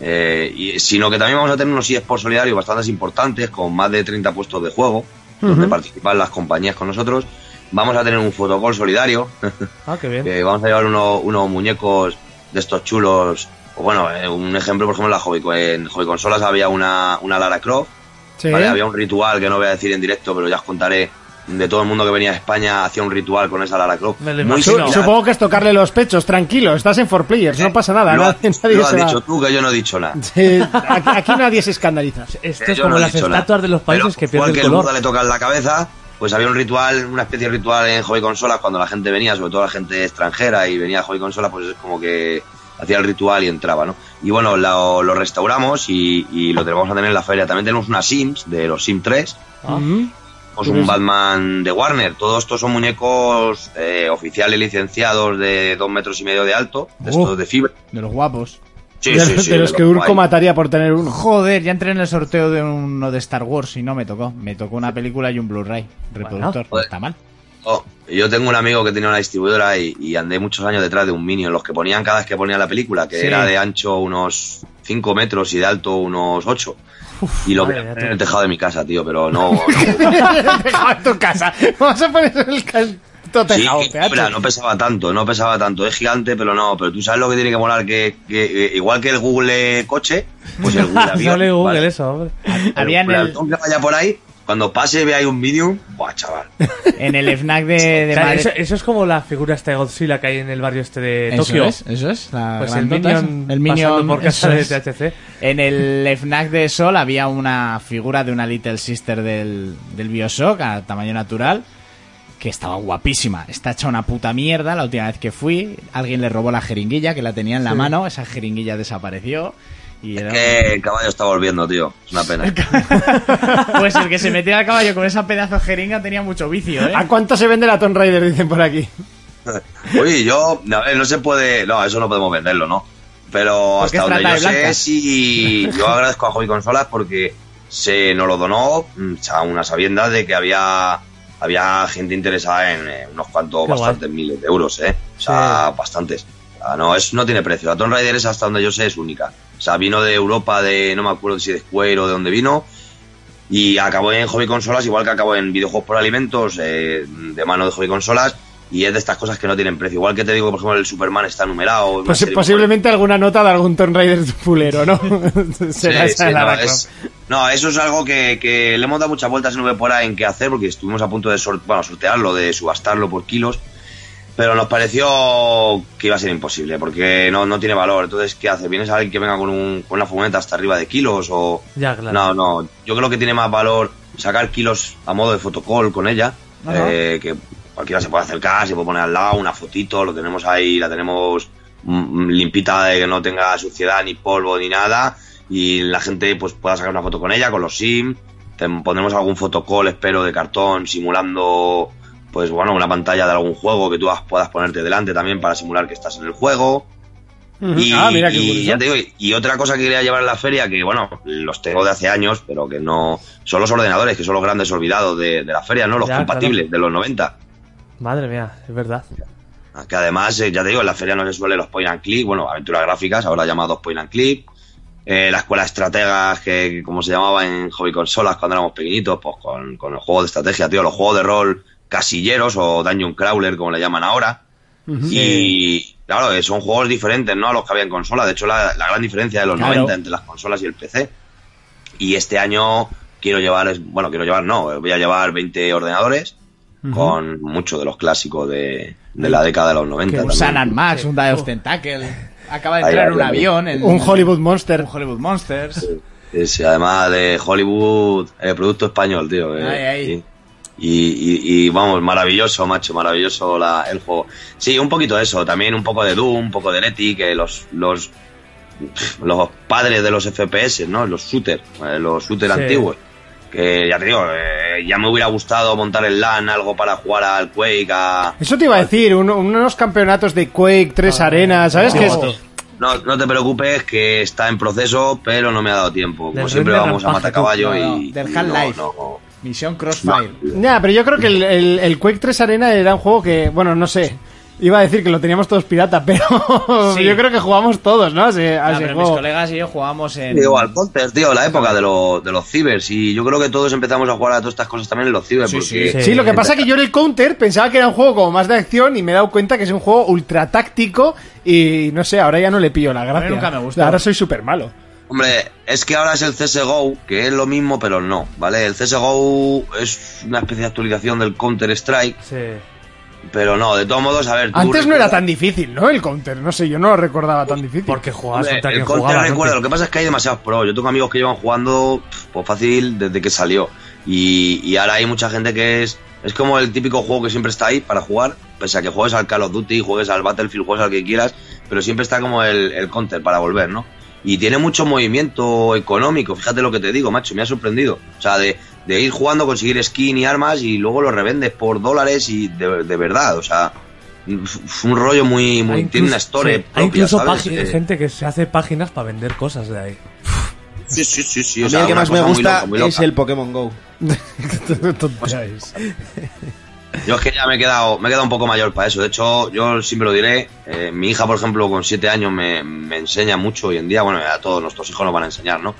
Speaker 6: eh, y, sino que también vamos a tener unos eSports solidarios bastante importantes, con más de 30 puestos de juego, donde participan las compañías con nosotros. Vamos a tener un fotocall solidario,
Speaker 4: Ah, qué bien.
Speaker 6: que vamos a llevar uno- unos muñecos de estos chulos. O bueno, eh, un ejemplo, por ejemplo, en, la hobby, en hobby consolas había una, una Lara Croft,
Speaker 2: Sí.
Speaker 6: ¿vale? Había un ritual que no voy a decir en directo, pero ya os contaré. De todo el mundo que venía a España hacía un ritual con esa Lara Croft.
Speaker 4: Me lo
Speaker 6: Muy
Speaker 2: Su-
Speaker 6: similar.
Speaker 2: Supongo que es tocarle los pechos, tranquilo, estás en 4Players, no pasa nada.
Speaker 6: Eh, Lo,
Speaker 2: nadie-
Speaker 6: has-
Speaker 2: nadie
Speaker 6: lo has
Speaker 2: se va-
Speaker 6: dicho tú, que yo no he dicho nada.
Speaker 2: Sí, aquí, aquí nadie se escandaliza.
Speaker 6: Eh,
Speaker 4: Esto es
Speaker 6: yo
Speaker 4: como
Speaker 6: no he
Speaker 4: las
Speaker 6: dicho
Speaker 4: estatuas
Speaker 6: nada.
Speaker 4: de los países que pierden
Speaker 6: Igual que
Speaker 4: el
Speaker 6: el
Speaker 4: color.
Speaker 6: Buda le tocan la cabeza, pues había un ritual, una especie de ritual en Hobby Consolas cuando la gente venía, sobre todo la gente extranjera y venía a Hobby Consolas, pues es como que hacía el ritual y entraba, ¿no? Y bueno, lo, lo restauramos y, y lo tenemos a tener en la feria. También tenemos unas Sims de los Sim 3, pues un
Speaker 4: Curioso.
Speaker 6: Batman de Warner. Todos estos son muñecos eh, oficiales licenciados de dos metros y medio de alto, de
Speaker 2: Oh.
Speaker 6: estos de fibra.
Speaker 3: De los guapos.
Speaker 6: Sí,
Speaker 2: de,
Speaker 6: sí,
Speaker 2: los-
Speaker 6: sí,
Speaker 2: de
Speaker 6: de
Speaker 2: los que
Speaker 6: los
Speaker 2: Urco
Speaker 6: guays.
Speaker 2: mataría por tener uno.
Speaker 3: Joder, ya entré en el sorteo de uno de Star Wars y no me tocó. Me tocó una película y un Blu-ray reproductor. No está mal.
Speaker 6: Oh, yo tengo un amigo que tenía una distribuidora y, y andé muchos años detrás de un Minion, los que ponían cada vez que ponían la película, que
Speaker 3: Sí.
Speaker 6: era de ancho unos 5 metros y de alto unos 8. y lo
Speaker 4: madre
Speaker 6: que
Speaker 4: mía,
Speaker 6: en el tejado de mi casa, tío, pero no... no.
Speaker 2: Dejado en tu casa. Vamos a poner el cal- todo
Speaker 6: Sí,
Speaker 2: tejado,
Speaker 6: que
Speaker 2: peacho.
Speaker 6: fibra, no pesaba tanto, no pesaba tanto. Es gigante, pero no. Pero tú sabes lo que tiene que molar, que, que, eh, igual que el Google coche, pues el Google avión.
Speaker 4: Sale Google eh.
Speaker 6: ¿vale?
Speaker 4: eso, hombre.
Speaker 3: Había en
Speaker 6: El
Speaker 3: el,
Speaker 6: avión que vaya por ahí, cuando pase vea ahí un Minion, ¡buah, chaval!
Speaker 3: en el FNAC de, de
Speaker 4: O sea,
Speaker 3: Madrid.
Speaker 4: eso, eh, eso es como la figura esta de Godzilla que hay en el barrio este de
Speaker 3: Eso
Speaker 4: Tokio.
Speaker 3: es, eso es. la
Speaker 4: Pues el
Speaker 3: grandota esa.
Speaker 4: Minion
Speaker 3: El Minion,
Speaker 4: pasando por casa
Speaker 3: eso
Speaker 4: de
Speaker 3: es.
Speaker 4: THC.
Speaker 3: En el FNAC de Sol había una figura de una Little Sister del, del Bioshock a tamaño natural que estaba guapísima. Está hecha una puta mierda la última vez que fui. Alguien le robó la jeringuilla que la tenía en la mano. Esa jeringuilla desapareció. Y era-
Speaker 6: Que el caballo está volviendo, tío. Es una pena.
Speaker 3: Pues el que se metiera al caballo con esa pedazo de jeringa tenía mucho vicio, ¿eh?
Speaker 2: ¿A cuánto se vende la Tomb Raider? Dicen por aquí.
Speaker 6: Oye, yo, no, eh, no se puede, no, eso no podemos venderlo, ¿no? Pero
Speaker 3: Porque
Speaker 6: hasta
Speaker 3: es
Speaker 6: donde
Speaker 3: trata
Speaker 6: yo
Speaker 3: de
Speaker 6: sé,
Speaker 3: blancas.
Speaker 6: sí, yo agradezco a Hobby Consolas porque se nos lo donó mm, a una sabienda de que había, había gente interesada en eh, unos cuantos,
Speaker 4: Qué guay.
Speaker 6: bastantes miles de euros, ¿eh? O sea, bastantes. O sea, no, es, no tiene precio. La Tomb Raider es hasta donde yo sé, es única. O sea, vino de Europa, de no me acuerdo si de Square o de dónde vino. Y acabó en Hobby Consolas, igual que acabó en videojuegos por alimentos, eh, de mano de Hobby Consolas. Y es de estas cosas que no tienen precio. Igual que te digo, por ejemplo, el Superman está numerado. una
Speaker 2: Pues,
Speaker 6: serie-
Speaker 2: posiblemente alguna nota de algún Tomb Raider fulero, ¿no? Será
Speaker 6: eh, Sí,
Speaker 2: esa
Speaker 6: sí,
Speaker 2: la
Speaker 6: no,
Speaker 2: Lara
Speaker 6: es- no, eso es algo que, que le hemos dado muchas vueltas en Vpora en qué hacer, porque estuvimos a punto de sor- bueno, sortearlo, de subastarlo por kilos, pero nos pareció que iba a ser imposible, porque no, no tiene valor. Entonces, ¿qué hace? ¿Vienes a alguien que venga con, un- con una fumeta hasta arriba de kilos? o
Speaker 4: Ya, claro.
Speaker 6: No, no, yo creo que tiene más valor sacar kilos a modo de fotocall con ella,
Speaker 3: Ajá.
Speaker 6: eh, que cualquiera se puede acercar, se puede poner al lado una fotito, lo tenemos ahí, la tenemos mm, mm, limpita de que no tenga suciedad ni polvo ni nada y la gente pues pueda sacar una foto con ella, con los sim, Ten- pondremos algún fotocall, espero, de cartón simulando pues bueno, una pantalla de algún juego que tú has- puedas ponerte delante también para simular que estás en el juego.
Speaker 2: Ujú.
Speaker 6: Y,
Speaker 2: Ah, mira qué
Speaker 6: y
Speaker 2: curioso.
Speaker 6: ya te digo, y- y otra cosa que quería llevar a la feria, que bueno, los tengo de hace años, pero que no. Son los ordenadores, que son los grandes olvidados de, de la feria, ¿no? Los
Speaker 4: Ya,
Speaker 6: compatibles de los 90.
Speaker 4: Madre mía, es verdad.
Speaker 6: Que además, eh, ya te digo, en la feria no se suele los point and click, bueno, aventuras gráficas, ahora llamados point and click. Eh, la escuela de estrategas, que como se llamaba en hobby consolas cuando éramos pequeñitos, pues con, con el juego de estrategia, tío, los juegos de rol casilleros o dungeon crawler, como le llaman ahora. Y claro, eh, son juegos diferentes, ¿no? A los que había en consola. De hecho, la, la gran diferencia de los
Speaker 12: Claro.
Speaker 6: 90 entre las consolas y el PC. Y este año quiero llevar, es- bueno, quiero llevar, no, eh, voy a llevar 20 ordenadores con muchos de los clásicos de, de la década de los 90.
Speaker 3: un
Speaker 6: también.
Speaker 3: San and Max, un Die of Tentacle. Acaba de
Speaker 6: Ahí
Speaker 3: entrar
Speaker 6: va,
Speaker 3: un
Speaker 6: ahí va.
Speaker 3: avión. el-
Speaker 2: Oh. Un Hollywood Monster.
Speaker 3: un Hollywood Monsters.
Speaker 6: Sí, sí, además de Hollywood, eh, producto español, tío. eh,
Speaker 3: Ahí, ahí.
Speaker 6: Y, y- y, vamos, maravilloso, macho, maravilloso la- el juego. Sí, un poquito de eso, también un poco de Doom, un poco de Leti, que los, los, los padres de los FPS, ¿no? Los shooters, eh, los shooters
Speaker 4: Sí.
Speaker 6: antiguos. Que ya te digo, eh, ya me hubiera gustado montar el LAN, algo para jugar al Quake, a...
Speaker 2: Eso te iba a decir, un- unos campeonatos de Quake, tres arenas, ¿sabes qué? es?
Speaker 6: No, no te preocupes, que está en proceso, pero no me ha dado tiempo. Como
Speaker 2: Del
Speaker 6: siempre
Speaker 2: Render
Speaker 6: vamos a
Speaker 2: Rampage,
Speaker 6: matar caballo
Speaker 2: tú. No, no,
Speaker 6: y...
Speaker 2: del
Speaker 6: y no-
Speaker 2: Half-Life.
Speaker 6: no-
Speaker 3: Misión Crossfire.
Speaker 2: Nah, pero yo creo que el, el, el Quake 3 Arena era un juego que, bueno, no sé. Iba a decir que lo teníamos todos pirata, pero
Speaker 3: Sí.
Speaker 2: yo creo que jugamos todos, ¿no? A ese- a
Speaker 3: Ah,
Speaker 2: ese
Speaker 3: pero mis
Speaker 2: juego.
Speaker 3: colegas y yo jugábamos en.
Speaker 6: Digo, al Counter, tío, la época de, lo- de los cibers. Y yo creo que todos empezamos a jugar a todas estas cosas también en los cibers. porque-
Speaker 2: Sí, lo que pasa es que yo en el Counter pensaba que era un juego como más de acción y me he dado cuenta que es un juego ultra táctico y no sé, ahora ya no le pillo la gracia.
Speaker 3: nunca me gustó.
Speaker 2: Ahora soy súper malo.
Speaker 6: Hombre, es que ahora es el CSGO, que es lo mismo, pero no, ¿vale? El CSGO es una especie de actualización del Counter-Strike, pero no, de todos modos, a ver... tú
Speaker 2: Antes no
Speaker 6: recuerdas-
Speaker 2: era tan difícil, ¿no? El Counter, no sé, yo no lo recordaba tan difícil. Porque
Speaker 4: jugabas
Speaker 6: Hombre, el Counter recuerdo, lo que pasa es que hay demasiados pros. Yo tengo amigos que llevan jugando, pf, pues fácil, desde que salió. Y, y ahora hay mucha gente que es. Es como el típico juego que siempre está ahí para jugar, pese a que juegues al Call of Duty, juegues al Battlefield, juegues al que quieras, pero siempre está como el, el Counter para volver, ¿no? Y tiene mucho movimiento económico, fíjate lo que te digo, macho, me ha sorprendido. O sea, de, de ir jugando, conseguir skin y armas y luego lo revendes por dólares y de, de verdad, o sea, f- un rollo muy... muy tiene una
Speaker 4: Ah,
Speaker 6: historia
Speaker 4: sí,
Speaker 6: propia,
Speaker 4: hay incluso
Speaker 6: ¿sabes?
Speaker 4: págin-
Speaker 6: Eh,
Speaker 4: gente que se hace páginas para vender cosas de ahí.
Speaker 6: Sí, sí, sí, sí.
Speaker 1: A
Speaker 6: o
Speaker 1: mí
Speaker 6: sea,
Speaker 1: el que
Speaker 6: una
Speaker 1: más me
Speaker 6: cosa muy
Speaker 1: gusta
Speaker 6: loca, muy loca.
Speaker 1: es el Pokémon Go.
Speaker 6: Yo es que ya me he quedado, me he quedado un poco mayor para eso. De hecho, yo siempre lo diré. eh, mi hija, por ejemplo, con siete años me, me enseña mucho hoy en día. Bueno, a todos nuestros hijos nos van a enseñar, ¿no?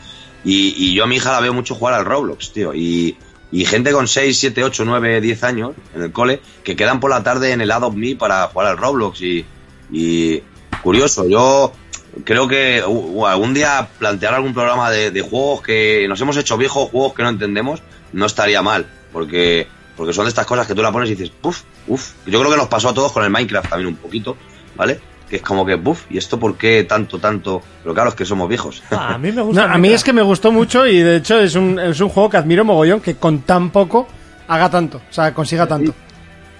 Speaker 6: Y, y yo a mi hija la veo mucho jugar al Roblox, tío. Y, y gente con 6, 7, 8, 9, 10 años en el cole que quedan por la tarde en el Adopt Me para jugar al Roblox. Y, y curioso, yo creo que uh, algún día plantear algún programa de, de juegos que nos hemos hecho viejos, juegos que no entendemos, no estaría mal. Porque, porque son de estas cosas que tú la pones y dices, puf, uff. Yo creo que nos pasó a todos con el Minecraft también un poquito, ¿vale? Que es como que, puf, ¿y esto por qué tanto, tanto? Pero claro, es que somos viejos.
Speaker 4: Ah, a mí me
Speaker 2: No,
Speaker 4: gusta.
Speaker 2: a mí es que me gustó mucho y de hecho es un, es un juego que admiro mogollón que con tan poco haga tanto, o sea, consiga tanto.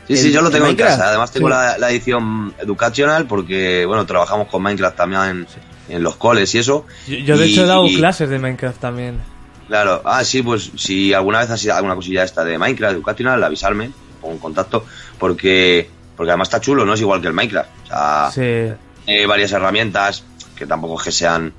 Speaker 6: Sí, sí,
Speaker 2: ¿El-
Speaker 6: yo lo tengo
Speaker 2: el
Speaker 6: en casa.
Speaker 2: Minecraft?
Speaker 6: Además tengo
Speaker 2: Sí.
Speaker 6: la, la edición educacional porque, bueno, trabajamos con Minecraft también en, en los coles y eso.
Speaker 4: Yo, yo de
Speaker 6: Y-
Speaker 4: hecho he dado
Speaker 6: y-
Speaker 4: clases de Minecraft también.
Speaker 6: Claro, ah, sí, pues si alguna vez has sido alguna cosilla esta de Minecraft, educacional, avisarme, pongo en contacto, porque, porque además está chulo, no es igual que el Minecraft. O sea,
Speaker 4: Sí.
Speaker 6: tiene eh, varias herramientas que tampoco es que sean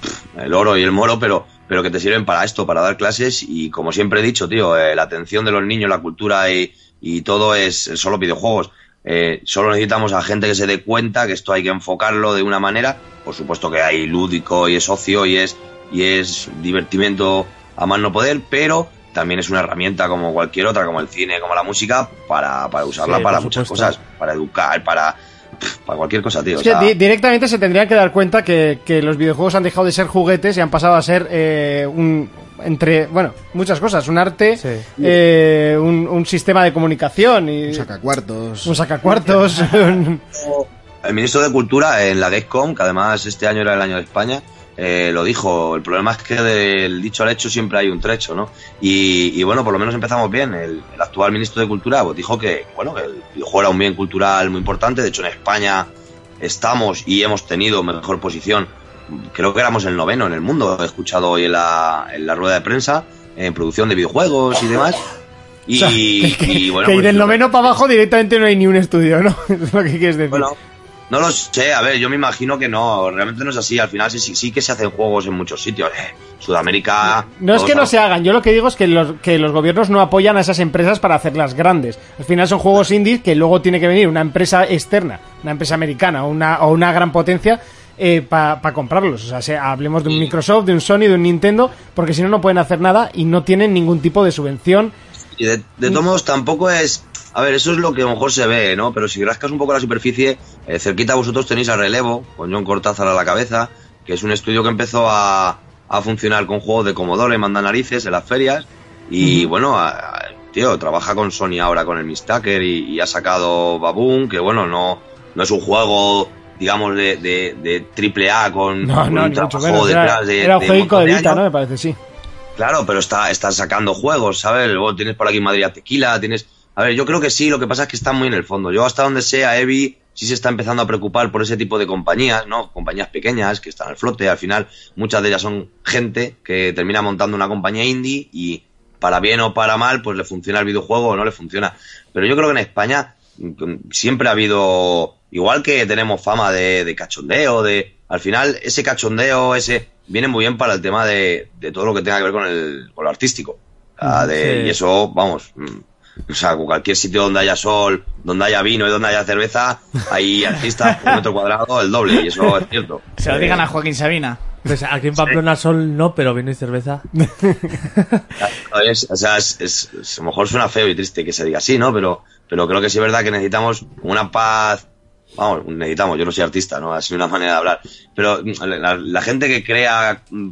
Speaker 6: pff, el oro y el moro, pero, pero que te sirven para esto, para dar clases. Y como siempre he dicho, tío, eh, la atención de los niños, la cultura y, y todo es es solo videojuegos. Eh, solo necesitamos a gente que se dé cuenta que esto hay que enfocarlo de una manera. Por supuesto que hay lúdico y es ocio y es, y es divertimiento a más no poder, pero también es una herramienta como cualquier otra, como el cine, como la música, para, para usarla
Speaker 4: Sí,
Speaker 6: para
Speaker 4: por
Speaker 6: muchas
Speaker 4: supuesto.
Speaker 6: cosas, para educar, para, pff, para cualquier cosa, tío.
Speaker 2: Es
Speaker 6: o
Speaker 2: que
Speaker 6: sea-
Speaker 2: di- directamente se tendrían que dar cuenta que, que los videojuegos han dejado de ser juguetes y han pasado a ser eh, un entre bueno muchas cosas un arte eh, un, un sistema de comunicación y un
Speaker 1: sacacuartos
Speaker 3: Pues
Speaker 2: un sacacuartos un-
Speaker 6: El ministro de Cultura en la Gamescom, que además este año era el año de España, eh, lo dijo. El problema es que del dicho al hecho siempre hay un trecho, ¿no? Y, y bueno, por lo menos empezamos bien. El, el actual ministro de Cultura pues, dijo que, bueno, que el videojuego era un bien cultural muy importante. De hecho, en España estamos y hemos tenido mejor posición. Creo que éramos el noveno en el mundo. He escuchado hoy en la, en la rueda de prensa, en producción de videojuegos y demás. Y,
Speaker 2: sea,
Speaker 6: y, bueno,
Speaker 2: que
Speaker 6: pues,
Speaker 2: del noveno para abajo directamente no hay ni un estudio no es lo que quieres decir
Speaker 6: bueno, No lo sé, a ver, yo me imagino que no, realmente no es así. Al final sí, sí, sí que se hacen juegos en muchos sitios. eh. Sudamérica.
Speaker 2: No es
Speaker 6: todos
Speaker 2: que no
Speaker 6: los-
Speaker 2: se hagan, yo lo que digo es que los, que los gobiernos no apoyan a esas empresas para hacerlas grandes. Al final son juegos indies que luego tiene que venir una empresa externa, una empresa americana o una, o una gran potencia para comprarlos. O sea, se- hablemos de un Microsoft, de un Sony, de un Nintendo, porque si no, no pueden hacer nada y no tienen ningún tipo de subvención.
Speaker 6: Y de, de todos modos tampoco es... A ver, eso es lo que a lo mejor se ve, ¿no? Pero si rascas un poco la superficie, eh, cerquita vosotros tenéis a Relevo, con John Cortázar a la cabeza, que es un estudio que empezó a, a funcionar con juegos de Commodore, manda narices en las ferias, y bueno, a- a- tío, trabaja con Sony ahora con el Mistaker y, y ha sacado Baboon, que bueno, no, no es un juego, digamos, de, de, de triple A con,
Speaker 2: No,
Speaker 6: con
Speaker 2: no,
Speaker 6: un
Speaker 2: ni mucho
Speaker 6: trabajo
Speaker 2: menos. Era,
Speaker 6: detrás de,
Speaker 2: era un
Speaker 6: de
Speaker 2: jueguito
Speaker 6: montón
Speaker 2: de
Speaker 6: de
Speaker 2: Vita,
Speaker 6: años.
Speaker 2: ¿no? Me parece, sí.
Speaker 6: Claro, pero está, está sacando juegos, ¿sabes? Luego tienes por aquí Madrid a Tequila, tienes... A ver, yo creo que sí, lo que pasa es que está muy en el fondo. Yo hasta donde sea, Evi sí se está empezando a preocupar por ese tipo de compañías, ¿no? Compañías pequeñas que están al flote. Al final, muchas de ellas son gente que termina montando una compañía indie y para bien o para mal, pues le funciona el videojuego o no le funciona. Pero yo creo que en España mm, siempre ha habido, igual que tenemos fama de, de cachondeo, de al final ese cachondeo, ese viene muy bien para el tema de, de todo lo que tenga que ver con, el, con lo artístico.
Speaker 3: Mm,
Speaker 6: Ah, de-
Speaker 4: Sí.
Speaker 6: Y eso, vamos, mm, o sea, con cualquier sitio donde haya sol, donde haya vino y donde haya cerveza, hay artistas por metro cuadrado el doble, y eso es cierto.
Speaker 3: Se lo
Speaker 6: Eh,
Speaker 3: digan a Joaquín Sabina.
Speaker 4: Pues aquí en Pamplona sol no, pero vino y cerveza.
Speaker 6: Es- o sea, es- es- es- a lo mejor suena feo y triste que se diga así, ¿no? Pero, pero creo que sí es verdad que necesitamos una paz. Vamos, necesitamos, yo no soy artista, ¿no? Así una manera de hablar. Pero mm, la, la gente que crea mm,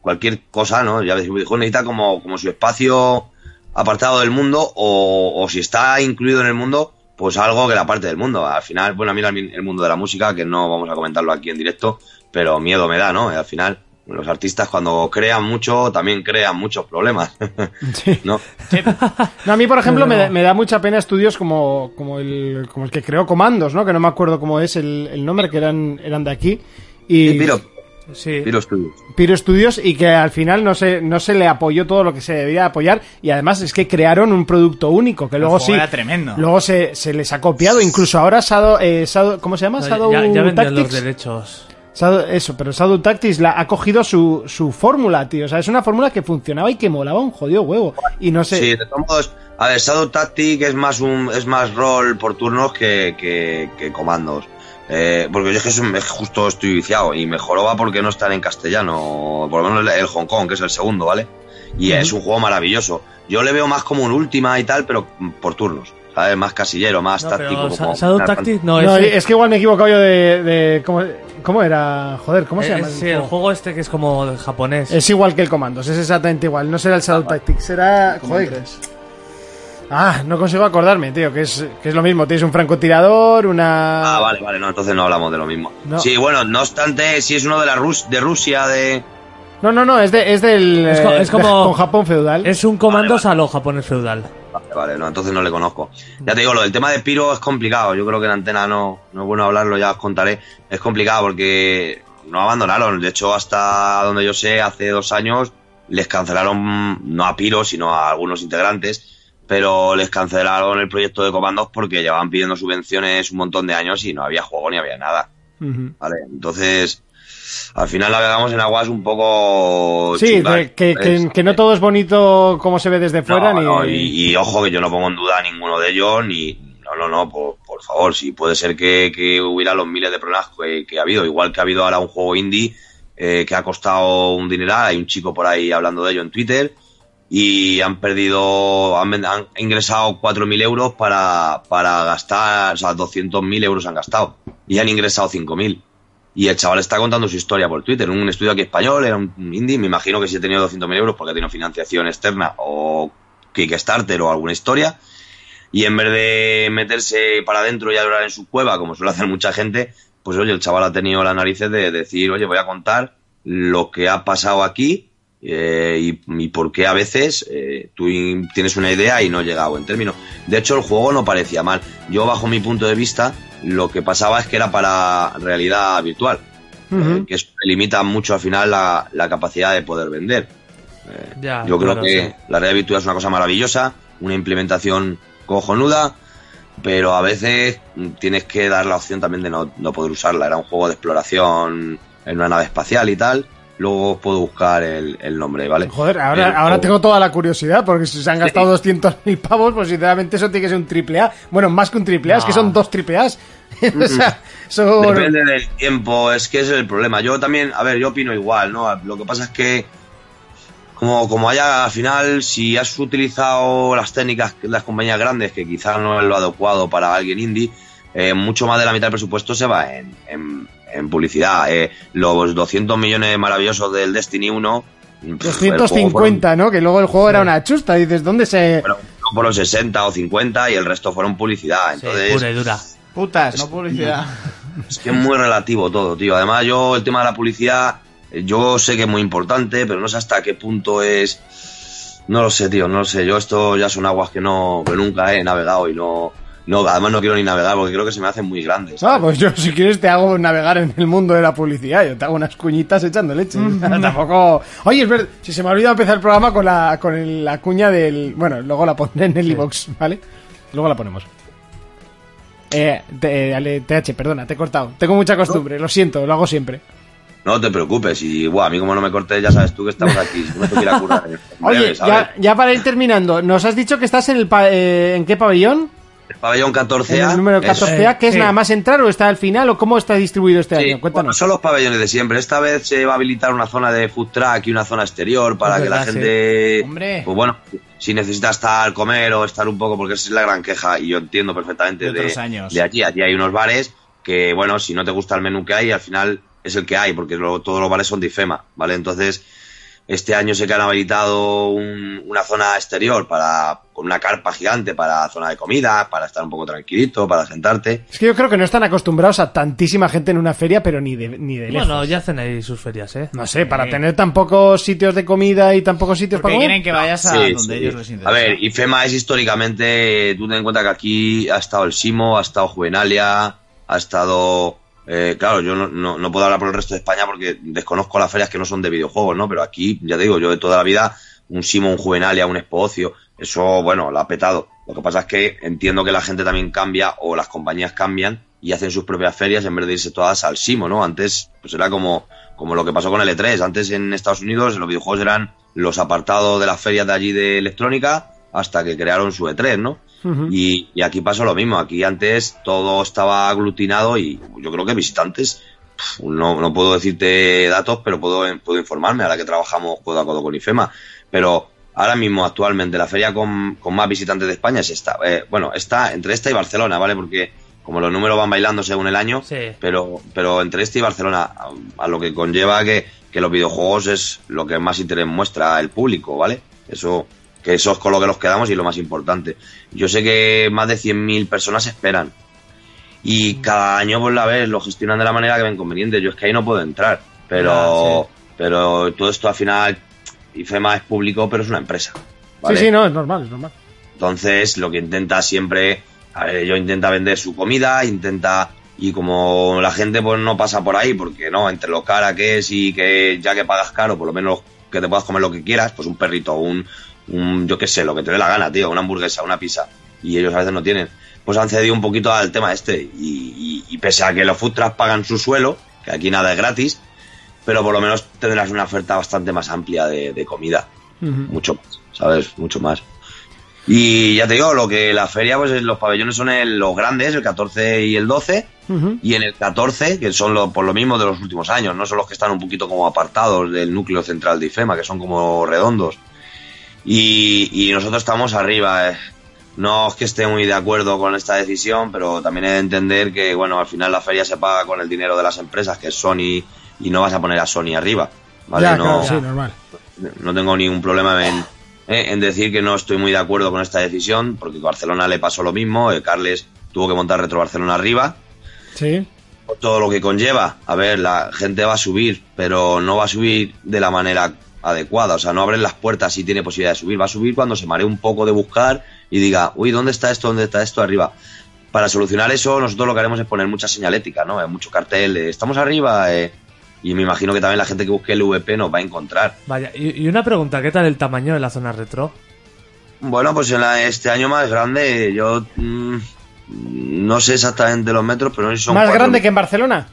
Speaker 6: cualquier cosa, ¿no? Ya decimos, dijo, necesita como, como su espacio apartado del mundo o, o si está incluido en el mundo, pues algo que la parte del mundo. Al final, bueno, mira el mundo de la música, que no vamos a comentarlo aquí en directo, pero miedo me da, ¿no? Al final, los artistas cuando crean mucho, también crean muchos problemas. ¿No?
Speaker 2: No, a mí, por ejemplo,
Speaker 4: No, no,
Speaker 2: me,
Speaker 4: no.
Speaker 2: me da mucha pena estudios como, como, el, como el que creó Comandos, ¿no? Que no me acuerdo cómo es el, el nombre, que eran, eran de aquí. Y
Speaker 6: Piro,
Speaker 4: Sí.
Speaker 6: Piro Studios.
Speaker 2: Piro Studios y que al final no se, no se le apoyó todo lo que se debía apoyar. Y además es que crearon un producto único, que luego
Speaker 3: El juego
Speaker 2: sí.
Speaker 3: era tremendo.
Speaker 2: Luego se, se les ha copiado. Incluso ahora Shadow, eh, Shadow- ¿cómo se llama?
Speaker 4: No,
Speaker 2: Shadow
Speaker 4: ya, ya vendían los
Speaker 2: Tactics.
Speaker 4: derechos.
Speaker 2: Shadow- eso, pero Shadow Tactics la, ha cogido su, su fórmula, tío. O sea, es una fórmula que funcionaba y que molaba un jodido huevo. Y no sé.
Speaker 6: Sí, de todos modos, a ver, Shadow Tactic es más un es más rol por turnos que, que, que comandos. Eh, porque yo es que soy- es que justo estoy viciado y mejoró va porque no están en castellano, por lo menos el, el Hong Kong, que es el segundo, ¿vale? Y es un juego maravilloso. Yo le veo más como un última y tal, pero por turnos, ¿sabes? Más casillero, más
Speaker 4: No,
Speaker 6: táctico.
Speaker 4: pero Sa-
Speaker 6: como-
Speaker 4: Shadow Tactics no,
Speaker 2: No,
Speaker 4: ese-
Speaker 2: es que igual me he equivocado yo de. de- ¿cómo, cómo era? Joder, ¿cómo se
Speaker 4: eh,
Speaker 2: llama? el
Speaker 4: sí, el
Speaker 2: juego?
Speaker 4: juego este que es como del japonés.
Speaker 2: Es igual que el Commandos, es exactamente igual. No será el Shadow Tactics, será. Joder. Ah, no consigo acordarme, tío, que es, que es lo mismo. Tienes un francotirador, una.
Speaker 6: Ah, vale, vale, no, entonces no hablamos de lo mismo.
Speaker 2: No.
Speaker 6: Sí, bueno, no obstante, si es uno de la Rus de Rusia, de...
Speaker 2: No, no, no, es, de, es del.
Speaker 4: Es co-
Speaker 2: eh,
Speaker 4: es como-
Speaker 2: Con Japón feudal.
Speaker 4: Es un comandos a lo japonés feudal.
Speaker 6: Vale, vale, no, entonces no le conozco. Ya te digo, lo del tema de Piro es complicado. Yo creo que en antena no, no es bueno hablarlo, ya os contaré. Es complicado porque no abandonaron. De hecho, hasta donde yo sé, hace dos años les cancelaron, no a Piro, sino a algunos integrantes, pero les cancelaron el proyecto de comandos porque llevaban pidiendo subvenciones un montón de años y no había juego ni había nada.
Speaker 2: Ujú.
Speaker 6: Vale, entonces, al final navegamos en aguas un poco.
Speaker 2: Sí,
Speaker 6: chungas,
Speaker 2: de- que,
Speaker 6: ¿sabes? Eh,
Speaker 2: que, que no todo es bonito como se ve desde fuera,
Speaker 6: No,
Speaker 2: ni.
Speaker 6: no, y, y ojo que yo no pongo en duda a ninguno de ellos, ni... No, no, no, por, por favor, si puede ser que, que hubiera los miles de problemas que, que ha habido, igual que ha habido ahora un juego indie eh, que ha costado un dineral, hay un chico por ahí hablando de ello en Twitter, y han perdido, han, ven- han ingresado 4.000 euros para, para gastar, o sea, 200.000 euros han gastado, y han ingresado 5.000. Y el chaval está contando su historia por Twitter. Un estudio aquí español, era un indie. Me imagino que si ha tenido 200.000 euros porque ha tenido financiación externa o Kickstarter o alguna historia. Y en vez de meterse para adentro y adorar en su cueva, como suele hacer mucha gente, pues oye, el chaval ha tenido las narices de decir, oye, voy a contar lo que ha pasado aquí eh, y, y por qué a veces eh, tú in- tienes una idea y no llega a buen término. De hecho, el juego no parecía mal. Yo, bajo mi punto de vista, lo que pasaba es que era para realidad virtual, eh, que eso limita mucho al final la, la capacidad de poder vender.
Speaker 4: Ya,
Speaker 6: Yo creo
Speaker 4: claro,
Speaker 6: que
Speaker 4: sí.
Speaker 6: la realidad virtual es una cosa maravillosa, una implementación cojonuda, pero a veces tienes que dar la opción también de no, no poder usarla. Era un juego de exploración en una nave espacial y tal. Luego os puedo buscar el, el nombre, ¿vale?
Speaker 2: Joder, ahora,
Speaker 6: El
Speaker 2: ahora
Speaker 6: juego.
Speaker 2: tengo toda la curiosidad, porque si se han gastado 200.000 pavos, pues sinceramente eso tiene que ser un triple A. Bueno, más que un triple A, es que
Speaker 6: Ah.
Speaker 2: son dos triple A's. o sea, son...
Speaker 6: Depende del tiempo, es que ese es el problema. Yo también, a ver, yo opino igual, ¿no? Lo que pasa es que, como, como haya al final, si has utilizado las técnicas de las compañías grandes, que quizás no es lo adecuado para alguien indie, eh, mucho más de la mitad del presupuesto se va en, en- en publicidad. Eh, los 200 millones maravillosos del Destiny pues, 1. pff, el juego fueron-
Speaker 2: 250, ¿no? Que luego el juego era una chusta. Dices, ¿dónde se...?
Speaker 6: fueron 60 o 50 y el resto fueron publicidad. Entonces,
Speaker 4: pura y dura.
Speaker 3: Putas, no publicidad.
Speaker 6: Es que es muy relativo todo, tío. Además, yo el tema de la publicidad, eh, yo sé que es muy importante, pero no sé hasta qué punto es. No lo sé, tío, no lo sé. Yo esto ya son aguas que no, que nunca he navegado y no, no, además no quiero ni navegar porque creo que se me hacen muy grandes.
Speaker 2: Ah, pues yo si quieres te hago navegar en el mundo de la publicidad. Yo te hago unas cuñitas echando leche. O sea, Tampoco... Oye, es verdad, si se me ha olvidado empezar el programa con la, con el- la cuña del... Bueno, luego la pondré en el iBox, ¿vale? Luego la ponemos. Eh, te- eh, Ale, TH, perdona, te he cortado. Tengo mucha costumbre, lo siento, lo hago siempre.
Speaker 6: No te preocupes y, buah, a mí como no me cortes, ya sabes tú que estamos aquí. Yo me tengo que ir a currar en breve,
Speaker 2: Oye,
Speaker 6: ¿sabes?
Speaker 2: ya, ya para ir terminando, ¿nos has dicho que estás en el pa- eh, en qué pabellón?
Speaker 6: El pabellón 14A.
Speaker 2: En el número
Speaker 6: es-
Speaker 2: 14A, que es nada más entrar o está al final o cómo está distribuido este año.
Speaker 6: Bueno, son los pabellones de siempre. Esta vez se va a habilitar una zona de food truck y una zona exterior para
Speaker 2: Es
Speaker 6: que la
Speaker 2: verdad, sí.
Speaker 6: gente.
Speaker 2: Hombre.
Speaker 6: Pues bueno, si necesita estar, comer o estar un poco, porque esa es la gran queja y yo entiendo perfectamente
Speaker 3: De
Speaker 6: de,
Speaker 3: otros años.
Speaker 6: de aquí. Aquí hay unos bares que, bueno, si no te gusta el menú que hay, al final es el que hay, porque lo- todos los bares son de IFEMA, ¿vale? Entonces. Este año sé que han habilitado un- una zona exterior para con una carpa gigante para zona de comida, para estar un poco tranquilito, para sentarte.
Speaker 2: Es que yo creo que no están acostumbrados a tantísima gente en una feria, pero ni de, ni de lejos.
Speaker 4: Bueno, ya hacen ahí sus ferias, ¿eh?
Speaker 2: No sé, para tener tan pocos sitios de comida y tan pocos sitios para comer.
Speaker 6: Sí, sí. A ver, IFEMA es históricamente, eh, tú ten en cuenta que aquí ha estado el Simo, ha estado Juvenalia, ha estado... eh, claro, yo no, no- no puedo hablar por el resto de España porque desconozco las ferias que no son de videojuegos, ¿no? Pero aquí, ya te digo, yo de toda la vida, un Simo, un Juvenalia, un Espocio, eso, bueno, lo ha petado. Lo que pasa es que entiendo que la gente también cambia o las compañías cambian y hacen sus propias ferias en vez de irse todas al Simo, ¿no? Antes, pues era como, como lo que pasó con el E3. Antes en Estados Unidos en los videojuegos eran los apartados de las ferias de allí de electrónica hasta que crearon su E3, ¿no? Y, y aquí pasó lo mismo. Aquí antes todo estaba aglutinado y yo creo que visitantes, pf, no, no puedo decirte datos, pero puedo, puedo informarme ahora que trabajamos codo a codo con IFEMA. Pero ahora mismo, actualmente, la feria con, con más visitantes de España es esta. Eh, bueno, está entre esta y Barcelona, ¿vale? Porque como los números van bailando según el año, pero, pero entre este y Barcelona, a, a lo que conlleva que, que los videojuegos es lo que más interés muestra el público, ¿vale? Eso, que eso es con lo que nos quedamos y lo más importante. Yo sé que más de 100.000 personas esperan. Y cada año, pues la ves, lo gestionan de la manera que ven conveniente. Yo es que ahí no puedo entrar. Pero,
Speaker 2: Ah,
Speaker 6: pero todo esto al final, IFEMA es público, pero es una empresa. ¿vale?
Speaker 2: Sí, sí, no, es normal, es normal.
Speaker 6: Entonces, lo que intenta siempre, a ver, yo intenta vender su comida, intenta y como la gente pues no pasa por ahí, porque no, entre lo cara que es y que ya que pagas caro, por lo menos que te puedas comer lo que quieras, pues un perrito, un, un yo qué sé, lo que te dé la gana, tío, una hamburguesa, una pizza, y ellos a veces no tienen, pues han cedido un poquito al tema este, y, y- y pese a que los food trucks pagan su suelo, que aquí nada es gratis, pero por lo menos tendrás una oferta bastante más amplia de- de comida mucho más, ¿sabes? Mucho más. Y ya te digo, lo que la feria, pues es- los pabellones son el- los grandes, el 14 y el 12. Y en el 14, que son lo- por lo mismo de los últimos años, no son los que están un poquito como apartados del núcleo central de IFEMA, que son como redondos. Y, y nosotros estamos arriba. eh. No es que esté muy de acuerdo con esta decisión, pero también he de entender que, bueno, al final la feria se paga con el dinero de las empresas, que es Sony, y no vas a poner a Sony arriba. ¿vale?
Speaker 2: ya,
Speaker 6: no,
Speaker 2: claro, sí, normal.
Speaker 6: no tengo ningún problema en, eh, en decir que no estoy muy de acuerdo con esta decisión, porque con Barcelona le pasó lo mismo, eh, Carles tuvo que montar Retro Barcelona arriba,
Speaker 2: Sí.
Speaker 6: por todo lo que conlleva. A ver, la gente va a subir, pero no va a subir de la manera adecuada, o sea, no abren las puertas si tiene posibilidad de subir, va a subir cuando se maree un poco de buscar y diga, uy, ¿dónde está esto? ¿Dónde está esto? Arriba. Para solucionar eso, nosotros lo que haremos es poner mucha señalética, ¿no? Eh, Mucho cartel, de, estamos arriba, eh, y me imagino que también la gente que busque el VP nos va a encontrar.
Speaker 4: Vaya, y, y una pregunta, ¿qué tal el tamaño de la zona retro?
Speaker 6: Bueno, pues en la- este año más grande, yo mm, No sé exactamente los metros, pero no sé si son.
Speaker 2: ¿Más
Speaker 6: cuatro
Speaker 2: grande que en Barcelona?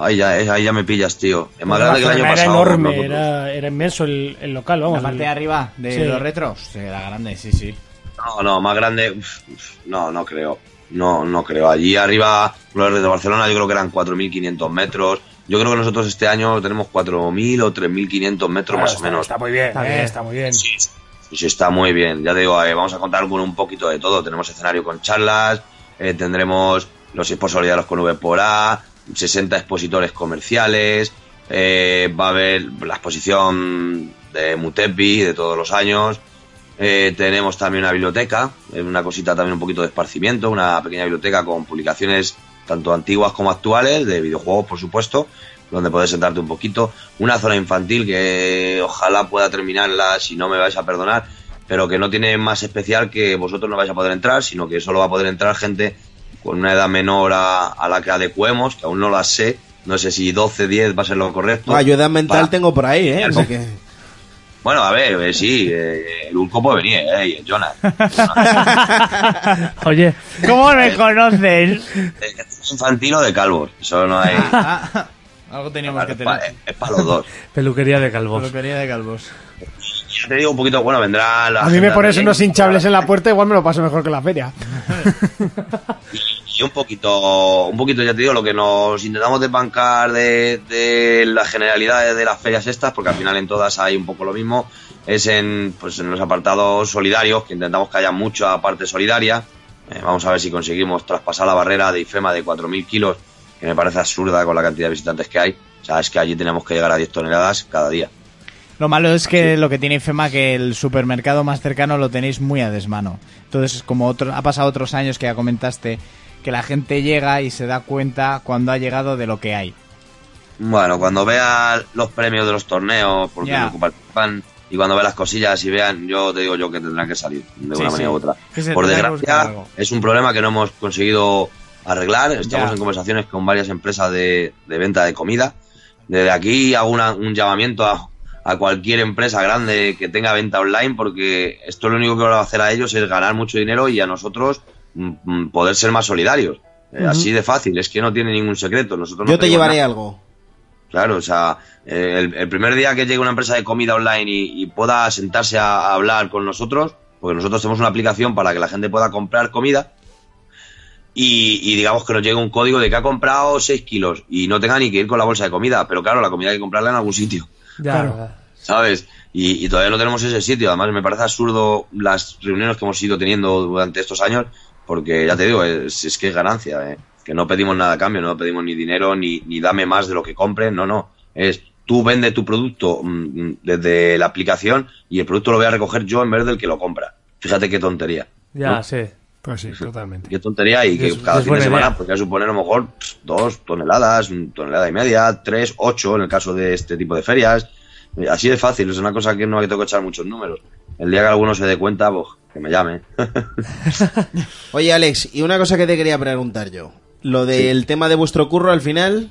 Speaker 6: Ahí ya, eh, ahí ya me pillas, tío. Es más grande que el año
Speaker 2: Barcelona era
Speaker 6: pasado.
Speaker 2: enorme,
Speaker 6: ¿no?
Speaker 2: era, era inmenso el, el local, vamos.
Speaker 3: La parte
Speaker 2: el-
Speaker 3: de arriba de
Speaker 2: Sí.
Speaker 3: los retros. Se era grande, sí, sí.
Speaker 6: No, no, más grande. uf, uf, no, no creo. No, no creo. Allí arriba, los de Barcelona, yo creo que eran 4.500 metros. Yo creo que nosotros este año tenemos 4.000 o 3.500 metros
Speaker 2: Claro,
Speaker 6: más
Speaker 2: está-
Speaker 6: o menos.
Speaker 2: Está muy bien,
Speaker 4: Está
Speaker 2: eh,
Speaker 4: bien.
Speaker 2: está muy bien.
Speaker 6: Sí, sí, está muy bien. Ya te digo, eh, vamos a contar con un poquito de todo. Tenemos escenario con charlas, eh, tendremos los expositores con V por A, 60 expositores comerciales, eh, va a haber la exposición de Mutepi de todos los años. Eh, tenemos también una biblioteca, eh, una cosita también un poquito de esparcimiento, una pequeña biblioteca con publicaciones tanto antiguas como actuales, de videojuegos por supuesto, donde podés sentarte un poquito. Una zona infantil que ojalá pueda terminarla, si no me vais a perdonar, pero que no tiene más especial que vosotros no vais a poder entrar, sino que solo va a poder entrar gente con una edad menor a, a la que adecuemos, que aún no la sé, no sé si 12, 10 va a ser lo correcto.
Speaker 1: Ah, yo edad mental
Speaker 6: Para-
Speaker 1: tengo por ahí, ¿eh?
Speaker 6: Claro.
Speaker 1: Así que...
Speaker 6: Bueno, a ver, eh, sí, eh, el Urco puede venir, eh, y el Jonas.
Speaker 4: Oye,
Speaker 3: ¿Cómo me conoces?
Speaker 6: Es infantil o de calvos, eso no hay...
Speaker 3: Ah, Algo teníamos que
Speaker 6: Es para
Speaker 3: tener.
Speaker 6: los dos.
Speaker 4: peluquería de calvos.
Speaker 3: Peluquería de calvos.
Speaker 6: Ya te digo un poquito, bueno, vendrá la...
Speaker 2: A mí me
Speaker 6: agenda
Speaker 2: pones
Speaker 6: de-
Speaker 2: unos hinchables en la puerta, igual me lo paso mejor que la feria.
Speaker 6: y un poquito, un poquito ya te digo, lo que nos intentamos desbancar de, de las generalidades de las ferias estas, porque al final en todas hay un poco lo mismo, es en, pues, en los apartados solidarios, que intentamos que haya mucha parte solidaria. Eh, vamos a ver si conseguimos traspasar la barrera de IFEMA de 4.000 kilos, que me parece absurda con la cantidad de visitantes que hay. O sea, es que allí tenemos que llegar a 10 toneladas cada día.
Speaker 3: Lo malo es que lo que tiene IFEMA que el supermercado más cercano lo tenéis muy a desmano. Entonces, como otro, ha pasado otros años que ya comentaste, que la gente llega y se da cuenta cuando ha llegado de lo que hay.
Speaker 6: Bueno, cuando vea los premios de los torneos, porque
Speaker 3: Ya.
Speaker 6: participan, y cuando vea las cosillas y vean, yo te digo yo que tendrán que salir de
Speaker 3: Sí,
Speaker 6: una
Speaker 3: sí.
Speaker 6: manera u otra.
Speaker 3: Que se
Speaker 6: Por
Speaker 3: tendrá que buscar
Speaker 6: desgracia,
Speaker 3: algo.
Speaker 6: es un problema que no hemos conseguido arreglar. Estamos
Speaker 3: Ya.
Speaker 6: en conversaciones con varias empresas de, de venta de comida. Desde aquí hago una- un llamamiento a, a cualquier empresa grande que tenga venta online, porque esto lo único que va a hacer a ellos es ganar mucho dinero y a nosotros mm, mm, poder ser más solidarios. Eh,
Speaker 1: Ujú.
Speaker 6: Así de fácil, es que no tiene ningún secreto. Nosotros no
Speaker 1: Yo te
Speaker 6: digo
Speaker 1: llevaré
Speaker 6: nada.
Speaker 1: algo.
Speaker 6: Claro, o sea, eh, el, el primer día que llegue una empresa de comida online y, y pueda sentarse a, a hablar con nosotros, porque nosotros tenemos una aplicación para que la gente pueda comprar comida y, y digamos que nos llegue un código de que ha comprado 6 kilos y no tenga ni que ir con la bolsa de comida, pero claro, la comida hay que comprarla en algún sitio.
Speaker 4: Ya,
Speaker 2: Claro.
Speaker 6: ¿sabes? Y, y todavía no tenemos ese sitio. Además, me parece absurdo las reuniones que hemos ido teniendo durante estos años, porque ya te digo, es, es que es ganancia, ¿eh? que no pedimos nada a cambio, no pedimos ni dinero, ni, ni dame más de lo que compre, no, no. Es tú vende tu producto mm, mm, desde la aplicación y el producto lo voy a recoger yo en vez del que lo compra. Fíjate qué tontería.
Speaker 4: ya,
Speaker 6: ¿no?
Speaker 4: sí.
Speaker 2: Pues sí, totalmente.
Speaker 6: Qué tontería y que
Speaker 4: Es-
Speaker 6: cada
Speaker 4: es
Speaker 6: fin de
Speaker 4: buena
Speaker 6: semana
Speaker 4: idea.
Speaker 6: podría suponer a lo mejor pff, dos toneladas, un tonelada y media, tres, ocho en el caso de este tipo de ferias. Eh, Así de fácil, es una cosa que no hay que echar muchos números. El día que alguno se dé cuenta, pues, que me llame.
Speaker 1: Oye, Alex, y una cosa que te quería preguntar yo. Lo del tema de vuestro curro al final...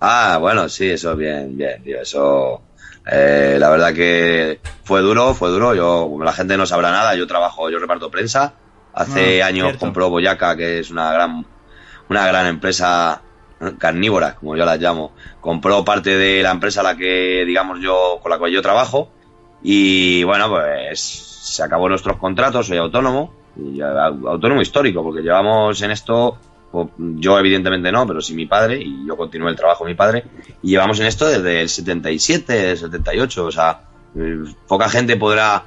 Speaker 6: Ah, bueno, sí, eso bien, bien, tío, eso... eh, la verdad que fue duro, fue duro. Yo, la gente no sabrá nada. Yo trabajo, yo reparto prensa. Hace
Speaker 3: Ah,
Speaker 6: años
Speaker 3: cierto.
Speaker 6: compró Boyaca, que es una gran, una gran empresa eh, carnívora, como yo la llamo. Compró parte de la empresa a la que, digamos yo, con la cual yo trabajo. Y bueno, pues se acabó nuestros contratos, soy autónomo, y ya- autónomo histórico, porque llevamos en esto, pues, yo evidentemente no, pero sí mi padre, y yo continué el trabajo de mi padre, y llevamos en esto desde el 77, el 78, o sea, eh, poca gente podrá,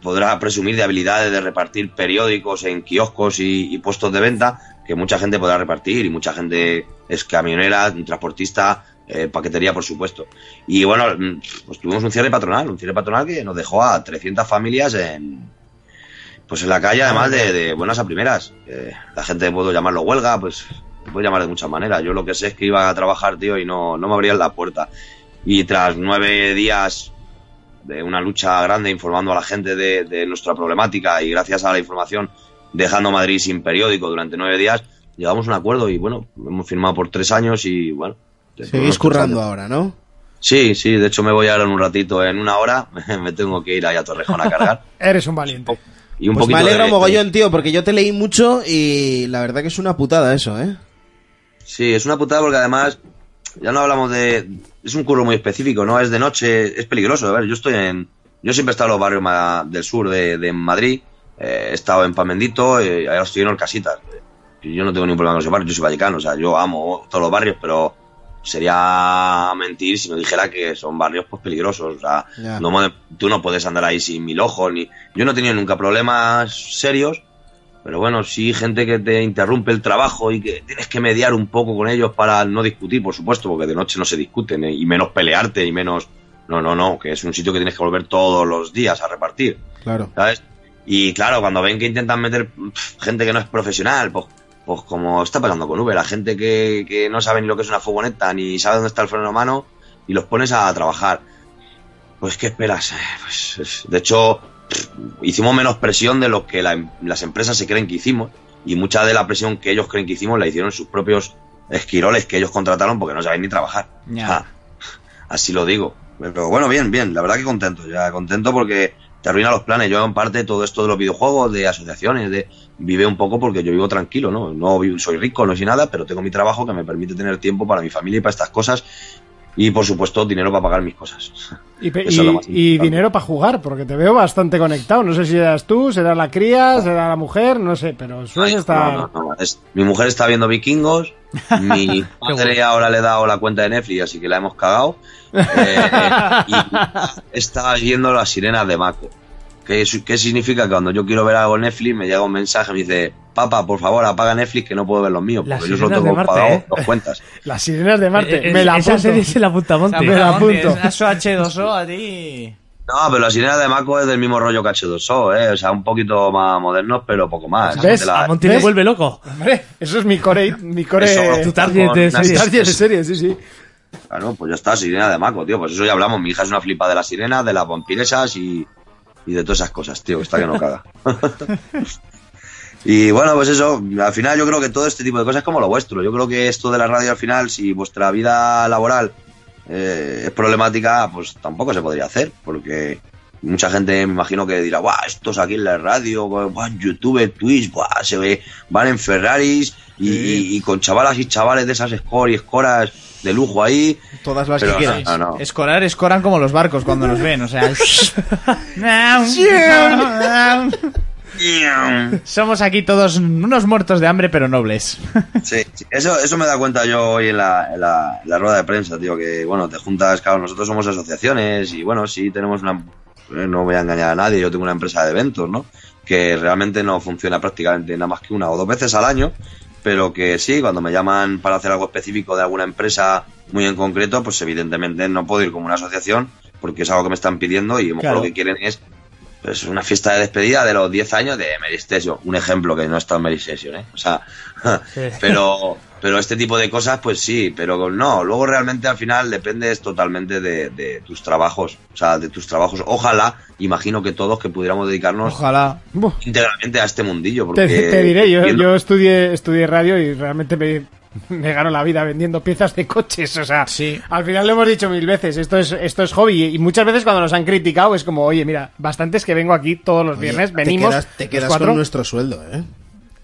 Speaker 6: podrá presumir de habilidades de repartir periódicos en kioscos y, y puestos de venta, que mucha gente podrá repartir, y mucha gente es camionera, transportista, eh, paquetería, por supuesto. Y bueno, mm, pues tuvimos un cierre patronal, un cierre patronal que nos dejó a 300 familias en, pues en la calle,
Speaker 1: Ah,
Speaker 6: además de, de buenas a primeras. Eh, la gente puedo llamarlo huelga, pues te puedo llamar de muchas maneras. Yo lo que sé es que iba a trabajar, tío, y no, no me abrían la puerta. Y tras nueve días de una lucha grande informando a la gente de, de nuestra problemática y gracias a la información dejando Madrid sin periódico durante nueve días, llegamos a un acuerdo y bueno, hemos firmado por tres años y bueno.
Speaker 1: Seguís
Speaker 6: tres
Speaker 1: currando
Speaker 6: años.
Speaker 1: ahora, ¿no?
Speaker 6: Sí, sí, de hecho me voy ahora en un ratito, en una hora, me tengo que ir ahí a Torrejón a cargar.
Speaker 2: Eres un valiente.
Speaker 6: Y un
Speaker 1: Pues me
Speaker 6: poquito
Speaker 1: alegra
Speaker 6: de-
Speaker 1: mogollón, tío, porque yo te leí mucho y la verdad que es una putada eso, ¿eh?
Speaker 6: Sí, es una putada porque además ya no hablamos de... Es un curro muy específico, ¿no? Es de noche, es peligroso. A ver, yo estoy en... Yo siempre he estado en los barrios ma- del sur de, de Madrid. eh, he estado en Pamendito y ahora estoy en Orcasitas. Y Yo no tengo ningún problema con esos barrios, yo soy vallecano, o sea, yo amo todos los barrios, pero sería mentir si no dijera que son barrios pues peligrosos, o sea,
Speaker 1: Ya.
Speaker 6: no mo- tú no puedes andar ahí sin mil ojos, ni... Yo no he tenido nunca problemas serios, pero bueno, sí gente que te interrumpe el trabajo y que tienes que mediar un poco con ellos para no discutir, por supuesto, porque de noche no se discuten, ¿eh? y menos pelearte, y menos... No, no, no, que es un sitio que tienes que volver todos los días a repartir.
Speaker 1: Claro.
Speaker 6: ¿sabes? Y claro, cuando ven que intentan meter pf, gente que no es profesional, pues, pues como está pasando con Uber, la gente que, que no sabe ni lo que es una furgoneta, ni sabe dónde está el freno a mano, y los pones a trabajar. Pues, ¿qué esperas? Eh, Pues, es- de hecho, pf, hicimos menos presión de lo que la em- las empresas se creen que hicimos, y mucha de la presión que ellos creen que hicimos la hicieron sus propios esquiroles que ellos contrataron porque no saben ni trabajar.
Speaker 3: Ya.
Speaker 6: Así lo digo. Pero bueno, bien, bien. La verdad que contento. Ya contento porque te arruina los planes. Yo en parte todo esto de los videojuegos, de asociaciones, de vive un poco porque yo vivo tranquilo, ¿no? No vi- soy rico, no soy nada, pero tengo mi trabajo que me permite tener tiempo para mi familia y para estas cosas. Y por supuesto, dinero para pagar mis cosas.
Speaker 2: Y, pe-
Speaker 6: Eso es lo
Speaker 2: y-
Speaker 6: más
Speaker 2: y dinero para jugar, porque te veo bastante conectado. No sé si eras tú, será la cría, será la mujer, no sé, pero sueles estar...
Speaker 6: No, no, no. Es- mi mujer está viendo vikingos. Mi padre ahora le he dado la cuenta de Netflix, así que la hemos cagado. Eh, eh, y está viendo las sirenas de Mako. ¿Qué, su- qué significa? Que cuando yo quiero ver algo en Netflix, me llega un mensaje, me dice, papá, por favor, apaga Netflix que no puedo ver los míos,
Speaker 4: Las
Speaker 6: porque yo solo
Speaker 4: sirenas de
Speaker 6: tengo
Speaker 4: Marte,
Speaker 6: pagado
Speaker 4: ¿eh?
Speaker 6: dos cuentas.
Speaker 2: Las sirenas de Marte,
Speaker 4: Eh,
Speaker 2: me la
Speaker 4: esa
Speaker 2: apunto.
Speaker 4: serie se la apunta Monty.
Speaker 2: Me la apunto.
Speaker 3: Eso H2O a ti.
Speaker 6: No, pero las sirenas de Mako es del mismo rollo que H2O, ¿eh? O sea, un poquito más modernos, pero poco más.
Speaker 2: ¿Ves?
Speaker 6: De la-
Speaker 2: A
Speaker 4: Monty le
Speaker 2: ¿Ves?
Speaker 4: vuelve loco.
Speaker 2: Hombre, eso es mi core... Mi core...
Speaker 6: Eso,
Speaker 2: mi
Speaker 6: tu target de series.
Speaker 2: target de series, sí, sí.
Speaker 6: Claro, pues ya está, sirena de Maco, tío. Pues eso ya hablamos. Mi hija es una flipa de las sirenas, de las vampiresas y, y de todas esas cosas, tío. que Está que no caga. y bueno, pues eso. Al final yo creo que todo este tipo de cosas es como lo vuestro. Yo creo que esto de la radio al final, si vuestra vida laboral eh, es problemática, pues tampoco se podría hacer. Porque mucha gente me imagino que dirá, guau, estos aquí en la radio, guau, en YouTube, Twitch, guau, se ve, van en Ferraris y, y- y con chavalas y chavales de esas escor y escoras de lujo ahí.
Speaker 1: Todas las
Speaker 6: Pero
Speaker 1: que
Speaker 6: no,
Speaker 1: quieras.
Speaker 6: no, no.
Speaker 3: Escorar, escoran como los barcos cuando nos ven, o sea. Somos aquí todos unos muertos de hambre, pero nobles.
Speaker 6: Sí, sí. Eso, eso me da cuenta yo hoy en la, en la- en la rueda de prensa, tío, que bueno, te juntas, claro, nosotros somos asociaciones y bueno, sí tenemos una... eh, No voy a engañar a nadie, yo tengo una empresa de eventos, ¿no? Que realmente no funciona prácticamente nada más que una o dos veces al año, pero que sí, cuando me llaman para hacer algo específico de alguna empresa muy en concreto, pues evidentemente no puedo ir como una asociación porque es algo que me están pidiendo y a lo mejor
Speaker 3: Claro.
Speaker 6: lo que quieren es pues una fiesta de despedida de los 10 años de Mary Station. Un ejemplo que no está en Mary Station, ¿eh? O sea, pero, pero este tipo de cosas, pues sí, pero no. Luego realmente al final dependes totalmente de, de tus trabajos. O sea, de tus trabajos. Ojalá, imagino que todos que pudiéramos dedicarnos
Speaker 3: Ojalá.
Speaker 6: íntegramente a este mundillo.
Speaker 2: Te,
Speaker 6: Porque
Speaker 2: te diré, yo,
Speaker 6: viendo-
Speaker 2: yo estudié, estudié radio y realmente me, me gano la vida vendiendo piezas de coches. O sea, al final lo hemos dicho mil veces, esto es, esto es hobby. Y muchas veces cuando nos han criticado es como, oye, mira, bastantes que vengo aquí todos los viernes,
Speaker 1: Oye,
Speaker 2: venimos.
Speaker 1: Te quedas, te
Speaker 2: los
Speaker 1: quedas
Speaker 2: cuatro.
Speaker 1: con nuestro sueldo, ¿eh?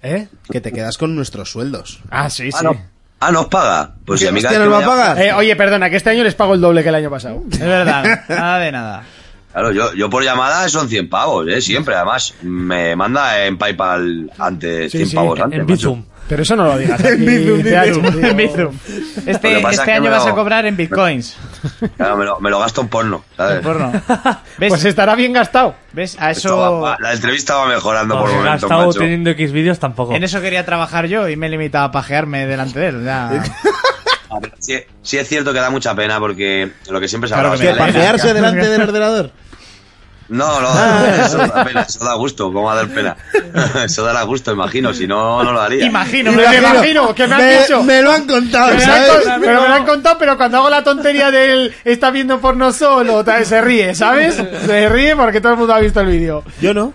Speaker 2: ¿Eh?
Speaker 1: Que te quedas con nuestros sueldos.
Speaker 2: Ah, sí, sí.
Speaker 6: Ah, no, ah, nos paga. Pues si a mí
Speaker 1: hostia,
Speaker 6: cada vez
Speaker 1: nos
Speaker 6: que
Speaker 1: va
Speaker 6: me
Speaker 1: a pagar?
Speaker 2: Eh, oye, perdona, que este año les pago el doble que el año pasado.
Speaker 3: Es verdad, nada de nada.
Speaker 6: Claro, yo, yo por llamada son 100 pavos, ¿eh? Siempre, además. Me manda en PayPal antes,
Speaker 2: Sí,
Speaker 6: 100
Speaker 2: sí,
Speaker 6: pavos
Speaker 2: en
Speaker 6: antes.
Speaker 4: En
Speaker 6: macho.
Speaker 4: Bizum.
Speaker 2: Pero eso no lo digas. aquí,
Speaker 1: Bizum,
Speaker 2: te
Speaker 1: Bizum.
Speaker 2: hago,
Speaker 3: En
Speaker 2: tío.
Speaker 3: Bizum. Este,
Speaker 6: Lo que
Speaker 3: este
Speaker 6: pasa es que
Speaker 3: año
Speaker 6: me
Speaker 3: vas a
Speaker 6: lo-
Speaker 3: cobrar en bitcoins.
Speaker 6: Claro, me lo, me lo gasto en porno, ¿sabes?
Speaker 3: Porno. ¿Ves?
Speaker 2: Pues estará bien gastado.
Speaker 3: ¿Ves? A
Speaker 6: Esto va-
Speaker 3: eso.
Speaker 6: va- la entrevista va mejorando por
Speaker 4: Porque ha
Speaker 6: momentos,
Speaker 4: estado
Speaker 6: macho.
Speaker 4: teniendo X vídeos tampoco.
Speaker 3: En eso quería trabajar yo y me he limitado a pajearme delante de él. o sea,
Speaker 6: Ah, pero Sí, sí es cierto que da mucha pena porque lo que siempre se habla...
Speaker 1: Que pasearse delante del ordenador.
Speaker 6: No, no, eso da pena, eso da gusto, ¿cómo va a dar pena? Eso dará gusto, imagino, si no, no lo haría.
Speaker 3: Imagino,
Speaker 2: me lo imagino, que me han dicho.
Speaker 1: Me lo han contado,
Speaker 2: Me lo han
Speaker 1: ¿sabes?
Speaker 2: con- pero me lo han contado, pero cuando hago la tontería de él está viendo porno solo, tal, se ríe, ¿sabes? Se ríe porque todo el mundo ha visto el vídeo.
Speaker 1: Yo no.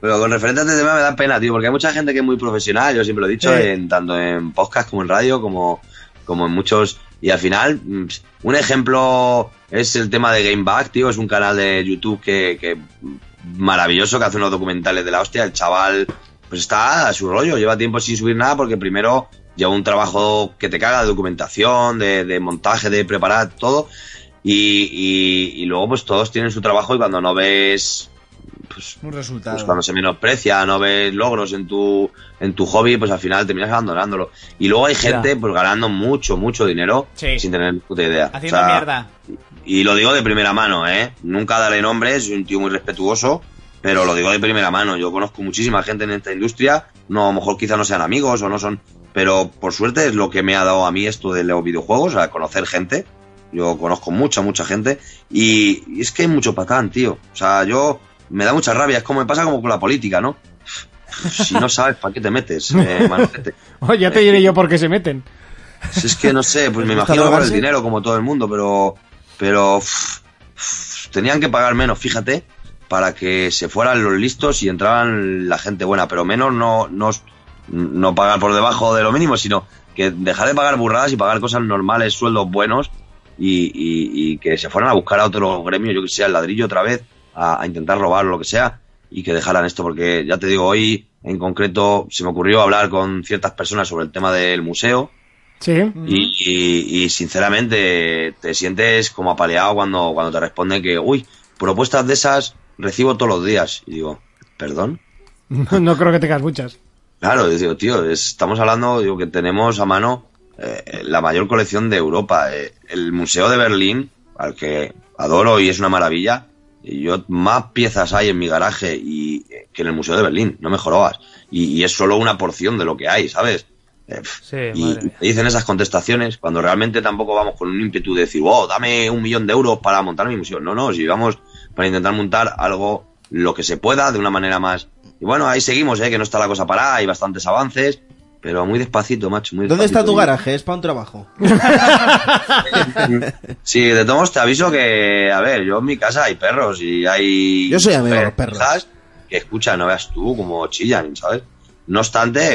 Speaker 6: Pero con referente a este tema me da pena, tío, porque hay mucha gente que es muy profesional, yo siempre lo he dicho,
Speaker 2: Sí.
Speaker 6: en, tanto en podcast como en radio, como, como en muchos. Y al final, mm, un ejemplo es el tema de Game Back, tío. Es un canal de YouTube que, que maravilloso, que hace unos documentales de la hostia. El chaval, pues está a su rollo, lleva tiempo sin subir nada porque primero lleva un trabajo que te caga de documentación, de, de montaje, de preparar todo. Y, y- y luego, pues todos tienen su trabajo y cuando no ves
Speaker 1: Un resultado.
Speaker 6: pues cuando se menosprecia, no ves logros en tu, en tu hobby, pues al final terminas abandonándolo. Y luego hay gente pues ganando mucho, mucho dinero
Speaker 3: Sí.
Speaker 6: sin tener puta idea.
Speaker 3: Haciendo
Speaker 6: O sea,
Speaker 3: mierda.
Speaker 6: Y lo digo de primera mano, ¿eh? Nunca daré nombres, soy un tío muy respetuoso, pero lo digo de primera mano. Yo conozco muchísima gente en esta industria, no, a lo mejor quizá no sean amigos o no son, pero por suerte es lo que me ha dado a mí esto de los videojuegos, a conocer gente. Yo conozco mucha, mucha gente y, y es que hay mucho patán, tío. O sea, yo me da mucha rabia, es como me pasa como con la política, ¿no? Si no sabes, ¿para qué te metes, eh, Manolete?
Speaker 2: Oh, ya te diré yo por qué se meten.
Speaker 6: Si es que no sé, pues me
Speaker 2: gusta
Speaker 6: imagino por el
Speaker 2: drogarse?
Speaker 6: dinero, como todo el mundo, pero. Pero. uf, uf, tenían que pagar menos, fíjate, para que se fueran los listos y entraran la gente buena, pero menos no, no, no pagar por debajo de lo mínimo, sino que dejar de pagar burradas y pagar cosas normales, sueldos buenos y, y- y que se fueran a buscar a otro gremio, yo que sea el ladrillo otra vez, a, a intentar robar o lo que sea, y que dejaran esto, porque ya te digo, hoy en concreto se me ocurrió hablar con ciertas personas sobre el tema del museo.
Speaker 2: Sí.
Speaker 6: Y, y- y, sinceramente te sientes como apaleado cuando, cuando te responden que, uy, propuestas de esas recibo todos los días. Y digo, perdón.
Speaker 2: No, no creo que tengas muchas.
Speaker 6: Claro, yo digo, tío, es- estamos hablando, digo, que tenemos a mano eh, la mayor colección de Europa. eh, el Museo de Berlín, al que adoro y es una maravilla, y yo más piezas hay en mi garaje y, eh, que en el Museo de Berlín, no me jorobas. Y, y es solo una porción de lo que hay, ¿sabes? Eh, pf, y te dicen esas contestaciones cuando realmente tampoco vamos con un ímpetu de decir, wow, dame un millón de euros para montar mi museo. No, no, si vamos para intentar montar algo lo que se pueda de una manera más. Y bueno, ahí seguimos, ¿eh? que no está la cosa parada, hay bastantes avances, pero muy despacito, macho. Muy
Speaker 1: ¿Dónde está
Speaker 6: despacito.
Speaker 1: tu garaje? Es para un trabajo.
Speaker 6: Sí, de todos modos te aviso que, a ver, yo en mi casa hay perros y hay...
Speaker 1: Yo soy amigo de los perros.
Speaker 6: perras Que escucha, no veas tú como chillan, ¿sabes? No obstante,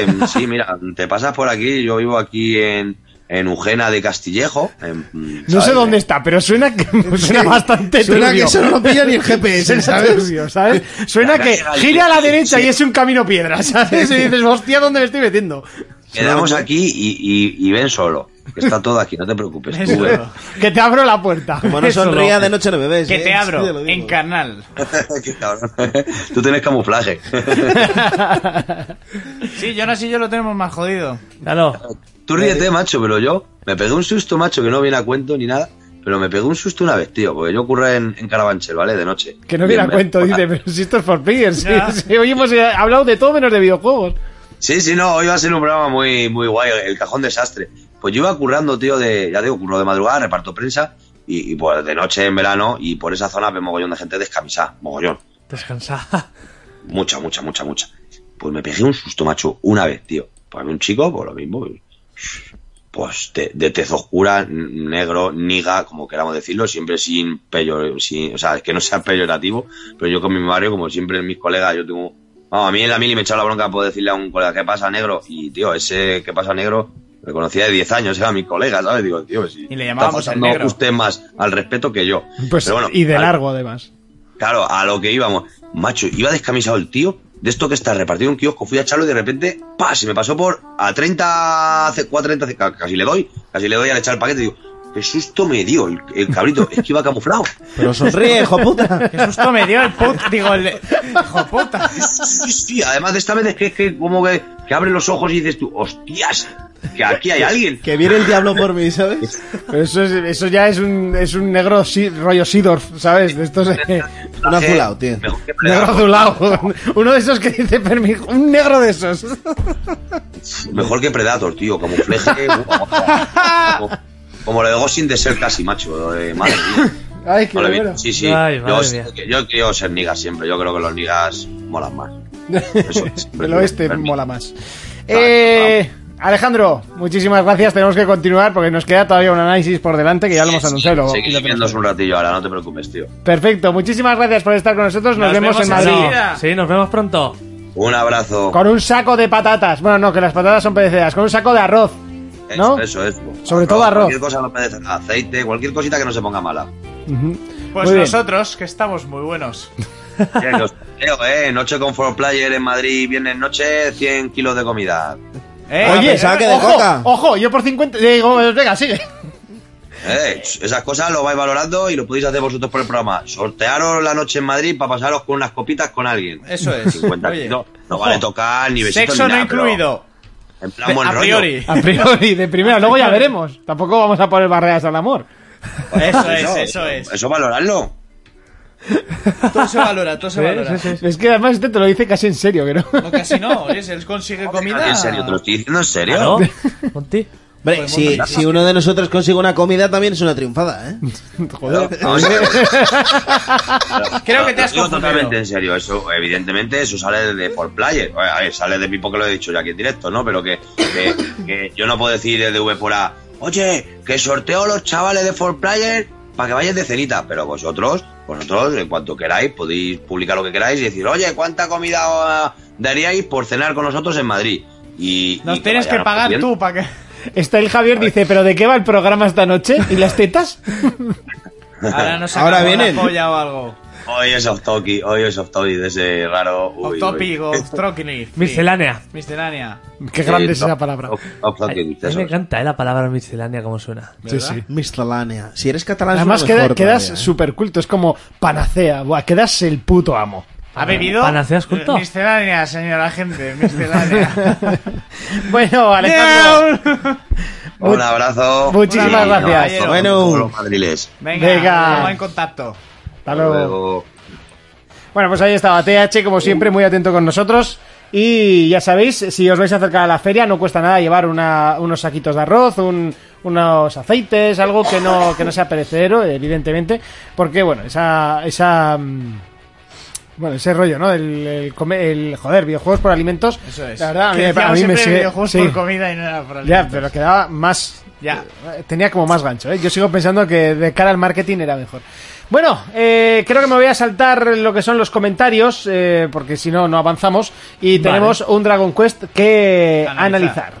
Speaker 6: em, sí, mira, te pasas por aquí, yo vivo aquí en, en Ujena de Castillejo. en- mm,
Speaker 2: No sé dónde está, pero suena, que- suena bastante
Speaker 1: eh. Suena
Speaker 2: turbio.
Speaker 1: que eso no lo pilla ni el GPS,
Speaker 2: Suena
Speaker 1: ¿sabes?
Speaker 2: turbio, ¿sabes? Suena que gira a la derecha y es un camino piedra, ¿sabes? Y dices, hostia, ¿dónde me estoy metiendo?
Speaker 6: Quedamos aquí y, y- y ven solo, que está todo aquí, no te preocupes. Tú ven.
Speaker 2: Que te abro la puerta.
Speaker 1: Como no
Speaker 2: Eso
Speaker 1: sonría de noche no bebés.
Speaker 3: Que
Speaker 1: ¿eh?
Speaker 3: te abro
Speaker 1: Sí, lo digo.
Speaker 3: en canal.
Speaker 6: Qué cabrón. Tú tienes camuflaje.
Speaker 3: Sí, Jonas y yo lo tenemos más jodido.
Speaker 6: Tú ríete, macho, pero yo me pegué un susto, macho, que no viene a cuento ni nada, pero me pegué un susto una vez, tío, porque yo ocurre en, en Carabanchel, ¿vale? De noche.
Speaker 2: Que no viene a
Speaker 6: Bien,
Speaker 2: cuento,
Speaker 6: me-
Speaker 2: dice, pero si esto es for players. sí,
Speaker 6: Ya.
Speaker 2: sí. Hoy hemos eh, hablado de todo menos de videojuegos.
Speaker 6: Sí, sí, no, hoy va a ser un programa muy, muy guay, el cajón desastre. Pues yo iba currando, tío, de, ya digo, curro de madrugada, reparto prensa, y, y, pues de noche en verano, y por esa zona ve mogollón de gente descamisada, mogollón.
Speaker 4: Descansada.
Speaker 6: Mucha, mucha, mucha, mucha. Pues me pegué un susto, macho, una vez, tío. Para mí un chico, por lo mismo, pues de, de tez oscura, n- negro, niga, como queramos decirlo, siempre sin peyor, sin, o sea, que no sea peyorativo, pero yo con mi barrio, como siempre mis colegas, yo tengo, vamos, a mí en la mili me echaba la bronca por decirle a un colega, ¿qué pasa, negro? Y, tío, ese ¿qué pasa, negro? Me conocía de 10 años, era mi colega, ¿sabes? Digo, tío, sí.
Speaker 3: Y le llamábamos
Speaker 6: está
Speaker 3: el
Speaker 6: faltando
Speaker 3: negro.
Speaker 6: usted más al respeto que yo.
Speaker 2: Pues,
Speaker 6: Pero bueno,
Speaker 2: y de
Speaker 6: al-
Speaker 2: largo, además.
Speaker 6: Claro, a lo que íbamos. Macho, iba descamisado el tío. De esto que está repartido en un kiosco, fui a echarlo y de repente, ¡pa! Se me pasó por a 30, hace 40, hace- ca- casi le doy, casi le doy al echar el paquete. Digo, qué susto me dio el, el cabrito, es que iba camuflado.
Speaker 1: Pero sonríe, hijo puta.
Speaker 3: Qué susto me dio el put. Digo, el de-
Speaker 6: Sí, sí, además de esta vez es que, es que como que, que abre los ojos y dices tú, ¡hostias! Que aquí hay alguien.
Speaker 1: Que viene el diablo por mí, ¿sabes?
Speaker 2: Pero eso, es- eso ya es un, es un negro si- rollo Sidorf, ¿sabes? De estos de...
Speaker 1: Un azulado, tío.
Speaker 2: Negro azulado. Uno de esos que dice, "Permijo", un negro de esos.
Speaker 6: Mejor que Predator, tío, camufleje. uh, como, como lo de Gossin de ser casi, macho. lo de- madre mía.
Speaker 2: Ay, qué
Speaker 6: Mola bien.
Speaker 2: bueno.
Speaker 6: Sí, sí. yo, yo quiero ser nigas siempre. Yo creo que los nigas molan más.
Speaker 2: El oeste mola más. Eh, Alejandro, muchísimas gracias. Tenemos que continuar porque nos queda todavía un análisis por delante que ya lo hemos anunciado. luego.
Speaker 6: Seguimos viéndonos un ratillo ahora, no te preocupes, tío.
Speaker 2: Perfecto, muchísimas gracias por estar con nosotros. Nos, vemos, en Madrid.
Speaker 4: Sí, nos vemos pronto.
Speaker 6: Un abrazo.
Speaker 2: Con un saco de patatas. Bueno, no, que las patatas son pedeceras. Con un saco de arroz.
Speaker 6: Eso,
Speaker 2: ¿no?
Speaker 6: Eso, eso.
Speaker 2: Sobre todo arroz.
Speaker 6: Cualquier cosa no merece. Aceite, cualquier cosita que no se ponga mala.
Speaker 3: Pues
Speaker 2: Muy bien.
Speaker 3: nosotros, que estamos muy buenos.
Speaker 6: Oye, los torneos, eh, Noche con For Player en Madrid, viernes noche, 100 kilos de comida.
Speaker 2: Oye, ojo, Ojo, yo por 50. Digo, eh, venga, sigue.
Speaker 6: Eh, esas cosas lo vais valorando y lo podéis hacer vosotros por el programa. Sortearos la noche en Madrid para pasaros con unas copitas con alguien.
Speaker 3: Eso es.
Speaker 6: 50
Speaker 3: Oye.
Speaker 6: kilos. No vale tocar ni besitos
Speaker 3: Sexo
Speaker 6: ni
Speaker 3: no
Speaker 6: nada, pero
Speaker 3: incluido.
Speaker 6: En plan buen
Speaker 3: A
Speaker 6: rollo.
Speaker 3: priori.
Speaker 2: A priori, de primera, luego ya veremos. Tampoco vamos a poner barreras al amor.
Speaker 3: Eso es, eso es.
Speaker 6: Eso valorarlo.
Speaker 3: Todo se valora,
Speaker 2: Eh,
Speaker 3: todo se valora.
Speaker 2: Es que además este te lo dice casi en serio, que no.
Speaker 3: No, casi no. oye, si él consigue comida.
Speaker 6: En serio, te lo estoy diciendo en serio.
Speaker 1: Claro.
Speaker 4: Monty.
Speaker 1: Hombre, si, si uno de nosotros consigue una comida también es una triunfada, ¿eh?
Speaker 3: Creo que te
Speaker 6: Lo
Speaker 3: has
Speaker 6: digo
Speaker 3: confundido.
Speaker 6: totalmente en serio. Eso, evidentemente, eso sale de por player. A ver, sale de mí porque lo he dicho ya aquí en directo, ¿no? Pero que, que- que yo no puedo decir desde V por A, oye, que sorteo los chavales de for player para que vayáis de cenita. Pero vosotros, vosotros, en cuanto queráis, podéis publicar lo que queráis y decir, oye, ¿cuánta comida ah, daríais por cenar con nosotros en Madrid? Y,
Speaker 3: Nos tienes que pagar tú para que.
Speaker 2: Está el Javier, dice, ¿pero de qué va el programa esta noche? ¿Y las tetas?
Speaker 3: Ahora nos sacamos
Speaker 6: Ahora
Speaker 3: la
Speaker 6: vienen.
Speaker 3: polla o algo.
Speaker 6: Hoy es off topic, hoy es off topic de ese raro. uy, uy.
Speaker 3: Topic o Strokini.
Speaker 4: Miscelánea.
Speaker 3: Miscelánea.
Speaker 2: Qué
Speaker 6: Eh,
Speaker 2: grande es esa palabra.
Speaker 6: Off- off topic,
Speaker 4: A mí
Speaker 6: eso
Speaker 4: me
Speaker 6: es.
Speaker 4: encanta eh, la palabra miscelánea como suena.
Speaker 1: Sí, sí. Miscelánea. Si eres catalán,
Speaker 2: Además,
Speaker 1: suena
Speaker 2: queda-
Speaker 1: mejor
Speaker 2: quedas
Speaker 1: todavía, ¿eh?
Speaker 2: súper culto, es como panacea. Buah, quedas el puto amo.
Speaker 3: ¿Ha bebido?
Speaker 4: ¿Panaceas culto?
Speaker 3: Miscelánea, señora gente. Miscelánea.
Speaker 2: Bueno, Alejandro.
Speaker 6: Un abrazo.
Speaker 2: Muchísimas
Speaker 6: Y
Speaker 2: gracias.
Speaker 6: caballero,
Speaker 2: Bueno.
Speaker 6: con todos los madriles.
Speaker 3: Venga,
Speaker 2: Venga.
Speaker 3: estamos en contacto.
Speaker 2: Hasta luego.
Speaker 6: Luego,
Speaker 2: Bueno, pues ahí estaba TH, como siempre, muy atento con nosotros. Y ya sabéis, si os vais a acercar a la feria, no cuesta nada llevar una- unos saquitos de arroz, un- unos aceites, algo que no, que no sea perecedero, evidentemente. Porque, bueno, esa. esa mm, bueno, ese rollo, ¿no? El, el come- el, joder, videojuegos por alimentos.
Speaker 3: Eso es.
Speaker 2: La verdad, a mí,
Speaker 3: Que
Speaker 2: me- a
Speaker 3: decíamos
Speaker 2: mí me
Speaker 3: siempre
Speaker 2: sigue.
Speaker 3: videojuegos
Speaker 2: sí.
Speaker 3: por comida y no era por
Speaker 2: Ya,
Speaker 3: alimentos.
Speaker 2: pero quedaba más.
Speaker 3: Ya.
Speaker 2: eh, Tenía como más gancho, ¿eh? Yo sigo pensando que de cara al marketing era mejor. Bueno, eh, creo que me voy a saltar lo que son los comentarios, eh, porque si no, no avanzamos. Y
Speaker 4: Vale.
Speaker 2: tenemos un Dragon Quest que analizar.
Speaker 3: Analizar.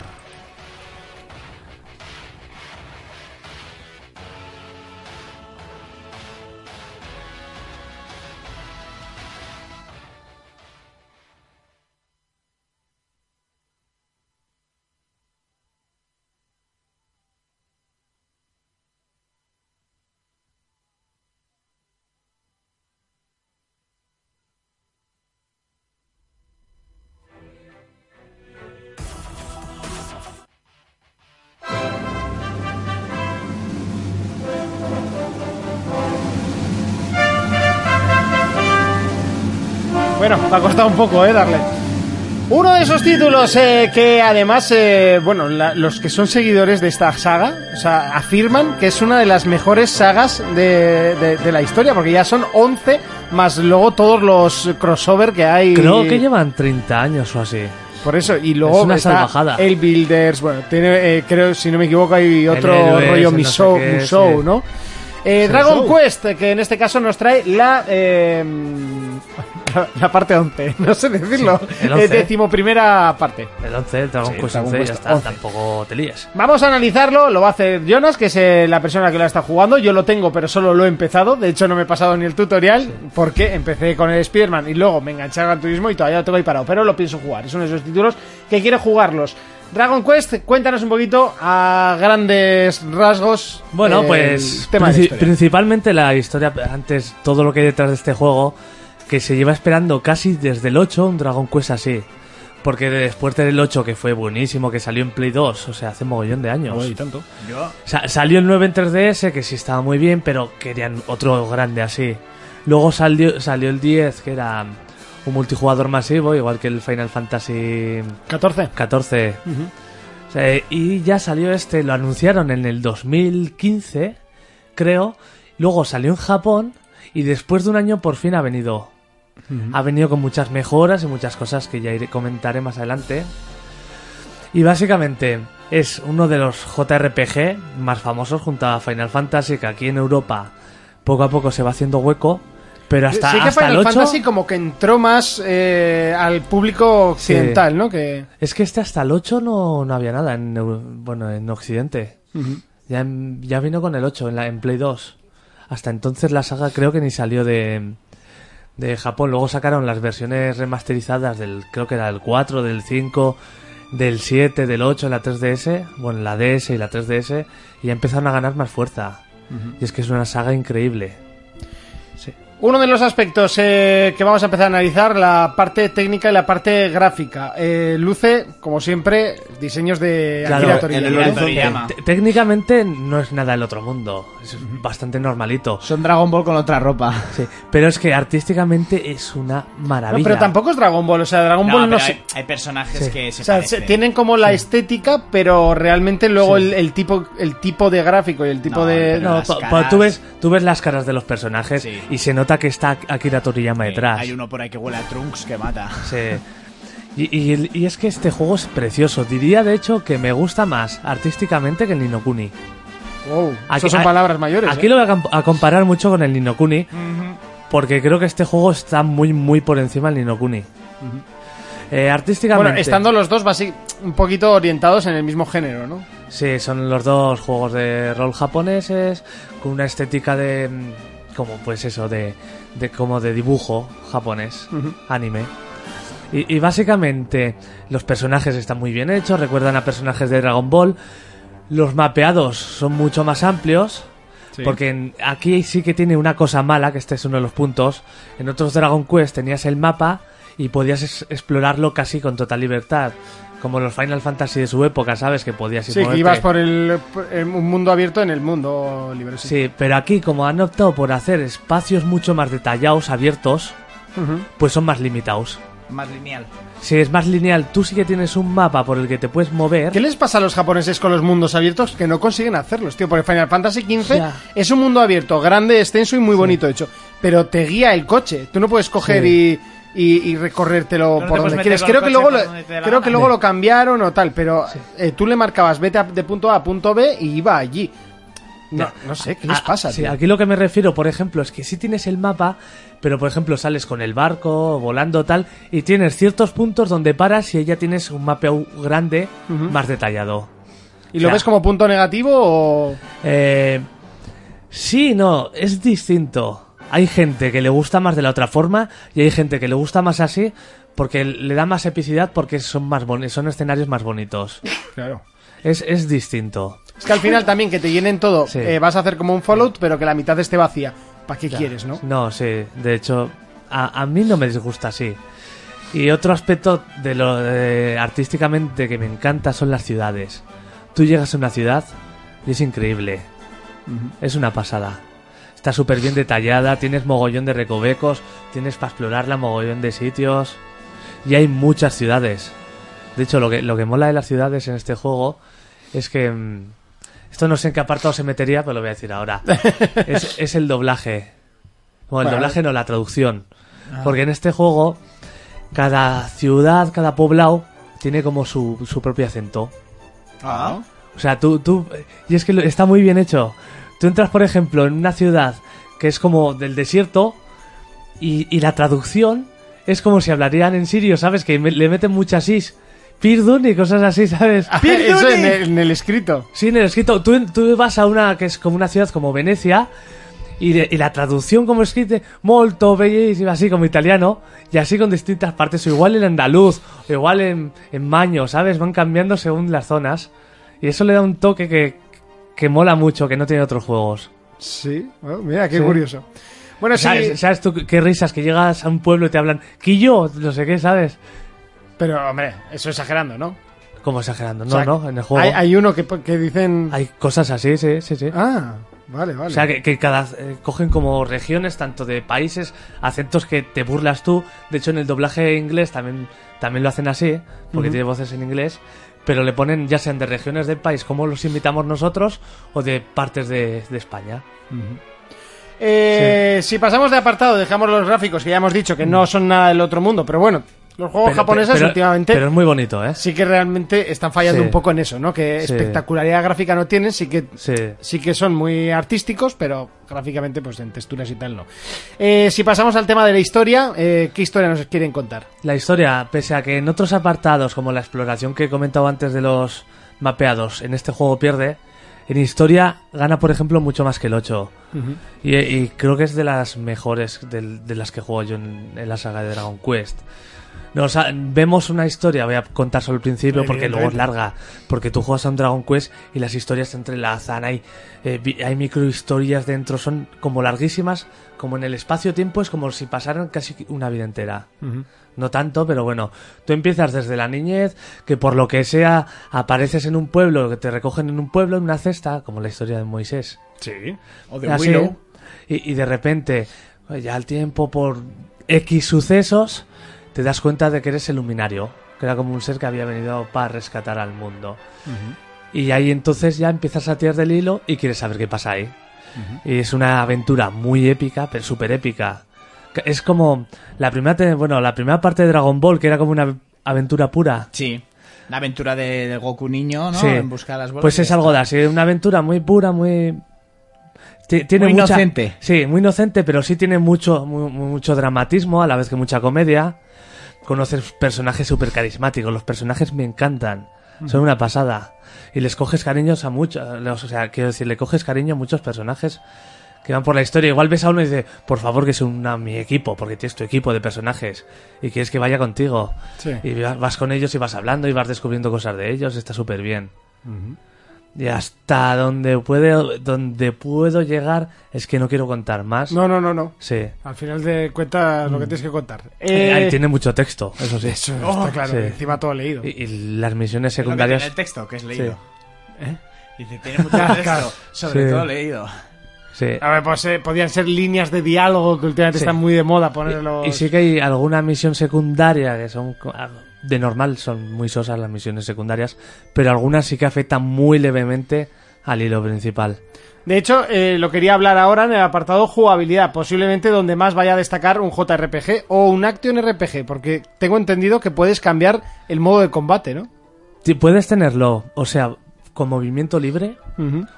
Speaker 2: Bueno, me ha costado un poco, ¿eh? Darle. Uno de esos títulos eh, que además, eh, bueno, la- los que son seguidores de esta saga, o sea, afirman que es una de las mejores sagas de, de- de la historia, porque ya son 11, más luego todos los crossover que hay.
Speaker 4: Creo que llevan 30 años o así.
Speaker 2: Por eso, y luego
Speaker 4: Es una
Speaker 2: está
Speaker 4: salvajada.
Speaker 2: el Builders, bueno, tiene, eh, creo, si no me equivoco, hay otro
Speaker 4: Héroes,
Speaker 2: rollo
Speaker 4: el no
Speaker 2: Musou,
Speaker 4: sé qué,
Speaker 2: Musou,
Speaker 4: sí.
Speaker 2: ¿no? Eh,
Speaker 4: Sí,
Speaker 2: Dragon
Speaker 4: Musou.
Speaker 2: Quest, que en este caso nos trae la... eh, la- la parte 11, no sé decirlo.
Speaker 4: Sí, el
Speaker 2: Eh,
Speaker 4: 11.
Speaker 2: decimoprimera parte.
Speaker 4: El 11, el Dragon
Speaker 2: Sí,
Speaker 4: Quest
Speaker 2: Dragon
Speaker 4: 11,
Speaker 2: Quest
Speaker 4: ya está,
Speaker 2: 11.
Speaker 4: tampoco te líes.
Speaker 2: Vamos a analizarlo, lo va a hacer Jonas, que es eh, la persona que lo está jugando. Yo lo tengo, pero solo lo he empezado. De hecho, no me he pasado ni el tutorial, porque empecé con el Spider-Man y luego me enganché al Gran Turismo y todavía lo tengo ahí parado. Pero lo pienso jugar, es uno de esos títulos que quiero jugarlos. Dragon Quest, cuéntanos un poquito a grandes rasgos.
Speaker 4: Bueno,
Speaker 2: Eh, el
Speaker 4: pues
Speaker 2: Tema de
Speaker 4: princi-
Speaker 2: historia.
Speaker 4: principalmente la historia, antes todo lo que hay detrás de este juego, que se lleva esperando casi desde el 8 un Dragon Quest así. Porque después del 8, que fue buenísimo, que salió en Play 2, o sea, hace mogollón de años.
Speaker 2: tanto.
Speaker 4: Sa- salió el 9 en 3DS, que sí estaba muy bien, pero querían otro grande así. Luego salió, salió el 10, que era un multijugador masivo, igual que el Final Fantasy
Speaker 2: 14.
Speaker 4: 14. O sea, eh, y ya salió este, lo anunciaron en el 2015, creo. Luego salió en Japón y después de un año por fin ha venido. Ha venido con muchas mejoras y muchas cosas que ya iré, comentaré más adelante. Y básicamente es uno de los JRPG más famosos junto a Final Fantasy, que aquí en Europa poco a poco se va haciendo hueco. Pero hasta,
Speaker 2: sí que
Speaker 4: hasta
Speaker 2: Final
Speaker 4: el 8...
Speaker 2: Fantasy como que entró más eh, al público
Speaker 4: Sí.
Speaker 2: occidental, ¿no? Que...
Speaker 4: Es que este hasta el 8 no, no había nada en, Eu- bueno, en Occidente. ya, en- ya vino con el 8 en, la, en Play 2. Hasta entonces la saga creo que ni salió de, de Japón. Luego sacaron las versiones remasterizadas del, creo que era del 4, del 5, del 7, del 8 en la 3DS. Bueno, en la DS y la 3DS. Y ya empezaron a ganar más fuerza.
Speaker 2: Ujú.
Speaker 4: Y es que es una saga increíble.
Speaker 2: Uno de los aspectos eh, que vamos a empezar a analizar, la parte técnica y la parte gráfica. Eh, luce, como siempre, diseños de
Speaker 4: Claro,
Speaker 2: Akira Toriyama.
Speaker 4: T- Técnicamente no es nada el otro mundo. Es bastante normalito.
Speaker 3: Son Dragon Ball con otra ropa.
Speaker 4: Sí, pero es que artísticamente es una
Speaker 2: No,
Speaker 4: maravilla.
Speaker 2: pero tampoco es Dragon Ball, o sea, Dragon Ball no
Speaker 3: pero
Speaker 2: se...
Speaker 3: hay, hay personajes
Speaker 4: Sí.
Speaker 3: que se
Speaker 2: o sea, se-
Speaker 3: parecen.
Speaker 2: tienen como la estética, pero realmente luego
Speaker 4: Sí.
Speaker 2: el, el tipo el tipo de gráfico y el tipo
Speaker 3: No,
Speaker 2: de...
Speaker 3: pero
Speaker 4: Eh, No,
Speaker 3: las
Speaker 4: pa- pa-
Speaker 3: caras.
Speaker 4: tú, ves, tú ves las caras de los personajes
Speaker 3: Sí.
Speaker 4: y se nota que está Akira Toriyama
Speaker 3: Eh,
Speaker 4: detrás.
Speaker 3: Hay uno por ahí que huele a Trunks que mata.
Speaker 4: Sí. Y, y el- y es que este juego es precioso. Diría de hecho que me gusta más artísticamente que el Ninokuni.
Speaker 2: Wow,
Speaker 4: Aquí-
Speaker 2: esas son
Speaker 4: a-
Speaker 2: palabras mayores.
Speaker 4: Aquí
Speaker 2: ¿eh?
Speaker 4: lo voy a, com- a comparar mucho con el Ninokuni. Porque creo que este juego está muy, muy por encima del Ninokuni. Eh, artísticamente.
Speaker 2: Bueno, estando los dos basi- un poquito orientados en el mismo género, ¿no?
Speaker 4: Sí, son los dos juegos de rol japoneses con una estética de mm, como pues eso de, de como de dibujo japonés, anime. Y, y básicamente los personajes están muy bien hechos, recuerdan a personajes de Dragon Ball. Los mapeados son mucho más amplios. Porque en- aquí sí que tiene una cosa mala, que este es uno de los puntos. En otros Dragon Quest tenías el mapa y podías es- explorarlo casi con total libertad. Como los Final Fantasy de su época, ¿sabes? Que podías ir
Speaker 2: Sí, que
Speaker 4: moverte.
Speaker 2: ibas por el, por el- un mundo abierto en el mundo libre. Sí.
Speaker 4: Sí, pero aquí como han optado por hacer espacios mucho más detallados, abiertos,
Speaker 2: Ujú.
Speaker 4: pues son más limitados.
Speaker 3: Más lineal.
Speaker 4: Si es más lineal, tú sí que tienes un mapa por el que te puedes mover.
Speaker 2: ¿Qué les pasa a los japoneses con los mundos abiertos que no consiguen hacerlos, tío? Porque Final Fantasy XV
Speaker 4: Ya.
Speaker 2: es un mundo abierto, grande, extenso y muy bonito hecho. Pero te guía el coche. Tú no puedes coger y, y- y recorrértelo
Speaker 3: No te
Speaker 2: por
Speaker 3: puedes
Speaker 2: donde
Speaker 3: meter
Speaker 2: quieres.
Speaker 3: con el
Speaker 2: Creo que,
Speaker 3: coche
Speaker 2: luego
Speaker 3: por
Speaker 2: lo,
Speaker 3: donde te dé la
Speaker 2: creo que
Speaker 3: gana.
Speaker 2: luego lo cambiaron o tal, pero eh, tú le marcabas vete a- de punto A a punto B y iba allí. No,
Speaker 4: Ya.
Speaker 2: no sé, ¿qué les
Speaker 4: Ah,
Speaker 2: pasa,
Speaker 4: sí,
Speaker 2: tío?
Speaker 4: aquí lo que me refiero, por ejemplo, es que sí tienes el mapa, pero por ejemplo sales con el barco, volando tal, y tienes ciertos puntos donde paras y ya tienes un mapa grande
Speaker 2: Ujú.
Speaker 4: más detallado.
Speaker 2: ¿Y lo
Speaker 4: Ya.
Speaker 2: ves como punto negativo o...?
Speaker 4: Eh, sí, no, es distinto. Hay gente que le gusta más de la otra forma y hay gente que le gusta más así porque le da más epicidad porque son más boni- son escenarios más bonitos.
Speaker 2: Claro.
Speaker 4: Es, es distinto.
Speaker 2: Es que al final también que te llenen todo,
Speaker 4: Sí.
Speaker 2: eh, vas a hacer como un Fallout, pero que la mitad esté vacía. ¿Para qué quieres, no?
Speaker 4: No, sí, de hecho, a, a mí no me disgusta así. Y otro aspecto de lo de- artísticamente que me encanta son las ciudades. Tú llegas a una ciudad y es increíble. Es una pasada. Está súper bien detallada, tienes mogollón de recovecos, tienes para explorarla mogollón de sitios. Y hay muchas ciudades. De hecho, lo que, lo que mola de las ciudades en este juego es que... mm, Esto no sé en qué apartado se metería, pero lo voy a decir ahora. es, es el doblaje. Bueno, el
Speaker 2: Bueno.
Speaker 4: doblaje no, la traducción. Porque en este juego, cada ciudad, cada poblado, tiene como su, su propio acento.
Speaker 6: Ah.
Speaker 3: Ah.
Speaker 4: O sea, tú, tú... Y es que lo- está muy bien hecho. Tú entras, por ejemplo, en una ciudad que es como del desierto y, y la traducción es como si hablarían en sirio, ¿sabes? Que me- le meten muchas is. Pirdun y cosas así, ¿sabes?
Speaker 2: Eso en el, en el escrito.
Speaker 4: Sí, en el escrito. Tú, tú vas a una que es como una ciudad como Venecia y, de- y la traducción como escrito molto bellísima, así como italiano y así con distintas partes. O igual en andaluz, o igual en, en maño, ¿sabes? Van cambiando según las zonas y eso le da un toque que, que mola mucho, que no tiene otros juegos.
Speaker 2: Sí, bueno, mira, qué
Speaker 4: Sí.
Speaker 2: curioso. Bueno, sí,
Speaker 4: ¿Sabes, ¿Sabes tú qué risas? Que llegas a un pueblo y te hablan, Quillo, no sé qué, ¿sabes?
Speaker 2: pero hombre, eso exagerando, ¿no?
Speaker 4: Como exagerando, no,
Speaker 2: O sea,
Speaker 4: no, en el juego.
Speaker 2: Hay,
Speaker 4: Hay,
Speaker 2: hay uno que, que dicen...
Speaker 4: cosas así, sí, sí, sí.
Speaker 2: Ah, vale, vale.
Speaker 4: O sea, que, que cada eh, cogen como regiones, tanto de países, acentos que te burlas tú. De hecho, en el doblaje inglés también, también lo hacen así, porque tiene voces en inglés. Pero le ponen, ya sean de regiones del país, como los invitamos nosotros, o de partes de, de España.
Speaker 2: Eh, Si pasamos de apartado, dejamos los gráficos, que ya hemos dicho que no son nada del otro mundo, pero bueno, los juegos
Speaker 4: Pero-
Speaker 2: japoneses
Speaker 4: pero-
Speaker 2: últimamente...
Speaker 4: Pero es muy bonito, ¿eh?
Speaker 2: Sí que realmente están fallando
Speaker 4: Sí.
Speaker 2: un poco en eso, ¿no? Que
Speaker 4: Sí.
Speaker 2: espectacularidad gráfica no tienen, sí que
Speaker 4: Sí.
Speaker 2: sí que son muy artísticos, pero gráficamente, pues en texturas y tal, no. Eh, si pasamos al tema de la historia, eh, ¿qué historia nos quieren contar?
Speaker 4: La historia, pese a que en otros apartados, como la exploración que he comentado antes de los mapeados, en este juego pierde, en historia gana, por ejemplo, mucho más que el 8.
Speaker 2: Ujú.
Speaker 4: Y, y creo que es de las mejores del- de las que juego yo en, en la saga de Dragon Quest. No, o sea, vemos una historia, voy a contar solo el principio porque luego es
Speaker 12: Evidentemente.
Speaker 4: larga. Porque tú juegas a un Dragon Quest y las historias se entrelazan, hay, eh, vi- hay microhistorias dentro, son como larguísimas, como en el espacio-tiempo es como si pasaran casi una vida entera.
Speaker 2: Ujú.
Speaker 4: No tanto, pero bueno, tú empiezas desde la niñez, que por lo que sea apareces en un pueblo, que te recogen en un pueblo, en una cesta, como la historia de Moisés.
Speaker 2: Sí. O
Speaker 4: Ya sé. Y, y de repente, ya al tiempo, por X sucesos, te das cuenta de que eres el luminario, que era como un ser que había venido para rescatar al mundo. Y ahí entonces ya empiezas a tirar del hilo y quieres saber qué pasa ahí. Y es una aventura muy épica, pero súper épica. Que Es como la primera, te- bueno, la primera parte de Dragon Ball, que era como una aventura pura.
Speaker 3: Sí. La aventura de, de Goku niño, ¿no?
Speaker 4: Sí.
Speaker 3: En busca de las bolas.
Speaker 4: Pues es algo de así, una aventura muy pura, muy... ti- Tiene
Speaker 3: Muy
Speaker 4: mucha-
Speaker 3: inocente.
Speaker 4: Sí, muy inocente, pero sí tiene mucho, mu- mu- mucho dramatismo, a la vez que mucha comedia. Conoces personajes súper carismáticos, los personajes me encantan, son una pasada. Y les coges cariños a muchos, o sea, quiero decir, le coges cariño a muchos personajes que van por la historia. Igual ves a uno y dices, por favor que se una a mi equipo, porque tienes tu equipo de personajes y quieres que vaya contigo.
Speaker 2: Sí.
Speaker 4: Y va- vas con ellos y vas hablando y vas descubriendo cosas de ellos, está súper bien. Y hasta donde puede, donde puedo llegar es que no quiero contar más.
Speaker 2: No, Eh. no, no, no.
Speaker 4: Sí.
Speaker 2: Al final de cuentas lo que tienes que contar.
Speaker 4: Eh,
Speaker 2: Eh,
Speaker 4: Mm. ahí tiene mucho texto, eso sí.
Speaker 2: Eso
Speaker 3: Oh,
Speaker 2: está claro,
Speaker 4: Sí.
Speaker 2: encima todo leído.
Speaker 4: Y, y las misiones
Speaker 3: lo que
Speaker 4: secundarias.
Speaker 3: tiene el texto, que es
Speaker 4: Sí.
Speaker 3: leído. Dice, tiene mucho texto,
Speaker 2: Claro.
Speaker 3: sobre
Speaker 4: Ah, Sí.
Speaker 3: todo leído.
Speaker 4: Sí.
Speaker 2: A ver, pues eh, podían ser líneas de diálogo que últimamente
Speaker 4: Sí.
Speaker 2: están muy de moda ponerlo.
Speaker 4: Y sí que hay alguna misión secundaria que son co- ah, de normal son muy sosas las misiones secundarias, pero algunas sí que afectan muy levemente al hilo principal.
Speaker 2: De hecho, eh, lo quería hablar ahora en el apartado jugabilidad, posiblemente donde más vaya a destacar un JRPG o un Action RPG, porque tengo entendido que puedes cambiar el modo de combate, ¿no?
Speaker 4: Sí, puedes tenerlo, o sea, con movimiento libre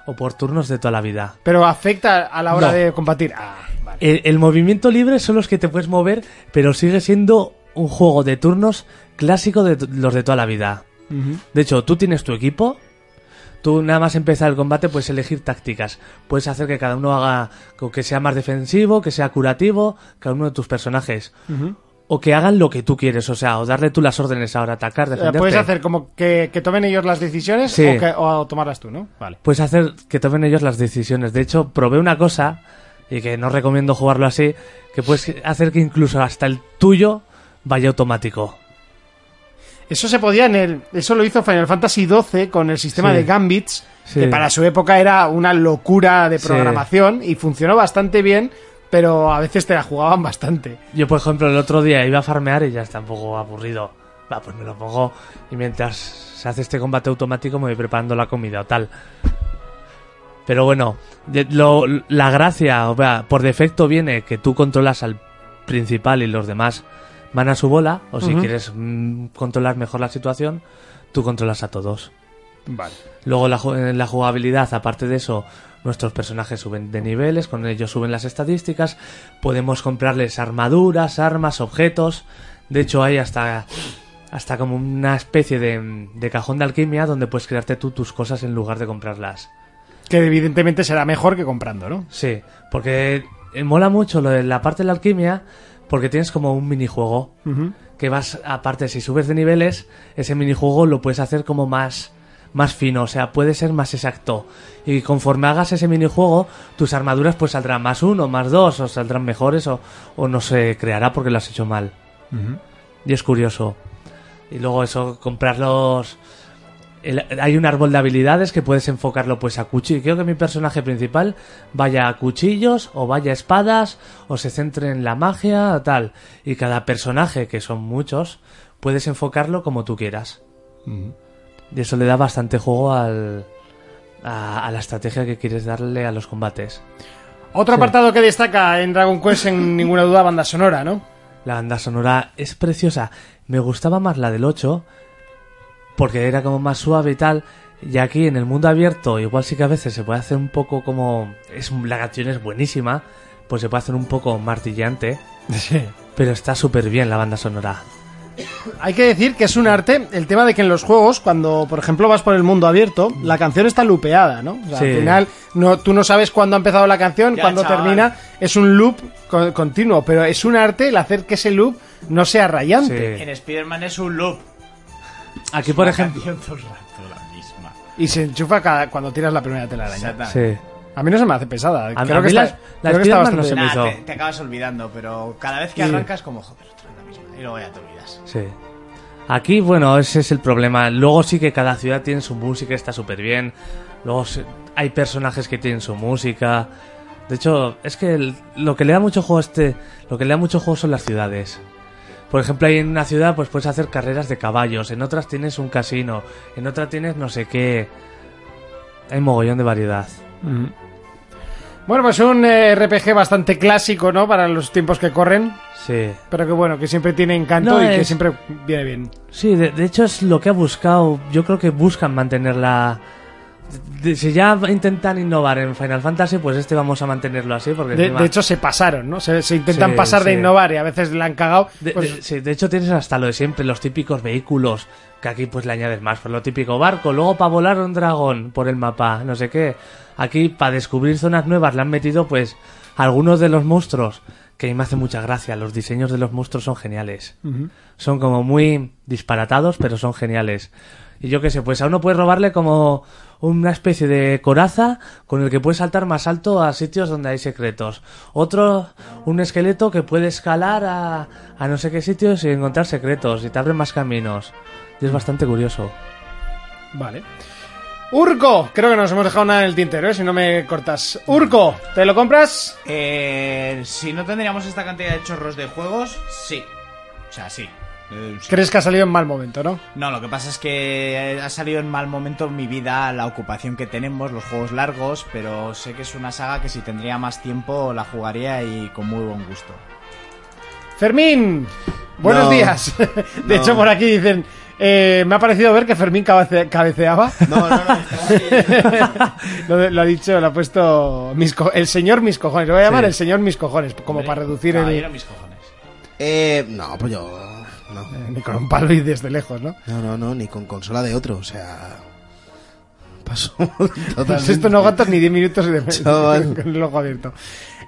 Speaker 4: o por turnos de toda la vida.
Speaker 2: Pero afecta a la hora
Speaker 4: No.
Speaker 2: de combatir. Ah, vale.
Speaker 4: El, el movimiento libre son los que te puedes mover, pero sigue siendo un juego de turnos clásico de t- los de toda la vida. De hecho, tú tienes tu equipo. Tú nada más empezar el combate puedes elegir tácticas. Puedes hacer que cada uno haga co- que sea más defensivo, que sea curativo, cada uno de tus personajes. O que hagan lo que tú quieres, o sea, o darle tú las órdenes ahora, atacar,
Speaker 2: Eh,
Speaker 4: defenderte.
Speaker 2: Puedes hacer como que, que tomen ellos las decisiones
Speaker 4: Sí.
Speaker 2: o, que- o tomarlas tú, ¿no? Vale.
Speaker 4: Puedes hacer que tomen ellos las decisiones. De hecho, probé una cosa, y que no recomiendo jugarlo así, que puedes hacer que incluso hasta el tuyo vaya automático.
Speaker 2: Eso se podía en el. Eso lo hizo Final Fantasy XII con el sistema
Speaker 4: Sí.
Speaker 2: de Gambits,
Speaker 4: Sí.
Speaker 2: que para su época era una locura de
Speaker 4: Sí.
Speaker 2: programación y funcionó bastante bien, pero a veces te la jugaban bastante.
Speaker 4: Yo, por ejemplo, el otro día iba a farmear y ya está un poco aburrido. Va, pues me lo pongo y mientras se hace este combate automático me voy preparando la comida o tal. Pero bueno, de- lo- la gracia, o sea, por defecto viene que tú controlas al principal y los demás van a su bola, o si
Speaker 2: Ujú.
Speaker 4: quieres mm, controlar mejor la situación, tú controlas a todos.
Speaker 2: Vale.
Speaker 4: Luego la, ju- eh, la jugabilidad, aparte de eso, nuestros personajes suben de niveles, con ellos suben las estadísticas, podemos comprarles armaduras, armas, objetos. De hecho, hay hasta, hasta como una especie de, de cajón de alquimia donde puedes crearte tú tus cosas en lugar de comprarlas.
Speaker 2: Que evidentemente será mejor que comprando, ¿no?
Speaker 4: Sí, porque eh, mola mucho lo de la parte de la alquimia porque tienes como un minijuego que vas, aparte, si subes de niveles, ese minijuego lo puedes hacer como más, más fino, o sea, puede ser más exacto. Y conforme hagas ese minijuego, tus armaduras pues saldrán más uno, más dos, o saldrán mejores, o, o no se creará porque lo has hecho mal. Y es curioso. Y luego eso, comprar los... el- hay un árbol de habilidades que puedes enfocarlo pues a cuchillo. Creo que mi personaje principal vaya a cuchillos o vaya a espadas o se centre en la magia o tal. Y cada personaje, que son muchos, puedes enfocarlo como tú quieras. Y eso le da bastante juego al, a, a la estrategia que quieres darle a los combates.
Speaker 2: Otro
Speaker 4: Sí.
Speaker 2: apartado que destaca en Dragon Quest, sin ninguna duda, banda sonora, ¿no?
Speaker 4: La banda sonora es preciosa. Me gustaba más la del 8 porque era como más suave y tal. Y aquí en el mundo abierto, igual sí que a veces se puede hacer un poco como. Es, la canción es buenísima, pues se puede hacer un poco martillante. Pero está súper bien la banda sonora.
Speaker 2: Hay que decir que es un arte el tema de que en los juegos, cuando por ejemplo vas por el mundo abierto, la canción está lupeada, ¿no? O sea,
Speaker 4: Sí.
Speaker 2: Al final no, tú no sabes cuándo ha empezado la canción,
Speaker 3: Ya,
Speaker 2: cuándo
Speaker 3: chaval.
Speaker 2: termina, es un loop con- continuo, pero es un arte el hacer que ese loop no sea rayante.
Speaker 3: En Spider-Man es un loop.
Speaker 4: Aquí, por
Speaker 3: Una
Speaker 4: ejemplo.
Speaker 3: canción todo el rato, la misma.
Speaker 2: Y se enchufa cada, cuando tiras la primera tela araña.
Speaker 3: Exactamente.
Speaker 4: Sí.
Speaker 2: A mí no se me hace pesada.
Speaker 4: A-
Speaker 2: creo
Speaker 4: a
Speaker 2: que
Speaker 4: mí
Speaker 2: está,
Speaker 4: las- las
Speaker 2: creo que está
Speaker 4: piernas no
Speaker 2: bastante
Speaker 4: se me
Speaker 3: Nah,
Speaker 4: hizo.
Speaker 3: te, te acabas olvidando, pero cada vez que
Speaker 2: Sí.
Speaker 3: arrancas, como joder, otra vez la misma. Y luego ya te olvidas.
Speaker 4: Sí. Aquí, bueno, ese es el problema. Luego sí que cada ciudad tiene su música, está súper bien. Luego se- hay personajes que tienen su música. De hecho, es que el- lo que le da mucho juego a este, lo que le da mucho juego son las ciudades. Por ejemplo, ahí en una ciudad pues puedes hacer carreras de caballos, en otras tienes un casino, en otra tienes no sé qué. Hay mogollón de variedad.
Speaker 2: Bueno, pues un eh, RPG bastante clásico, ¿no? Para los tiempos que corren.
Speaker 4: Sí.
Speaker 2: Pero que bueno, que siempre tiene encanto
Speaker 4: No
Speaker 2: y que
Speaker 4: es-
Speaker 2: siempre viene bien.
Speaker 4: Sí, de, de hecho es lo que ha buscado. Yo creo que buscan mantenerla. de- de- si ya intentan innovar en Final Fantasy, pues este vamos a mantenerlo así. Porque
Speaker 2: De,
Speaker 4: encima-
Speaker 2: de hecho, se pasaron, ¿no? Se, se intentan
Speaker 4: Pues Sí,
Speaker 2: pasar de
Speaker 4: sí.
Speaker 2: innovar y a veces la han cagado.
Speaker 4: de,
Speaker 2: pues,
Speaker 4: de- sí, de hecho tienes hasta lo de siempre, los típicos vehículos. Que aquí pues le añades más. Por lo típico barco, luego para volar un dragón por el mapa, no sé qué. Aquí para descubrir zonas nuevas le han metido pues algunos de los monstruos. Que a mí me hace mucha gracia. Los diseños de los monstruos son geniales. son como muy disparatados, pero son geniales. Y yo qué sé, pues a uno puedes robarle como una especie de coraza con el que puedes saltar más alto a sitios donde hay secretos. Otro, un esqueleto que puede escalar a, a no sé qué sitios y encontrar secretos y te abre más caminos. Y es bastante curioso.
Speaker 2: Vale. Urco, creo que nos hemos dejado nada en el tintero, ¿eh? Si no me cortas. Urco, ¿te lo compras?
Speaker 3: Eh, si no tendríamos esta cantidad de chorros de juegos, sí. O sea, sí. Eh, sí.
Speaker 2: Crees que ha salido en mal momento, ¿no?
Speaker 3: No, lo que pasa es que eh, ha salido en mal momento en mi vida la ocupación que tenemos, los juegos largos, pero sé que es una saga que si tendría más tiempo la jugaría y con muy buen gusto.
Speaker 2: Fermín, buenos
Speaker 1: No.
Speaker 2: días. De
Speaker 1: No.
Speaker 2: hecho, por aquí dicen, eh, me ha parecido ver que Fermín cabace- cabeceaba.
Speaker 1: No, no, no.
Speaker 2: lo, de- lo ha dicho, lo ha puesto mis co- el señor mis cojones. Lo voy a llamar el señor mis cojones, como para reducir
Speaker 3: Caballero,
Speaker 2: el...
Speaker 3: mis cojones.
Speaker 1: Eh, no, pues yo. No.
Speaker 2: Ni con un palo y desde lejos, ¿no?
Speaker 1: no, no, no, ni con consola de otro, o sea. Paso
Speaker 2: Pues
Speaker 1: totalmente.
Speaker 2: esto no aguantas ni 10 minutos de
Speaker 1: Chaval.
Speaker 2: con el ojo abierto.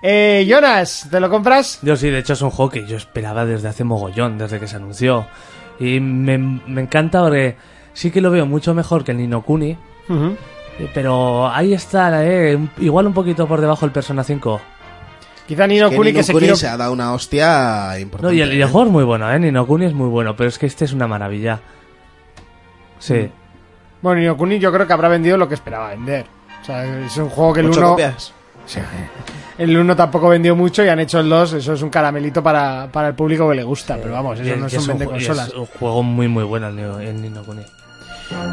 Speaker 2: Eh, Jonas, ¿te lo compras?
Speaker 4: Yo sí, de hecho es un juego que yo esperaba desde hace mogollón, desde que se anunció. Y me, me encanta porque sí que lo veo mucho mejor que el Nino Kuni. eh, Pero ahí está, eh, un- igual un poquito por debajo el Persona 5.
Speaker 2: Quizá Nino
Speaker 1: Que
Speaker 2: Kuni que
Speaker 1: Nino
Speaker 2: se
Speaker 1: Kuni
Speaker 2: quiere...
Speaker 1: se ha dado una hostia
Speaker 4: No,
Speaker 1: importante.
Speaker 4: y el, y el juego es muy bueno, ¿eh? Ninokuni es muy bueno, pero es que este es una maravilla. Sí.
Speaker 2: Bueno, Nino Kuni yo creo que habrá vendido lo que esperaba vender. O sea, es un juego que el
Speaker 1: Ocho
Speaker 2: 1...
Speaker 1: copias.
Speaker 2: El 1 tampoco vendió mucho y han hecho el 2. Eso es un caramelito para, para el público que le gusta. Pero vamos,
Speaker 4: Y
Speaker 2: eso
Speaker 4: es-
Speaker 2: no es
Speaker 4: y es
Speaker 2: un vende
Speaker 4: ju- y
Speaker 2: consolas.
Speaker 4: Es un juego muy, muy bueno el, Nino- el Ninokuni.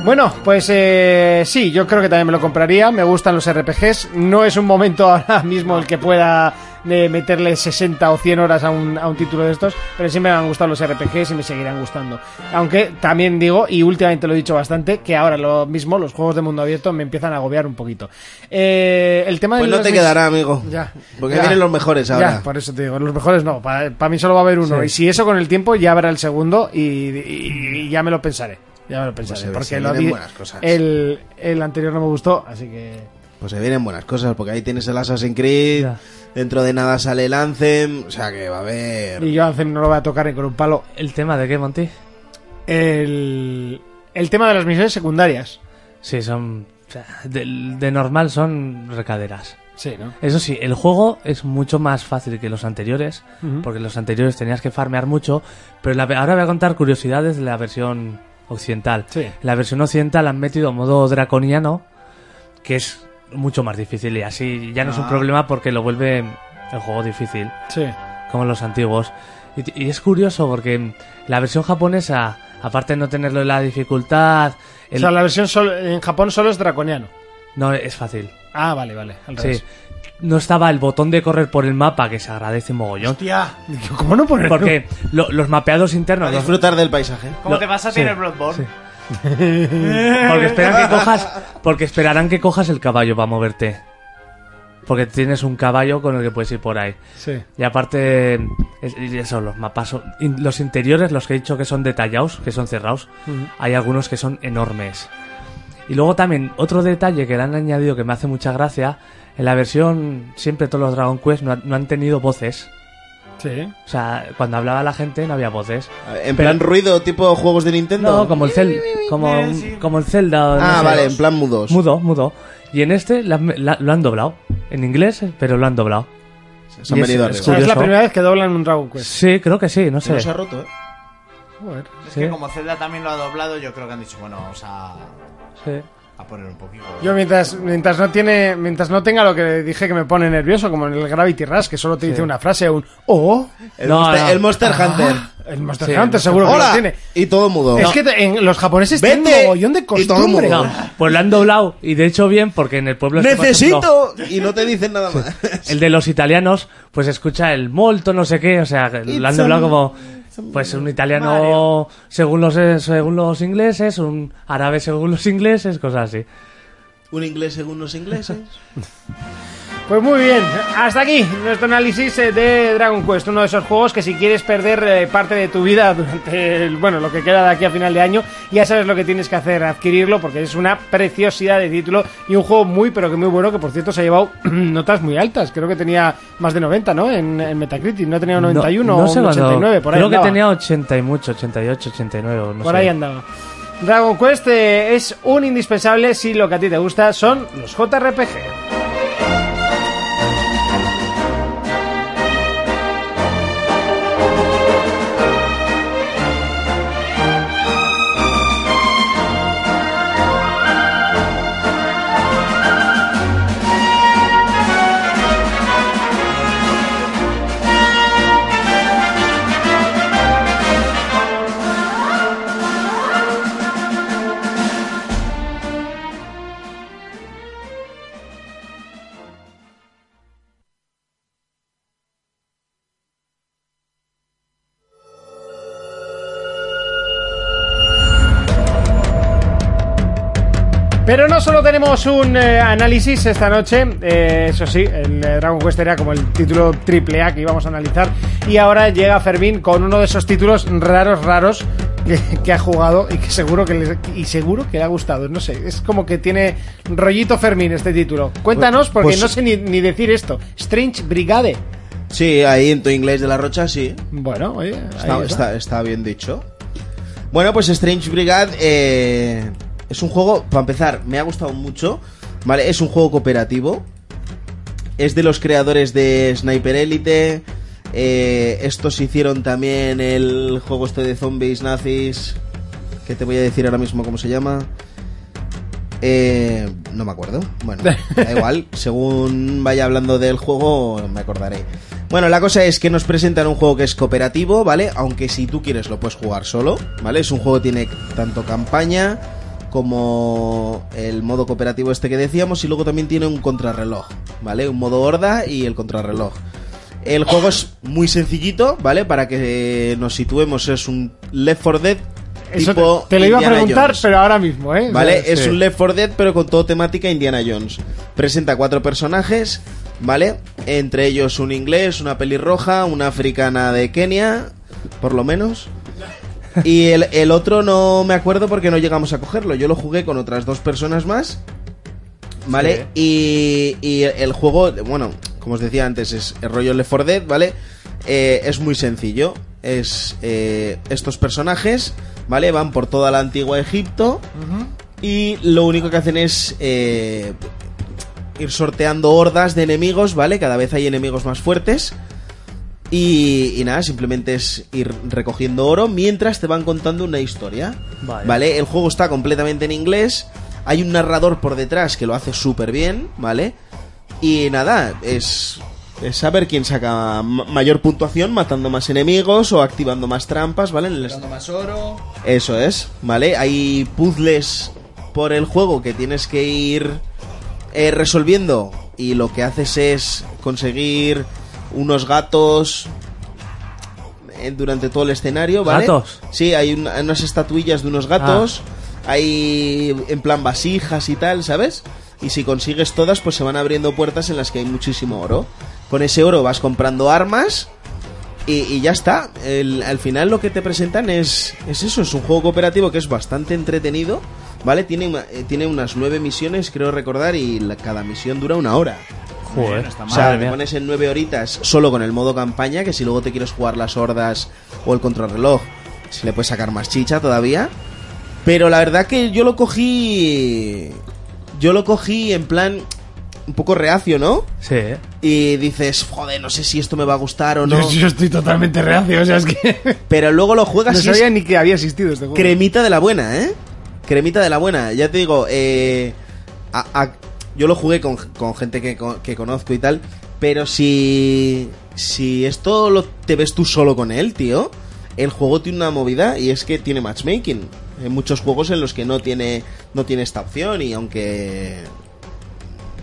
Speaker 2: Bueno, pues eh, sí, yo creo que también me lo compraría. Me gustan los RPGs. No es un momento ahora mismo el que pueda eh, meterle 60 o 100 horas a un, a un título de estos, pero siempre me han gustado los RPGs y me seguirán gustando. Aunque también digo, y últimamente lo he dicho bastante, que ahora lo mismo los juegos de mundo abierto me empiezan a agobiar un poquito. Eh, el tema de
Speaker 1: Pues no
Speaker 2: los
Speaker 1: te
Speaker 2: mis-
Speaker 1: quedará, amigo.
Speaker 2: Ya.
Speaker 1: Porque
Speaker 2: ya.
Speaker 1: vienen los mejores ahora.
Speaker 2: Ya, por eso te digo, los mejores no. Para, mí solo va a haber uno.
Speaker 4: Sí.
Speaker 2: Y si eso con el tiempo, ya habrá el segundo y, y- y ya me lo pensaré. Ya me lo pensaré.
Speaker 1: se-
Speaker 2: porque
Speaker 1: se
Speaker 2: lo
Speaker 1: vienen
Speaker 2: di-
Speaker 1: buenas cosas.
Speaker 2: El, el anterior no me gustó, así que.
Speaker 1: Pues se vienen buenas cosas, porque ahí tienes el Assassin's Creed.
Speaker 4: Ya.
Speaker 1: Dentro de nada sale el Anthem. O sea que va a haber.
Speaker 2: Y yo Anthem no lo voy a tocar ni con un palo.
Speaker 4: ¿El tema de qué, Monty?
Speaker 2: El, el tema de las misiones secundarias.
Speaker 4: Sí, son... o sea, De, de normal son recaderas.
Speaker 2: Sí, ¿no?
Speaker 4: Eso sí, el juego es mucho más fácil que los anteriores, porque los anteriores tenías que farmear mucho, pero la- ahora voy a contar curiosidades de la versión occidental.
Speaker 2: Sí.
Speaker 4: La versión occidental han metido modo draconiano, que es mucho más difícil y así ya no es un
Speaker 3: Ah.
Speaker 4: problema porque lo vuelve el juego difícil,
Speaker 2: Sí.
Speaker 4: como los antiguos. Y, y es curioso porque la versión japonesa, aparte de no tenerlo en la dificultad,
Speaker 2: O
Speaker 4: el-
Speaker 2: sea, la versión solo- en Japón solo es draconiano.
Speaker 4: no es fácil.
Speaker 2: Ah, vale, vale. Al
Speaker 4: Sí.
Speaker 2: revés.
Speaker 4: No estaba el botón de correr por el mapa, que se agradece mogollón.
Speaker 3: Hostia,
Speaker 2: ¿Cómo no poner
Speaker 4: Porque lo- los mapeados internos.
Speaker 1: A
Speaker 4: los-
Speaker 1: disfrutar del paisaje.
Speaker 3: ¿cómo
Speaker 4: No,
Speaker 3: te vas a
Speaker 4: sí,
Speaker 3: tener Bloodborne?
Speaker 4: porque esperan que cojas. Porque esperarán que cojas el caballo para moverte. Porque tienes un caballo con el que puedes ir por ahí.
Speaker 2: Sí.
Speaker 4: Y aparte, Es- y eso, los mapas, son- in- los interiores, los que he dicho que son detallados, que son cerrados,
Speaker 2: Ujú.
Speaker 4: hay algunos que son enormes. Y luego también, otro detalle que le han añadido que me hace mucha gracia, en la versión, siempre todos los Dragon Quest no han, no han tenido voces.
Speaker 2: Sí.
Speaker 4: O sea, cuando hablaba la gente no había voces.
Speaker 1: En plan ruido, tipo juegos de Nintendo.
Speaker 4: No, como el, Cel- como, un- como el Zelda. o no
Speaker 1: Ah,
Speaker 4: sé.
Speaker 1: vale, en plan mudos.
Speaker 4: Mudo, mudo. Y en este la- la- lo han doblado. En inglés, pero lo han doblado.
Speaker 1: Se han
Speaker 4: Y
Speaker 1: venido arriba.
Speaker 4: es, es
Speaker 2: O sea, es la
Speaker 4: curioso.
Speaker 2: primera vez que doblan un Dragon
Speaker 1: Pues
Speaker 2: Quest.
Speaker 4: Sí, creo que sí, no sé.
Speaker 1: No se ha roto, ¿eh?
Speaker 2: Joder.
Speaker 3: Es
Speaker 4: Sí.
Speaker 3: que como Zelda también lo ha doblado, yo creo que han dicho, bueno, vamos a,
Speaker 4: Sí.
Speaker 3: a poner un poquito.
Speaker 2: Yo mientras, mientras no tiene, mientras no tenga lo que dije que me pone nervioso, como en el Gravity Rush, que solo te dice una frase, un oh,
Speaker 1: El,
Speaker 4: No,
Speaker 1: Monster,
Speaker 4: no. Ah.
Speaker 1: el Monster Hunter.
Speaker 2: el Monster
Speaker 4: Sí,
Speaker 2: Hunter
Speaker 4: Monster
Speaker 2: seguro
Speaker 1: ¡Hola!
Speaker 2: que lo tiene.
Speaker 1: Y todo mudo.
Speaker 2: Es que te- en los japoneses
Speaker 1: Vete
Speaker 2: tienen un mogollón de
Speaker 1: y todo mudo.
Speaker 2: costumbre.
Speaker 4: No, pues lo han doblado. Y de hecho, bien, porque en el pueblo. este, por ejemplo,
Speaker 1: ¡Necesito! Y no te dicen nada más.
Speaker 4: el de los italianos, pues escucha el molto, no sé qué. O sea, que lo han
Speaker 1: It's
Speaker 4: doblado
Speaker 1: a-
Speaker 4: como. Pues un italiano según los eh, según los ingleses, un árabe según los ingleses, cosas así.
Speaker 1: Un inglés según los ingleses.
Speaker 2: Pues muy bien, hasta aquí nuestro análisis eh, de Dragon Quest, uno de esos juegos que si quieres perder eh, parte de tu vida durante el- bueno, lo que queda de aquí a final de año, ya sabes lo que tienes que hacer, adquirirlo porque es una preciosidad de título y un juego muy pero que muy bueno que por cierto se ha llevado notas muy altas, creo que tenía más de 90, ¿no? En, en Metacritic, no tenía un 91
Speaker 4: No- no
Speaker 2: o
Speaker 4: sé
Speaker 2: un
Speaker 4: cuándo-
Speaker 2: 89, por ahí
Speaker 4: Creo que
Speaker 2: andaba.
Speaker 4: tenía 80 y mucho, 88, 89, o no
Speaker 2: Por
Speaker 4: sé.
Speaker 2: ahí andaba. Dragon Quest eh, es un indispensable si lo que a ti te gusta son los JRPG. Pero no solo tenemos un eh, análisis esta noche, eh, eso sí, el eh, Dragon Quest era como el título triple A que íbamos a analizar y ahora llega Fermín con uno de esos títulos raros, raros que, que ha jugado y que seguro que le, y seguro que le ha gustado. No sé, es como que tiene rollito Fermín este título. Cuéntanos porque
Speaker 1: Pues-
Speaker 2: no sé ni, ni decir esto. Strange Brigade.
Speaker 1: Sí, ahí en tu inglés de la rocha, sí.
Speaker 2: Bueno, oye, ahí
Speaker 1: Está,
Speaker 2: está.
Speaker 1: está- está bien dicho. Bueno, pues Strange Brigade eh, es un juego, para empezar, me ha gustado mucho. Vale, es un juego cooperativo. Es de los creadores de Sniper Elite. eh, estos hicieron también el juego este de zombies nazis. Que te voy a decir ahora mismo cómo se llama. Eh, no me acuerdo. Bueno, da igual. Según vaya hablando del juego, me acordaré. Bueno, la cosa es que nos presentan un juego que es cooperativo, ¿vale? Aunque si tú quieres lo puedes jugar solo, ¿vale? Es un juego que tiene tanto campaña como el modo cooperativo este que decíamos y luego también tiene un contrarreloj, ¿vale? Un modo horda y el contrarreloj. El juego es muy sencillito, ¿vale? Para que nos situemos, es un Left 4 Dead
Speaker 2: Eso te-
Speaker 1: tipo
Speaker 2: te, lo iba a
Speaker 1: Indiana
Speaker 2: preguntar,
Speaker 1: Jones.
Speaker 2: pero ahora mismo, ¿eh?
Speaker 1: ¿Vale?
Speaker 2: Sí.
Speaker 1: Es un Left 4 Dead, pero con todo temática Indiana Jones. Presenta cuatro personajes, ¿vale? Entre ellos un inglés, una pelirroja, una africana de Kenia, por lo menos. Y el, el otro no me acuerdo porque no llegamos a cogerlo. Yo lo jugué con otras dos personas más. ¿Vale? Y, y el juego, bueno, como os decía antes, es el rollo Left 4 Dead, ¿vale? Eh, es muy sencillo. Es eh, estos personajes, ¿vale? Van por toda la antigua Egipto. Y lo único que hacen es eh, ir sorteando hordas de enemigos, ¿vale? Cada vez hay enemigos más fuertes. Y, y nada, simplemente es ir recogiendo oro mientras te van contando una historia.
Speaker 4: Vale.
Speaker 1: ¿Vale? El juego está completamente en inglés. Hay un narrador por detrás que lo hace súper bien, ¿vale? Y nada, es, es saber quién saca ma- mayor puntuación matando más enemigos o activando más trampas, ¿vale? En el est-
Speaker 3: más oro.
Speaker 1: eso es, ¿vale? Hay puzzles por el juego que tienes que ir eh, resolviendo y lo que haces es conseguir unos gatos eh, durante todo el escenario, ¿vale?
Speaker 4: ¿Gatos?
Speaker 1: Sí, hay un- unas estatuillas de unos gatos, hay en plan vasijas y tal, ¿sabes? Y si consigues todas, pues se van abriendo puertas en las que hay muchísimo oro. Con ese oro vas comprando armas Y, y ya está. El- al final lo que te presentan es, es eso, es un juego cooperativo que es bastante entretenido, ¿vale? Tiene, una- eh, tiene unas nueve misiones, creo recordar, y la- cada misión dura una hora.
Speaker 4: Joder.
Speaker 1: O sea,
Speaker 4: Madre
Speaker 1: te
Speaker 4: mía.
Speaker 1: pones en nueve horitas solo con el modo campaña, que si luego te quieres jugar las hordas o el contrarreloj, se le puede sacar más chicha todavía. Pero la verdad que yo lo cogí... Yo lo cogí en plan un poco reacio, ¿no?
Speaker 4: Sí. ¿eh?
Speaker 1: Y dices, joder, no sé si esto me va a gustar o no.
Speaker 2: Yo, yo estoy totalmente reacio, o sea, es que...
Speaker 1: Pero luego lo
Speaker 2: No
Speaker 1: juegas y es
Speaker 2: sabía ni que había existido este juego.
Speaker 1: cremita de la buena, ¿eh? Cremita de la buena. Ya te digo, eh, a- a- yo lo jugué con, con gente que, con- que conozco y tal, pero si, si esto lo, te ves tú solo con él, tío, el juego tiene una movida y es que tiene matchmaking. Hay muchos juegos en los que no tiene, no tiene esta opción y aunque...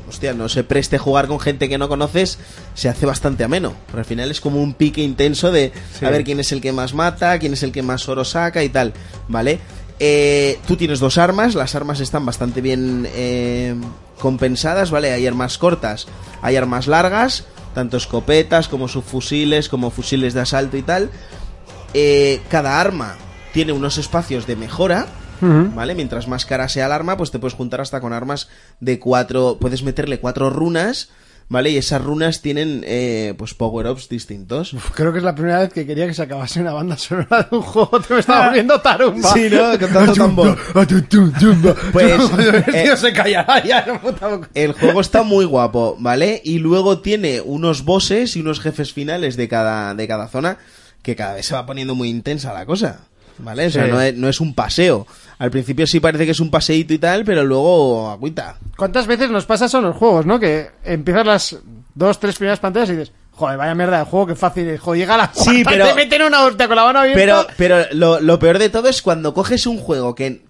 Speaker 1: Hostia, no se preste jugar con gente que no conoces, se hace bastante ameno. Pero al final es como un pique intenso de
Speaker 4: Sí.
Speaker 1: a ver quién es el que más mata, quién es el que más oro saca y tal, ¿vale? Eh, tú tienes dos armas, las armas están bastante bien eh, compensadas, ¿vale? Hay armas cortas, hay armas largas, tanto escopetas como subfusiles, como fusiles de asalto y tal. Eh, cada arma tiene unos espacios de mejora, ¿Vale? Mientras más cara sea el arma, pues te puedes juntar hasta con armas de cuatro. Puedes meterle cuatro runas, ¿vale? Y esas runas tienen, eh, pues, power-ups distintos.
Speaker 2: Pues Creo que es la primera vez que quería que se acabase una banda sonora de un juego. Te me estaba volviendo tarumba.
Speaker 1: Sí, ¿no? Con tanto tambor. Pues,
Speaker 2: Joder,
Speaker 1: eh,
Speaker 2: tío, se callará ya, no puta boca.
Speaker 1: el juego está muy guapo, ¿vale? Y luego tiene unos bosses y unos jefes finales de cada, de cada zona, que cada vez se va poniendo muy intensa la cosa, ¿vale? O sea,
Speaker 4: Sí.
Speaker 1: no, es, no es un paseo. Al principio sí parece que es un paseíto y tal, pero luego agüita.
Speaker 2: ¿Cuántas veces nos pasa eso en los juegos, no? Que empiezas las dos, tres primeras pantallas y dices, joder, vaya mierda de juego, qué fácil es. Joder, llega la
Speaker 1: Sí,
Speaker 2: cuarta y
Speaker 1: pero-
Speaker 2: te meten una hostia con la mano abierta.
Speaker 1: Pero, pero lo, lo peor de todo es cuando coges un juego que,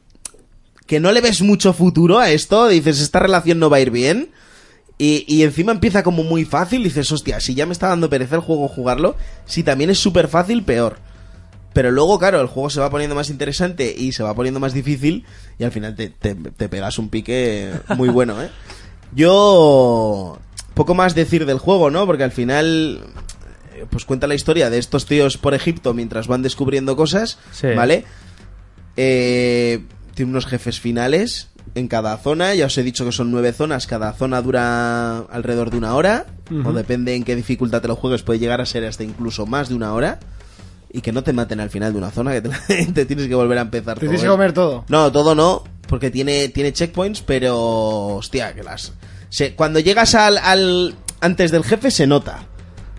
Speaker 1: que no le ves mucho futuro a esto, dices, esta relación no va a ir bien. Y, y encima empieza como muy fácil, dices, hostia, si ya me está dando pereza el juego jugarlo, si también es súper fácil, peor. Pero luego, claro, el juego se va poniendo más interesante y se va poniendo más difícil y al final te, te- te pegas un pique muy bueno, ¿eh? Yo... Poco más decir del juego, ¿no? Porque al final eh, pues cuenta la historia de estos tíos por Egipto mientras van descubriendo cosas,
Speaker 4: Sí.
Speaker 1: ¿vale? Eh, tiene unos jefes finales en cada zona, ya os he dicho que son nueve zonas, cada zona dura alrededor de una hora, o depende en qué dificultad te lo juegues, puede llegar a ser hasta incluso más de una hora, y que no te maten al final de una zona, que te, la- te tienes que volver a empezar
Speaker 2: Te tienes
Speaker 1: todo,
Speaker 2: que
Speaker 1: ¿eh?
Speaker 2: comer todo.
Speaker 1: No, todo no, porque tiene, tiene checkpoints, pero. Hostia, que las. se- cuando llegas al, al- Antes del jefe se nota.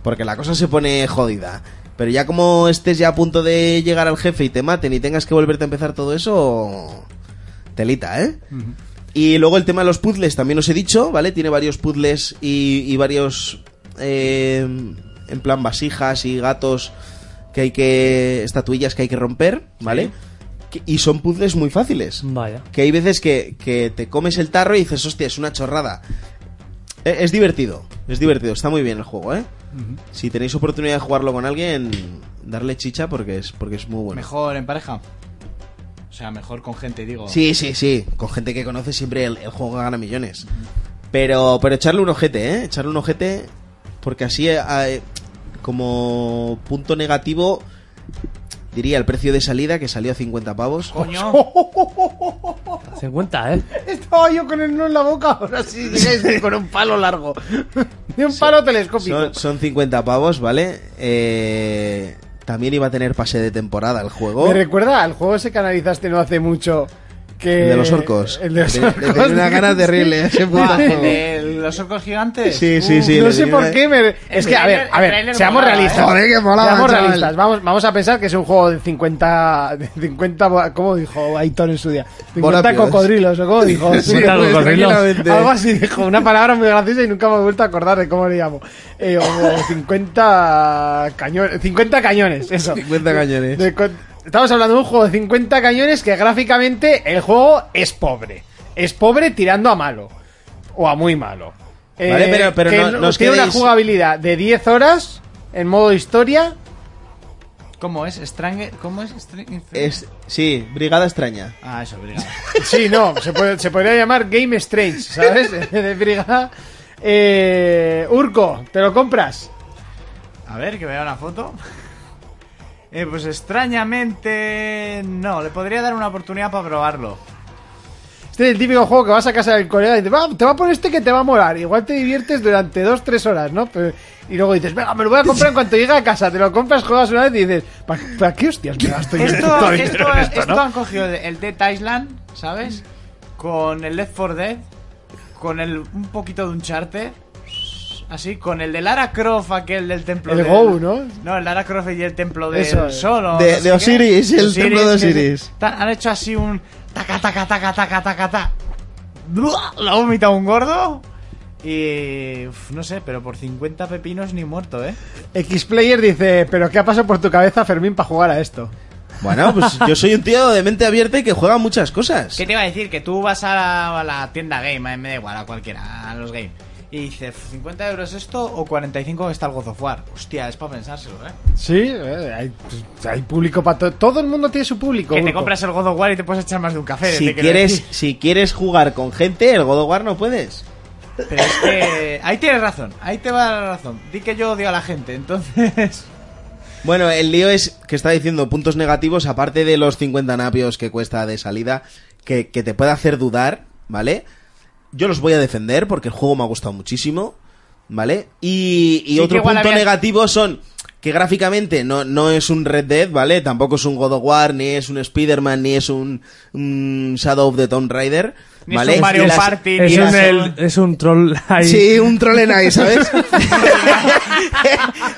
Speaker 1: Porque la cosa se pone jodida. Pero ya como estés ya a punto de llegar al jefe y te maten y tengas que volverte a empezar todo eso. Telita, ¿eh? Y luego el tema de los puzzles, también os he dicho, ¿vale? Tiene varios puzzles y, y varios. eh, en plan vasijas y gatos que hay que. estatuillas que hay que romper, ¿vale? Que- Y son puzzles muy fáciles.
Speaker 4: Vaya.
Speaker 1: Que hay veces que, que te comes el tarro y dices, hostia, es una chorrada. E- Es, divertido, es divertido, está muy bien el juego, ¿eh? Si tenéis oportunidad de jugarlo con alguien, darle chicha porque es, porque es muy bueno.
Speaker 3: Mejor en pareja. O sea, mejor con gente, digo.
Speaker 1: Sí, sí, sí. Con gente que conoce siempre el, el juego gana millones. Pero, pero echarle un ojete, ¿eh? Echarle un ojete. Porque así, eh, eh, como punto negativo, diría el precio de salida que salió a 50 pavos.
Speaker 3: Coño.
Speaker 4: 50, ¿eh?
Speaker 2: Estaba yo con el no en la boca, ahora sí llegáis con un palo largo. De un palo telescópico.
Speaker 1: Son, son 50 pavos, ¿vale? Eh, también iba a tener pase de temporada el juego.
Speaker 2: Me recuerda al juego ese que analizaste no hace mucho. Que...
Speaker 1: El de los orcos.
Speaker 2: El de los
Speaker 1: Le- le
Speaker 2: orcos.
Speaker 1: tenía una gana terrible a ese puto
Speaker 3: Buah, el
Speaker 1: juego.
Speaker 3: de los orcos gigantes.
Speaker 1: Sí, sí, sí.
Speaker 2: no
Speaker 1: le
Speaker 2: sé
Speaker 1: tenía
Speaker 2: por
Speaker 1: una-
Speaker 2: qué me... Es que, a ver, a
Speaker 3: El trailer-
Speaker 2: ver,
Speaker 3: el
Speaker 2: seamos
Speaker 3: trailer
Speaker 2: realistas.
Speaker 1: ¿eh?
Speaker 3: molaba,
Speaker 1: Joder, que molaba,
Speaker 2: Seamos
Speaker 1: chaval.
Speaker 2: realistas. Vamos, vamos a pensar que es un juego de 50... de 50... bo- ¿Cómo dijo Aitor en su día? 50
Speaker 1: Volapios.
Speaker 2: cocodrilos, ¿o cómo dijo?
Speaker 4: Sí, 50
Speaker 2: pues,
Speaker 4: cocodrilos.
Speaker 2: tranquilamente. Algo así dijo. Una palabra muy graciosa y nunca me he vuelto a acordar de cómo le llamo. Eh, o, o 50 cañones... 50 cañones, eso.
Speaker 1: 50 cañones.
Speaker 2: De con- Estamos hablando de un juego de 50 cañones que gráficamente el juego es pobre. Es pobre tirando a malo. O a muy malo. Eh,
Speaker 1: Vale, pero- pero
Speaker 2: que
Speaker 1: no- no os
Speaker 2: tiene
Speaker 1: quedéis-
Speaker 2: una jugabilidad de 10 horas en modo historia.
Speaker 3: ¿Cómo es? Strange... ¿Cómo es? Strange-
Speaker 1: Es, sí, Brigada Extraña.
Speaker 3: Ah, eso, brigada.
Speaker 2: Sí, no, se, puede- se podría llamar Game Strange, ¿sabes? De brigada. Eh, Urco, ¿te lo compras?
Speaker 3: A ver, que vea una foto. Eh, pues extrañamente no, le podría dar una oportunidad para probarlo.
Speaker 2: Este es el típico juego que vas a casa del colega y dices, "Va, te va a poner este que te va a molar. Igual te diviertes durante dos, tres horas, ¿no? Pero- y luego dices, venga, me lo voy a comprar en cuanto llegue a casa. Te lo compras, juegas una vez y dices, ¿para, para qué hostias me gasto yo
Speaker 3: Esto,
Speaker 2: tanto dinero
Speaker 3: esto,
Speaker 2: en esto,
Speaker 3: esto
Speaker 2: no?".
Speaker 3: han cogido el Dead Island, ¿sabes? Con el Left 4 Dead, con el un poquito de un charter. Así, con el de Lara Croft, aquel del templo
Speaker 2: El
Speaker 3: del-
Speaker 2: Go, ¿no?
Speaker 3: No, el Lara Croft y el templo de
Speaker 2: Eso es.
Speaker 3: Solo.
Speaker 1: De- de Osiris, el templo de Osiris.
Speaker 3: Han hecho así un taca, taca, taca, taca, taca, taca. ¡Bua! La vomita un gordo. Y. uf, no sé, pero por 50 pepinos ni muerto, ¿eh?
Speaker 2: X-Player dice, ¿pero qué ha pasado por tu cabeza, Fermín, para jugar a esto?
Speaker 1: Bueno, pues yo soy un tío de mente abierta y que juega muchas cosas.
Speaker 3: ¿Qué te iba a decir? Que tú vas a la, a la tienda game, eh, me da igual, a cualquiera, a los game. Y dices, ¿50 euros esto o 45 que está el God of War? Hostia, es para pensárselo, ¿eh?
Speaker 2: Sí, eh, hay, hay público para todo. Todo el mundo tiene su público.
Speaker 3: Que te
Speaker 2: Urco.
Speaker 3: compras el God of War y te puedes echar más de un café.
Speaker 1: Si
Speaker 3: te quiero
Speaker 1: quieres,
Speaker 3: decir.
Speaker 1: si quieres jugar con gente, el God of War no puedes.
Speaker 3: Pero es que... Ahí tienes razón, ahí te va la razón. Di que yo odio a la gente, entonces...
Speaker 1: Bueno, el lío es que está diciendo puntos negativos, aparte de los 50 napios que cuesta de salida, que, que te puede hacer dudar, ¿vale? Yo los voy a defender porque el juego me ha gustado muchísimo, ¿vale? Y, y
Speaker 3: Sí, que
Speaker 1: otro
Speaker 3: igual
Speaker 1: punto
Speaker 3: había-
Speaker 1: negativo son que gráficamente no, no es un Red Dead, ¿vale? Tampoco es un God of War, ni es un Spider-Man, ni es un, mm, Shadow of the Tomb Raider,
Speaker 3: Ni es
Speaker 1: ¿vale?
Speaker 3: un Mario
Speaker 1: Y las-
Speaker 3: Party, ni
Speaker 1: y
Speaker 4: Es
Speaker 1: las-
Speaker 4: un, el- es un troll ahí.
Speaker 1: Sí, un troll en ahí, ¿sabes?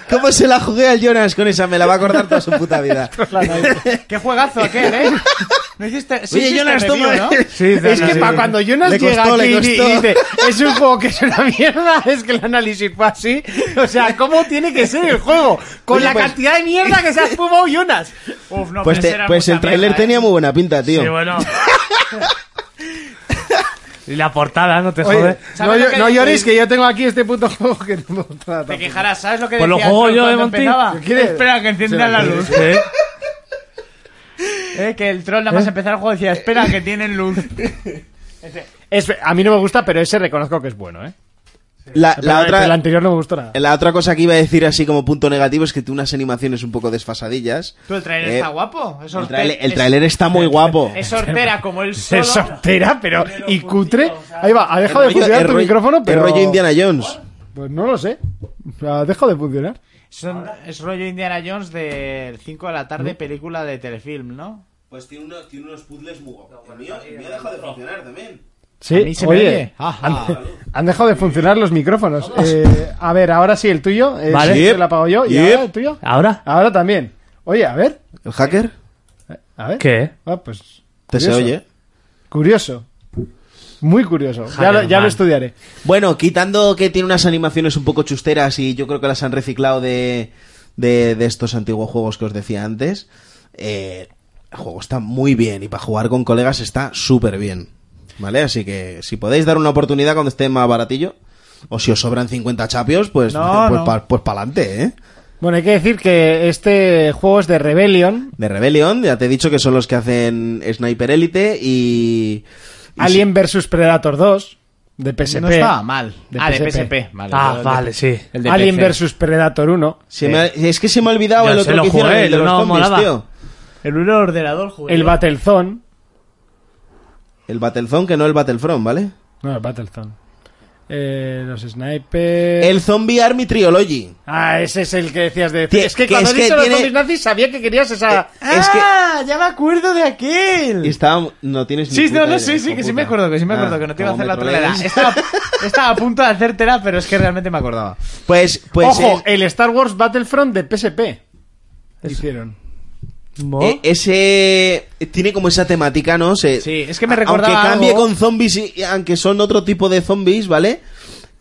Speaker 1: ¿Cómo se la jugué al Jonas con esa? Me la va a acordar toda su puta vida.
Speaker 3: ¡Qué juegazo aquel, eh! No hiciste... sí
Speaker 1: Oye,
Speaker 3: hiciste
Speaker 1: Jonas,
Speaker 3: review,
Speaker 1: toma.
Speaker 3: ¿no?
Speaker 4: Sí,
Speaker 2: Es
Speaker 4: sí,
Speaker 2: que
Speaker 4: sí.
Speaker 2: para cuando Jonas
Speaker 1: Le
Speaker 2: llega
Speaker 1: costó,
Speaker 2: aquí
Speaker 1: le
Speaker 2: y- y
Speaker 1: costó.
Speaker 2: dice, es un juego que es una mierda, es que el análisis fue así. O sea, ¿cómo tiene que ser el juego? Con
Speaker 1: Oye,
Speaker 2: la
Speaker 1: pues-
Speaker 2: cantidad de mierda que se ha fumado Jonas.
Speaker 3: Uf, no,
Speaker 1: Pues,
Speaker 3: pero
Speaker 1: te-
Speaker 3: ese era
Speaker 1: pues
Speaker 3: mucha
Speaker 1: el tráiler
Speaker 3: mierda, ¿eh?
Speaker 1: tenía muy buena pinta, tío.
Speaker 4: Sí, bueno. y la portada, no te
Speaker 2: Oye,
Speaker 4: jode.
Speaker 2: no,
Speaker 3: ¿sabes lo
Speaker 2: llo-
Speaker 3: que
Speaker 2: no
Speaker 3: hay?
Speaker 2: lloréis que yo tengo aquí este puto juego que no me gusta
Speaker 3: Te
Speaker 2: tanto.
Speaker 3: quejarás, ¿sabes lo que
Speaker 4: Pues lo
Speaker 3: decía
Speaker 4: juego
Speaker 3: Troll
Speaker 4: yo,
Speaker 3: cuando
Speaker 4: eh, Monty.
Speaker 3: empezaba?
Speaker 2: ¿Lo quieres?
Speaker 3: Espera que encienda la luz.
Speaker 4: Sí.
Speaker 3: Eh, que el troll nada más empezar el juego decía, espera que tienen luz.
Speaker 2: Es- a mí no me gusta, pero ese reconozco que es bueno, ¿eh?
Speaker 1: La,
Speaker 2: Pero
Speaker 1: la
Speaker 2: El
Speaker 1: otra,
Speaker 2: anterior no me gustó nada.
Speaker 1: la otra cosa que iba a decir así como punto negativo es que tiene unas animaciones un poco desfasadillas.
Speaker 3: ¿Tú el trailer
Speaker 1: Eh,
Speaker 3: está guapo? Es
Speaker 1: El
Speaker 3: horte-
Speaker 1: tráiler, el
Speaker 3: es-
Speaker 1: tráiler está muy guapo.
Speaker 3: Es hortera como el
Speaker 2: Se
Speaker 3: solo.
Speaker 2: sortera, pero... Y cutre. Ahí va, ha dejado de
Speaker 1: rollo-
Speaker 2: funcionar tu
Speaker 1: rollo-
Speaker 2: micrófono,
Speaker 1: el
Speaker 2: pero...
Speaker 1: rollo Indiana Jones.
Speaker 2: Pues no lo sé. O sea, Ha dejado de funcionar.
Speaker 3: Son- es rollo Indiana Jones del 5 de la tarde, película de telefilm, ¿no?
Speaker 1: Pues tiene unos, puzzles muy guapos. El mío, deja de funcionar también.
Speaker 2: Sí,
Speaker 3: A mí se me
Speaker 2: oye,
Speaker 3: oye.
Speaker 2: han, han dejado de funcionar los micrófonos. Eh, a ver, ahora sí, el tuyo. eh,
Speaker 4: Vale.
Speaker 2: sí,
Speaker 1: Yep.
Speaker 2: se lo apago yo. ¿Y
Speaker 1: Yep.
Speaker 2: ahora el tuyo?
Speaker 4: ¿Ahora?
Speaker 2: Ahora también. Oye, a ver.
Speaker 1: ¿El hacker?
Speaker 2: A ver.
Speaker 4: ¿Qué?
Speaker 2: Ah, pues.
Speaker 1: ¿Te se
Speaker 2: curioso.
Speaker 1: oye?
Speaker 2: Curioso. Muy curioso. Ya lo, ya
Speaker 4: man.
Speaker 2: lo estudiaré.
Speaker 1: Bueno, quitando que tiene unas animaciones un poco chusteras y yo creo que las han reciclado de, de, de estos antiguos juegos que os decía antes, eh, el juego está muy bien y para jugar con colegas está súper bien. ¿Vale? Así que si podéis dar una oportunidad cuando esté más baratillo, o si os sobran 50 chapios, pues
Speaker 3: No,
Speaker 1: pues,
Speaker 3: no.
Speaker 1: pa- pues pa'lante, ¿eh?
Speaker 2: Bueno, hay que decir que este juego es de Rebellion.
Speaker 1: De Rebellion, ya te he dicho que son los que hacen Sniper Elite y... y
Speaker 2: Alien vs Predator 2. De PSP.
Speaker 3: No estaba mal.
Speaker 2: De
Speaker 3: ah, de
Speaker 2: PSP.
Speaker 3: PSP. Vale,
Speaker 4: Ah,
Speaker 3: El de-
Speaker 4: vale, sí.
Speaker 3: el de
Speaker 2: Alien
Speaker 3: PC.
Speaker 2: vs Predator 1.
Speaker 1: se me ha- es que se me ha olvidado
Speaker 4: Yo
Speaker 1: el
Speaker 4: se
Speaker 1: otro
Speaker 4: lo
Speaker 1: que hicieron,
Speaker 4: jugué,
Speaker 1: el de
Speaker 4: yo
Speaker 1: los
Speaker 4: no,
Speaker 1: zombies,
Speaker 4: molaba.
Speaker 1: tío.
Speaker 3: El uno ordenador jugué.
Speaker 2: El
Speaker 3: yo.
Speaker 2: Battlezone.
Speaker 1: El Battlezone, que no el Battlefront, ¿vale?
Speaker 2: No, el Battlezone. Eh, los
Speaker 3: Eh.
Speaker 2: snipers.
Speaker 1: El Zombie Army Triology.
Speaker 2: Ah, ese es el que decías de.
Speaker 1: Tie-
Speaker 2: es que,
Speaker 1: que
Speaker 2: cuando
Speaker 1: es
Speaker 2: he
Speaker 1: que
Speaker 2: dicho los
Speaker 1: tiene- Eh,
Speaker 2: zombies nazis sabía que querías esa.
Speaker 1: Es que-
Speaker 3: ¡Ah! Ya me acuerdo de aquel.
Speaker 1: Y estaba, no tienes ni
Speaker 3: Sí,
Speaker 1: puta
Speaker 3: no, no,
Speaker 1: idea,
Speaker 3: sí, sí,
Speaker 1: hijo
Speaker 3: que sí
Speaker 1: puta.
Speaker 3: me acuerdo, que sí me acuerdo,
Speaker 1: Ah,
Speaker 3: que no te iba a
Speaker 1: como
Speaker 3: hacer
Speaker 1: me
Speaker 3: la trolera.
Speaker 1: troleas.
Speaker 3: Estaba, estaba a punto de hacértela, pero es que realmente me acordaba.
Speaker 1: Pues, pues
Speaker 2: Ojo,
Speaker 1: eh,
Speaker 2: el Star Wars Battlefront de PSP. Hicieron.
Speaker 4: Mo-
Speaker 1: eh, ese eh, tiene como esa temática, ¿no? Se-
Speaker 3: Sí, es que me recordaba
Speaker 1: Aunque cambie
Speaker 3: algo.
Speaker 1: con zombies, y- y aunque son otro tipo de zombies, ¿vale?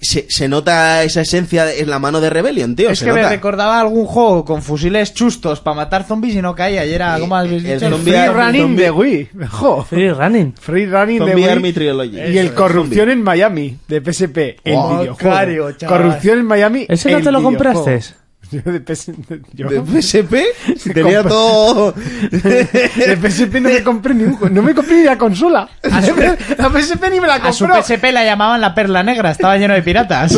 Speaker 1: Se, se nota esa esencia de- en la mano de Rebellion, tío.
Speaker 3: Es
Speaker 1: se
Speaker 3: que me
Speaker 1: nota.
Speaker 3: recordaba algún juego con fusiles chustos para matar zombies y no caía. Y era,
Speaker 1: Sí,
Speaker 3: ¿cómo habéis
Speaker 1: el
Speaker 3: dicho?
Speaker 1: zombie-
Speaker 2: Free
Speaker 1: Zombie-
Speaker 2: Running de Wii. Jo.
Speaker 4: Free Running.
Speaker 2: Free Running
Speaker 1: Zombie
Speaker 2: de
Speaker 1: Army
Speaker 2: Wii.
Speaker 1: Trilogy.
Speaker 2: Y el Corrupción en Miami de PSP. El
Speaker 3: Oh,
Speaker 2: videojuego.
Speaker 3: cario, chaval.
Speaker 2: Corrupción en Miami.
Speaker 4: ¿Ese no
Speaker 2: el
Speaker 4: te lo
Speaker 2: videojuego.
Speaker 4: compraste?
Speaker 2: Yo de PSP. yo-
Speaker 1: De PSP si tenía
Speaker 2: Compa-
Speaker 1: todo.
Speaker 2: De PSP no me compré ni un, no me compré ni la consola. La PSP ni me la
Speaker 3: A su
Speaker 2: compró.
Speaker 3: PSP la llamaban la perla negra, estaba lleno de piratas.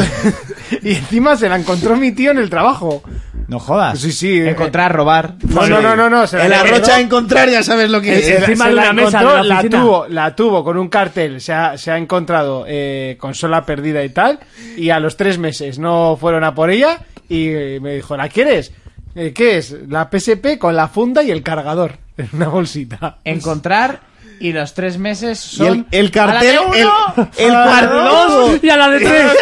Speaker 2: Y encima se la encontró mi tío en el trabajo.
Speaker 3: No jodas.
Speaker 2: Sí, sí. eh.
Speaker 3: Encontrar, robar.
Speaker 2: No, no, no, no, no. se la-
Speaker 1: En la rocha encontrar ya sabes lo que es.
Speaker 2: Se la-
Speaker 4: Encima
Speaker 2: Eh, se
Speaker 4: de
Speaker 2: la
Speaker 4: una mesa
Speaker 2: encontró,
Speaker 4: de la
Speaker 2: la
Speaker 4: oficina.
Speaker 2: tuvo, la tuvo con un cartel, se ha, se ha encontrado eh, consola perdida y tal, y a los tres meses no fueron a por ella y me dijo, ¿la quieres? Eh, ¿Qué es? La PSP con la funda y el cargador en una bolsita.
Speaker 3: Encontrar y los tres meses
Speaker 1: Y el,
Speaker 3: son...
Speaker 1: el cartel,
Speaker 3: ¡A la de
Speaker 1: el,
Speaker 3: uno!
Speaker 1: el cartel-
Speaker 4: Y a la de tres.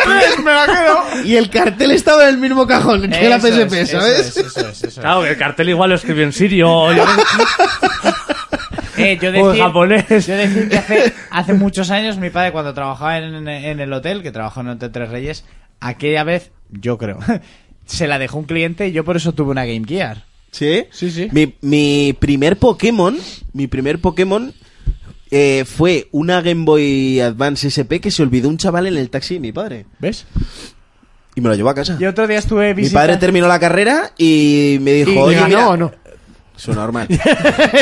Speaker 1: y el cartel estaba en el mismo cajón que la
Speaker 3: Eso es,
Speaker 1: PSP,
Speaker 3: eso
Speaker 1: ¿sabes?
Speaker 3: es, eso es, eso es.
Speaker 4: Claro, que el cartel igual lo escribió en sirio. yo-
Speaker 3: Eh, yo
Speaker 4: O
Speaker 3: decir,
Speaker 4: en japonés.
Speaker 3: yo decir que hace, hace muchos años mi padre cuando trabajaba en, en el hotel, que trabajó en el Hotel Tres Reyes, aquella vez, yo creo, se la dejó un cliente y yo por eso tuve una Game Gear.
Speaker 1: ¿Sí?
Speaker 3: Sí, sí.
Speaker 1: Mi, mi primer Pokémon, mi primer Pokémon eh, fue una Game Boy Advance SP que se olvidó un chaval en el taxi de mi padre.
Speaker 3: ¿Ves?
Speaker 1: Y me lo llevó a casa.
Speaker 3: Y otro día estuve
Speaker 1: mi
Speaker 3: visitando...
Speaker 1: padre terminó la carrera y me dijo,
Speaker 2: ¿Y
Speaker 1: oye,
Speaker 2: ganó
Speaker 1: mira,
Speaker 2: o no?
Speaker 1: Su normal.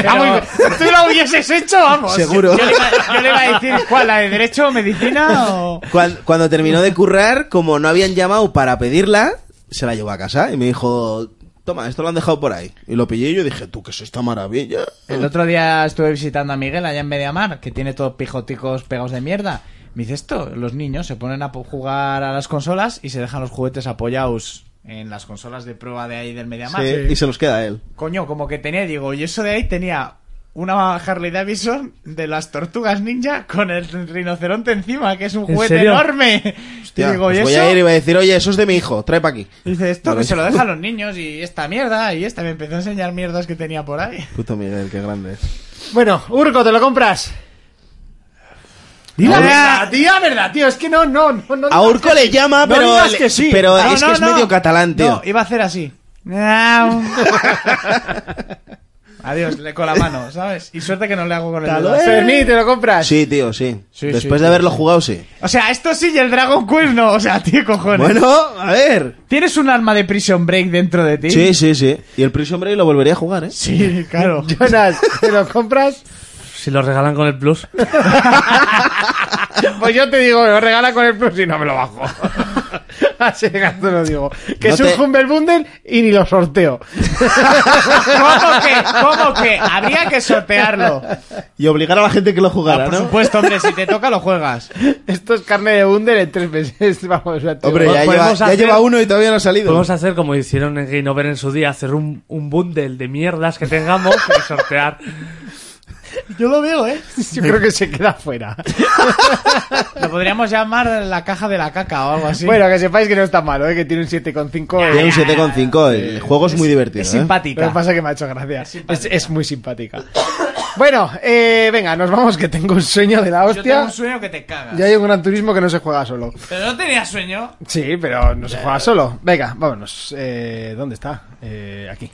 Speaker 3: Vamos,
Speaker 2: Tú lo hubieses hecho, vamos.
Speaker 1: Seguro.
Speaker 3: Yo le, iba, yo le iba a decir, ¿cuál? ¿La de Derecho o Medicina o...?
Speaker 1: Cuan- cuando terminó de currar, como no habían llamado para pedirla, se la llevó a casa y me dijo, toma, esto lo han dejado por ahí. Y lo pillé y yo dije, tú, que es esta maravilla.
Speaker 3: El otro día estuve visitando a Miguel allá en Mediamar, que tiene todos pijoticos pegados de mierda. Me dice esto, los niños se ponen a po- jugar a las consolas y se dejan los juguetes apoyados en las consolas de prueba de ahí del Mediamar.
Speaker 1: Sí, Y se los queda a él.
Speaker 3: Coño, como que tenía, digo, y eso de ahí tenía una Harley Davidson de las tortugas ninja con el rinoceronte encima, que es un
Speaker 4: ¿En
Speaker 3: juguete
Speaker 4: serio?
Speaker 3: enorme.
Speaker 1: Hostia,
Speaker 3: y digo,
Speaker 1: pues
Speaker 3: ¿y
Speaker 1: voy
Speaker 3: eso?
Speaker 1: a ir y voy a decir, oye, eso es de mi hijo, trae pa' aquí.
Speaker 3: Dice, esto
Speaker 1: Vale.
Speaker 3: que se lo dejan los niños y esta mierda y esta. Me empezó a enseñar mierdas que tenía por ahí.
Speaker 1: Puto Miguel, qué grande es.
Speaker 2: Bueno, Urco, ¿te lo compras? Di la
Speaker 1: Ahora-
Speaker 2: verdad, di la verdad, tío. Es que no, no, no, no.
Speaker 1: A Urco le llama,
Speaker 2: No
Speaker 1: pero,
Speaker 2: digas
Speaker 1: le-
Speaker 2: que sí.
Speaker 1: pero
Speaker 3: No,
Speaker 1: es
Speaker 3: no,
Speaker 1: que es
Speaker 3: no.
Speaker 1: medio catalán, tío.
Speaker 3: No, iba a hacer así. Adiós, le con la mano, ¿sabes? Y suerte que no le hago con el
Speaker 1: Tal
Speaker 3: dedo.
Speaker 1: vez.
Speaker 2: Fermín, ¿te lo compras?
Speaker 1: Sí, tío, sí.
Speaker 3: Sí,
Speaker 1: Después
Speaker 3: sí,
Speaker 1: de
Speaker 3: sí,
Speaker 1: haberlo jugado, sí.
Speaker 3: O sea, esto sí y el Dragon Quest no. O sea, tío, cojones.
Speaker 1: Bueno, a ver.
Speaker 3: ¿Tienes un arma de Prison Break dentro de ti?
Speaker 1: Sí, sí, sí. Y el Prison Break lo volvería a jugar, ¿eh?
Speaker 3: Sí, claro.
Speaker 2: Jonas, ¿te lo compras?
Speaker 4: Si lo regalan con el plus.
Speaker 2: Pues yo te digo, me lo regala con el plus y no me lo bajo. Así que te lo digo. Que
Speaker 1: No
Speaker 2: es un
Speaker 1: te-
Speaker 2: Humble Bundle y ni lo sorteo.
Speaker 3: ¿Cómo que? ¿Cómo que? Habría que sortearlo.
Speaker 1: Y obligar a la gente que lo jugara,
Speaker 3: Ah, por
Speaker 1: ¿no?
Speaker 3: supuesto, hombre, si te toca lo juegas.
Speaker 2: Esto es carne de Bundle en tres meses. Vamos, ya te
Speaker 1: Hombre,
Speaker 3: Pues
Speaker 1: ya lleva,
Speaker 2: digo.
Speaker 4: Podemos
Speaker 1: ya
Speaker 4: hacer-
Speaker 1: lleva uno y todavía no ha salido.
Speaker 4: Podemos hacer como hicieron en Game Over en su día, hacer un, un bundle de mierdas que tengamos y sortear.
Speaker 3: Yo lo veo, ¿eh?
Speaker 2: Yo creo que se queda fuera.
Speaker 3: Lo podríamos llamar la caja de la caca o algo así.
Speaker 2: Bueno, que sepáis que no está malo, ¿eh? que tiene un 7,5.
Speaker 1: Tiene
Speaker 2: eh.
Speaker 1: un 7,5. El juego es muy divertido,
Speaker 3: es
Speaker 1: ¿eh?
Speaker 2: Lo
Speaker 3: simpática.
Speaker 2: que pasa es que me ha hecho gracia. Es, es muy simpática. Bueno, eh, venga, nos vamos, que tengo un sueño de la
Speaker 3: Yo tengo
Speaker 2: hostia.
Speaker 3: un sueño que te cagas.
Speaker 2: Ya hay un gran turismo que no se juega solo.
Speaker 3: Pero no tenía sueño.
Speaker 2: Sí, pero no se juega solo. Venga, vámonos. Eh, ¿Dónde está? Eh, aquí.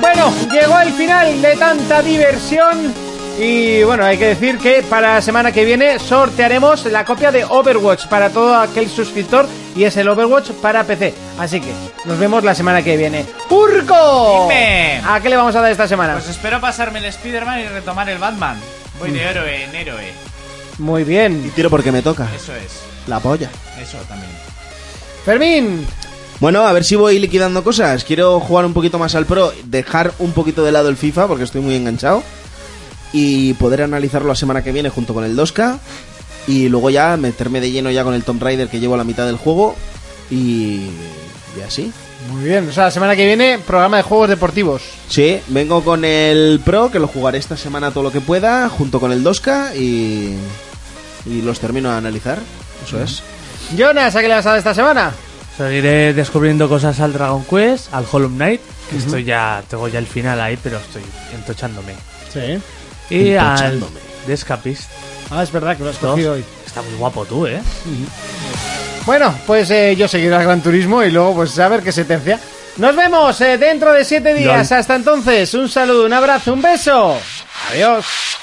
Speaker 2: Bueno, llegó el final de tanta diversión. Y bueno, hay que decir que para la semana que viene sortearemos la copia de Overwatch para todo aquel suscriptor y es el Overwatch para PC. Así que nos vemos la semana que viene. ¡Urco!
Speaker 3: Dime.
Speaker 2: ¿A qué le vamos a dar esta semana?
Speaker 3: Pues espero pasarme el Spider-Man y retomar el Batman. Voy de héroe en héroe.
Speaker 2: Muy
Speaker 1: Y
Speaker 2: bien.
Speaker 1: tiro porque me toca.
Speaker 3: Eso es.
Speaker 1: La polla.
Speaker 3: Eso también.
Speaker 2: Fermín,
Speaker 1: Bueno, a ver si voy liquidando cosas. Quiero jugar un poquito más al pro, dejar un poquito de lado el FIFA porque estoy muy enganchado y poder analizarlo la semana que viene junto con el 2K y luego ya meterme de lleno ya con el Tomb Raider que llevo a la mitad del juego y, y así.
Speaker 2: Muy bien, o sea, la semana que viene, programa de juegos deportivos.
Speaker 1: Sí, vengo con el pro que lo jugaré esta semana todo lo que pueda junto con el 2K y y los termino de analizar. Eso es.
Speaker 2: Jonas, ¿a qué le vas a dar esta semana?
Speaker 4: Seguiré descubriendo cosas al Dragon Quest, al Hollow Knight, que estoy ya, tengo ya el final ahí, pero estoy entochándome.
Speaker 2: Sí.
Speaker 4: Y al
Speaker 1: Entochándome.
Speaker 4: The Escapist
Speaker 2: Ah, es verdad que lo has
Speaker 4: 2.
Speaker 2: cogido hoy.
Speaker 4: Está muy guapo tú, ¿eh?
Speaker 2: Bueno, pues eh, yo seguiré al Gran Turismo y luego pues a ver qué sentencia. Nos vemos eh, dentro de siete días. Hasta entonces, un saludo, un abrazo, un beso. Adiós.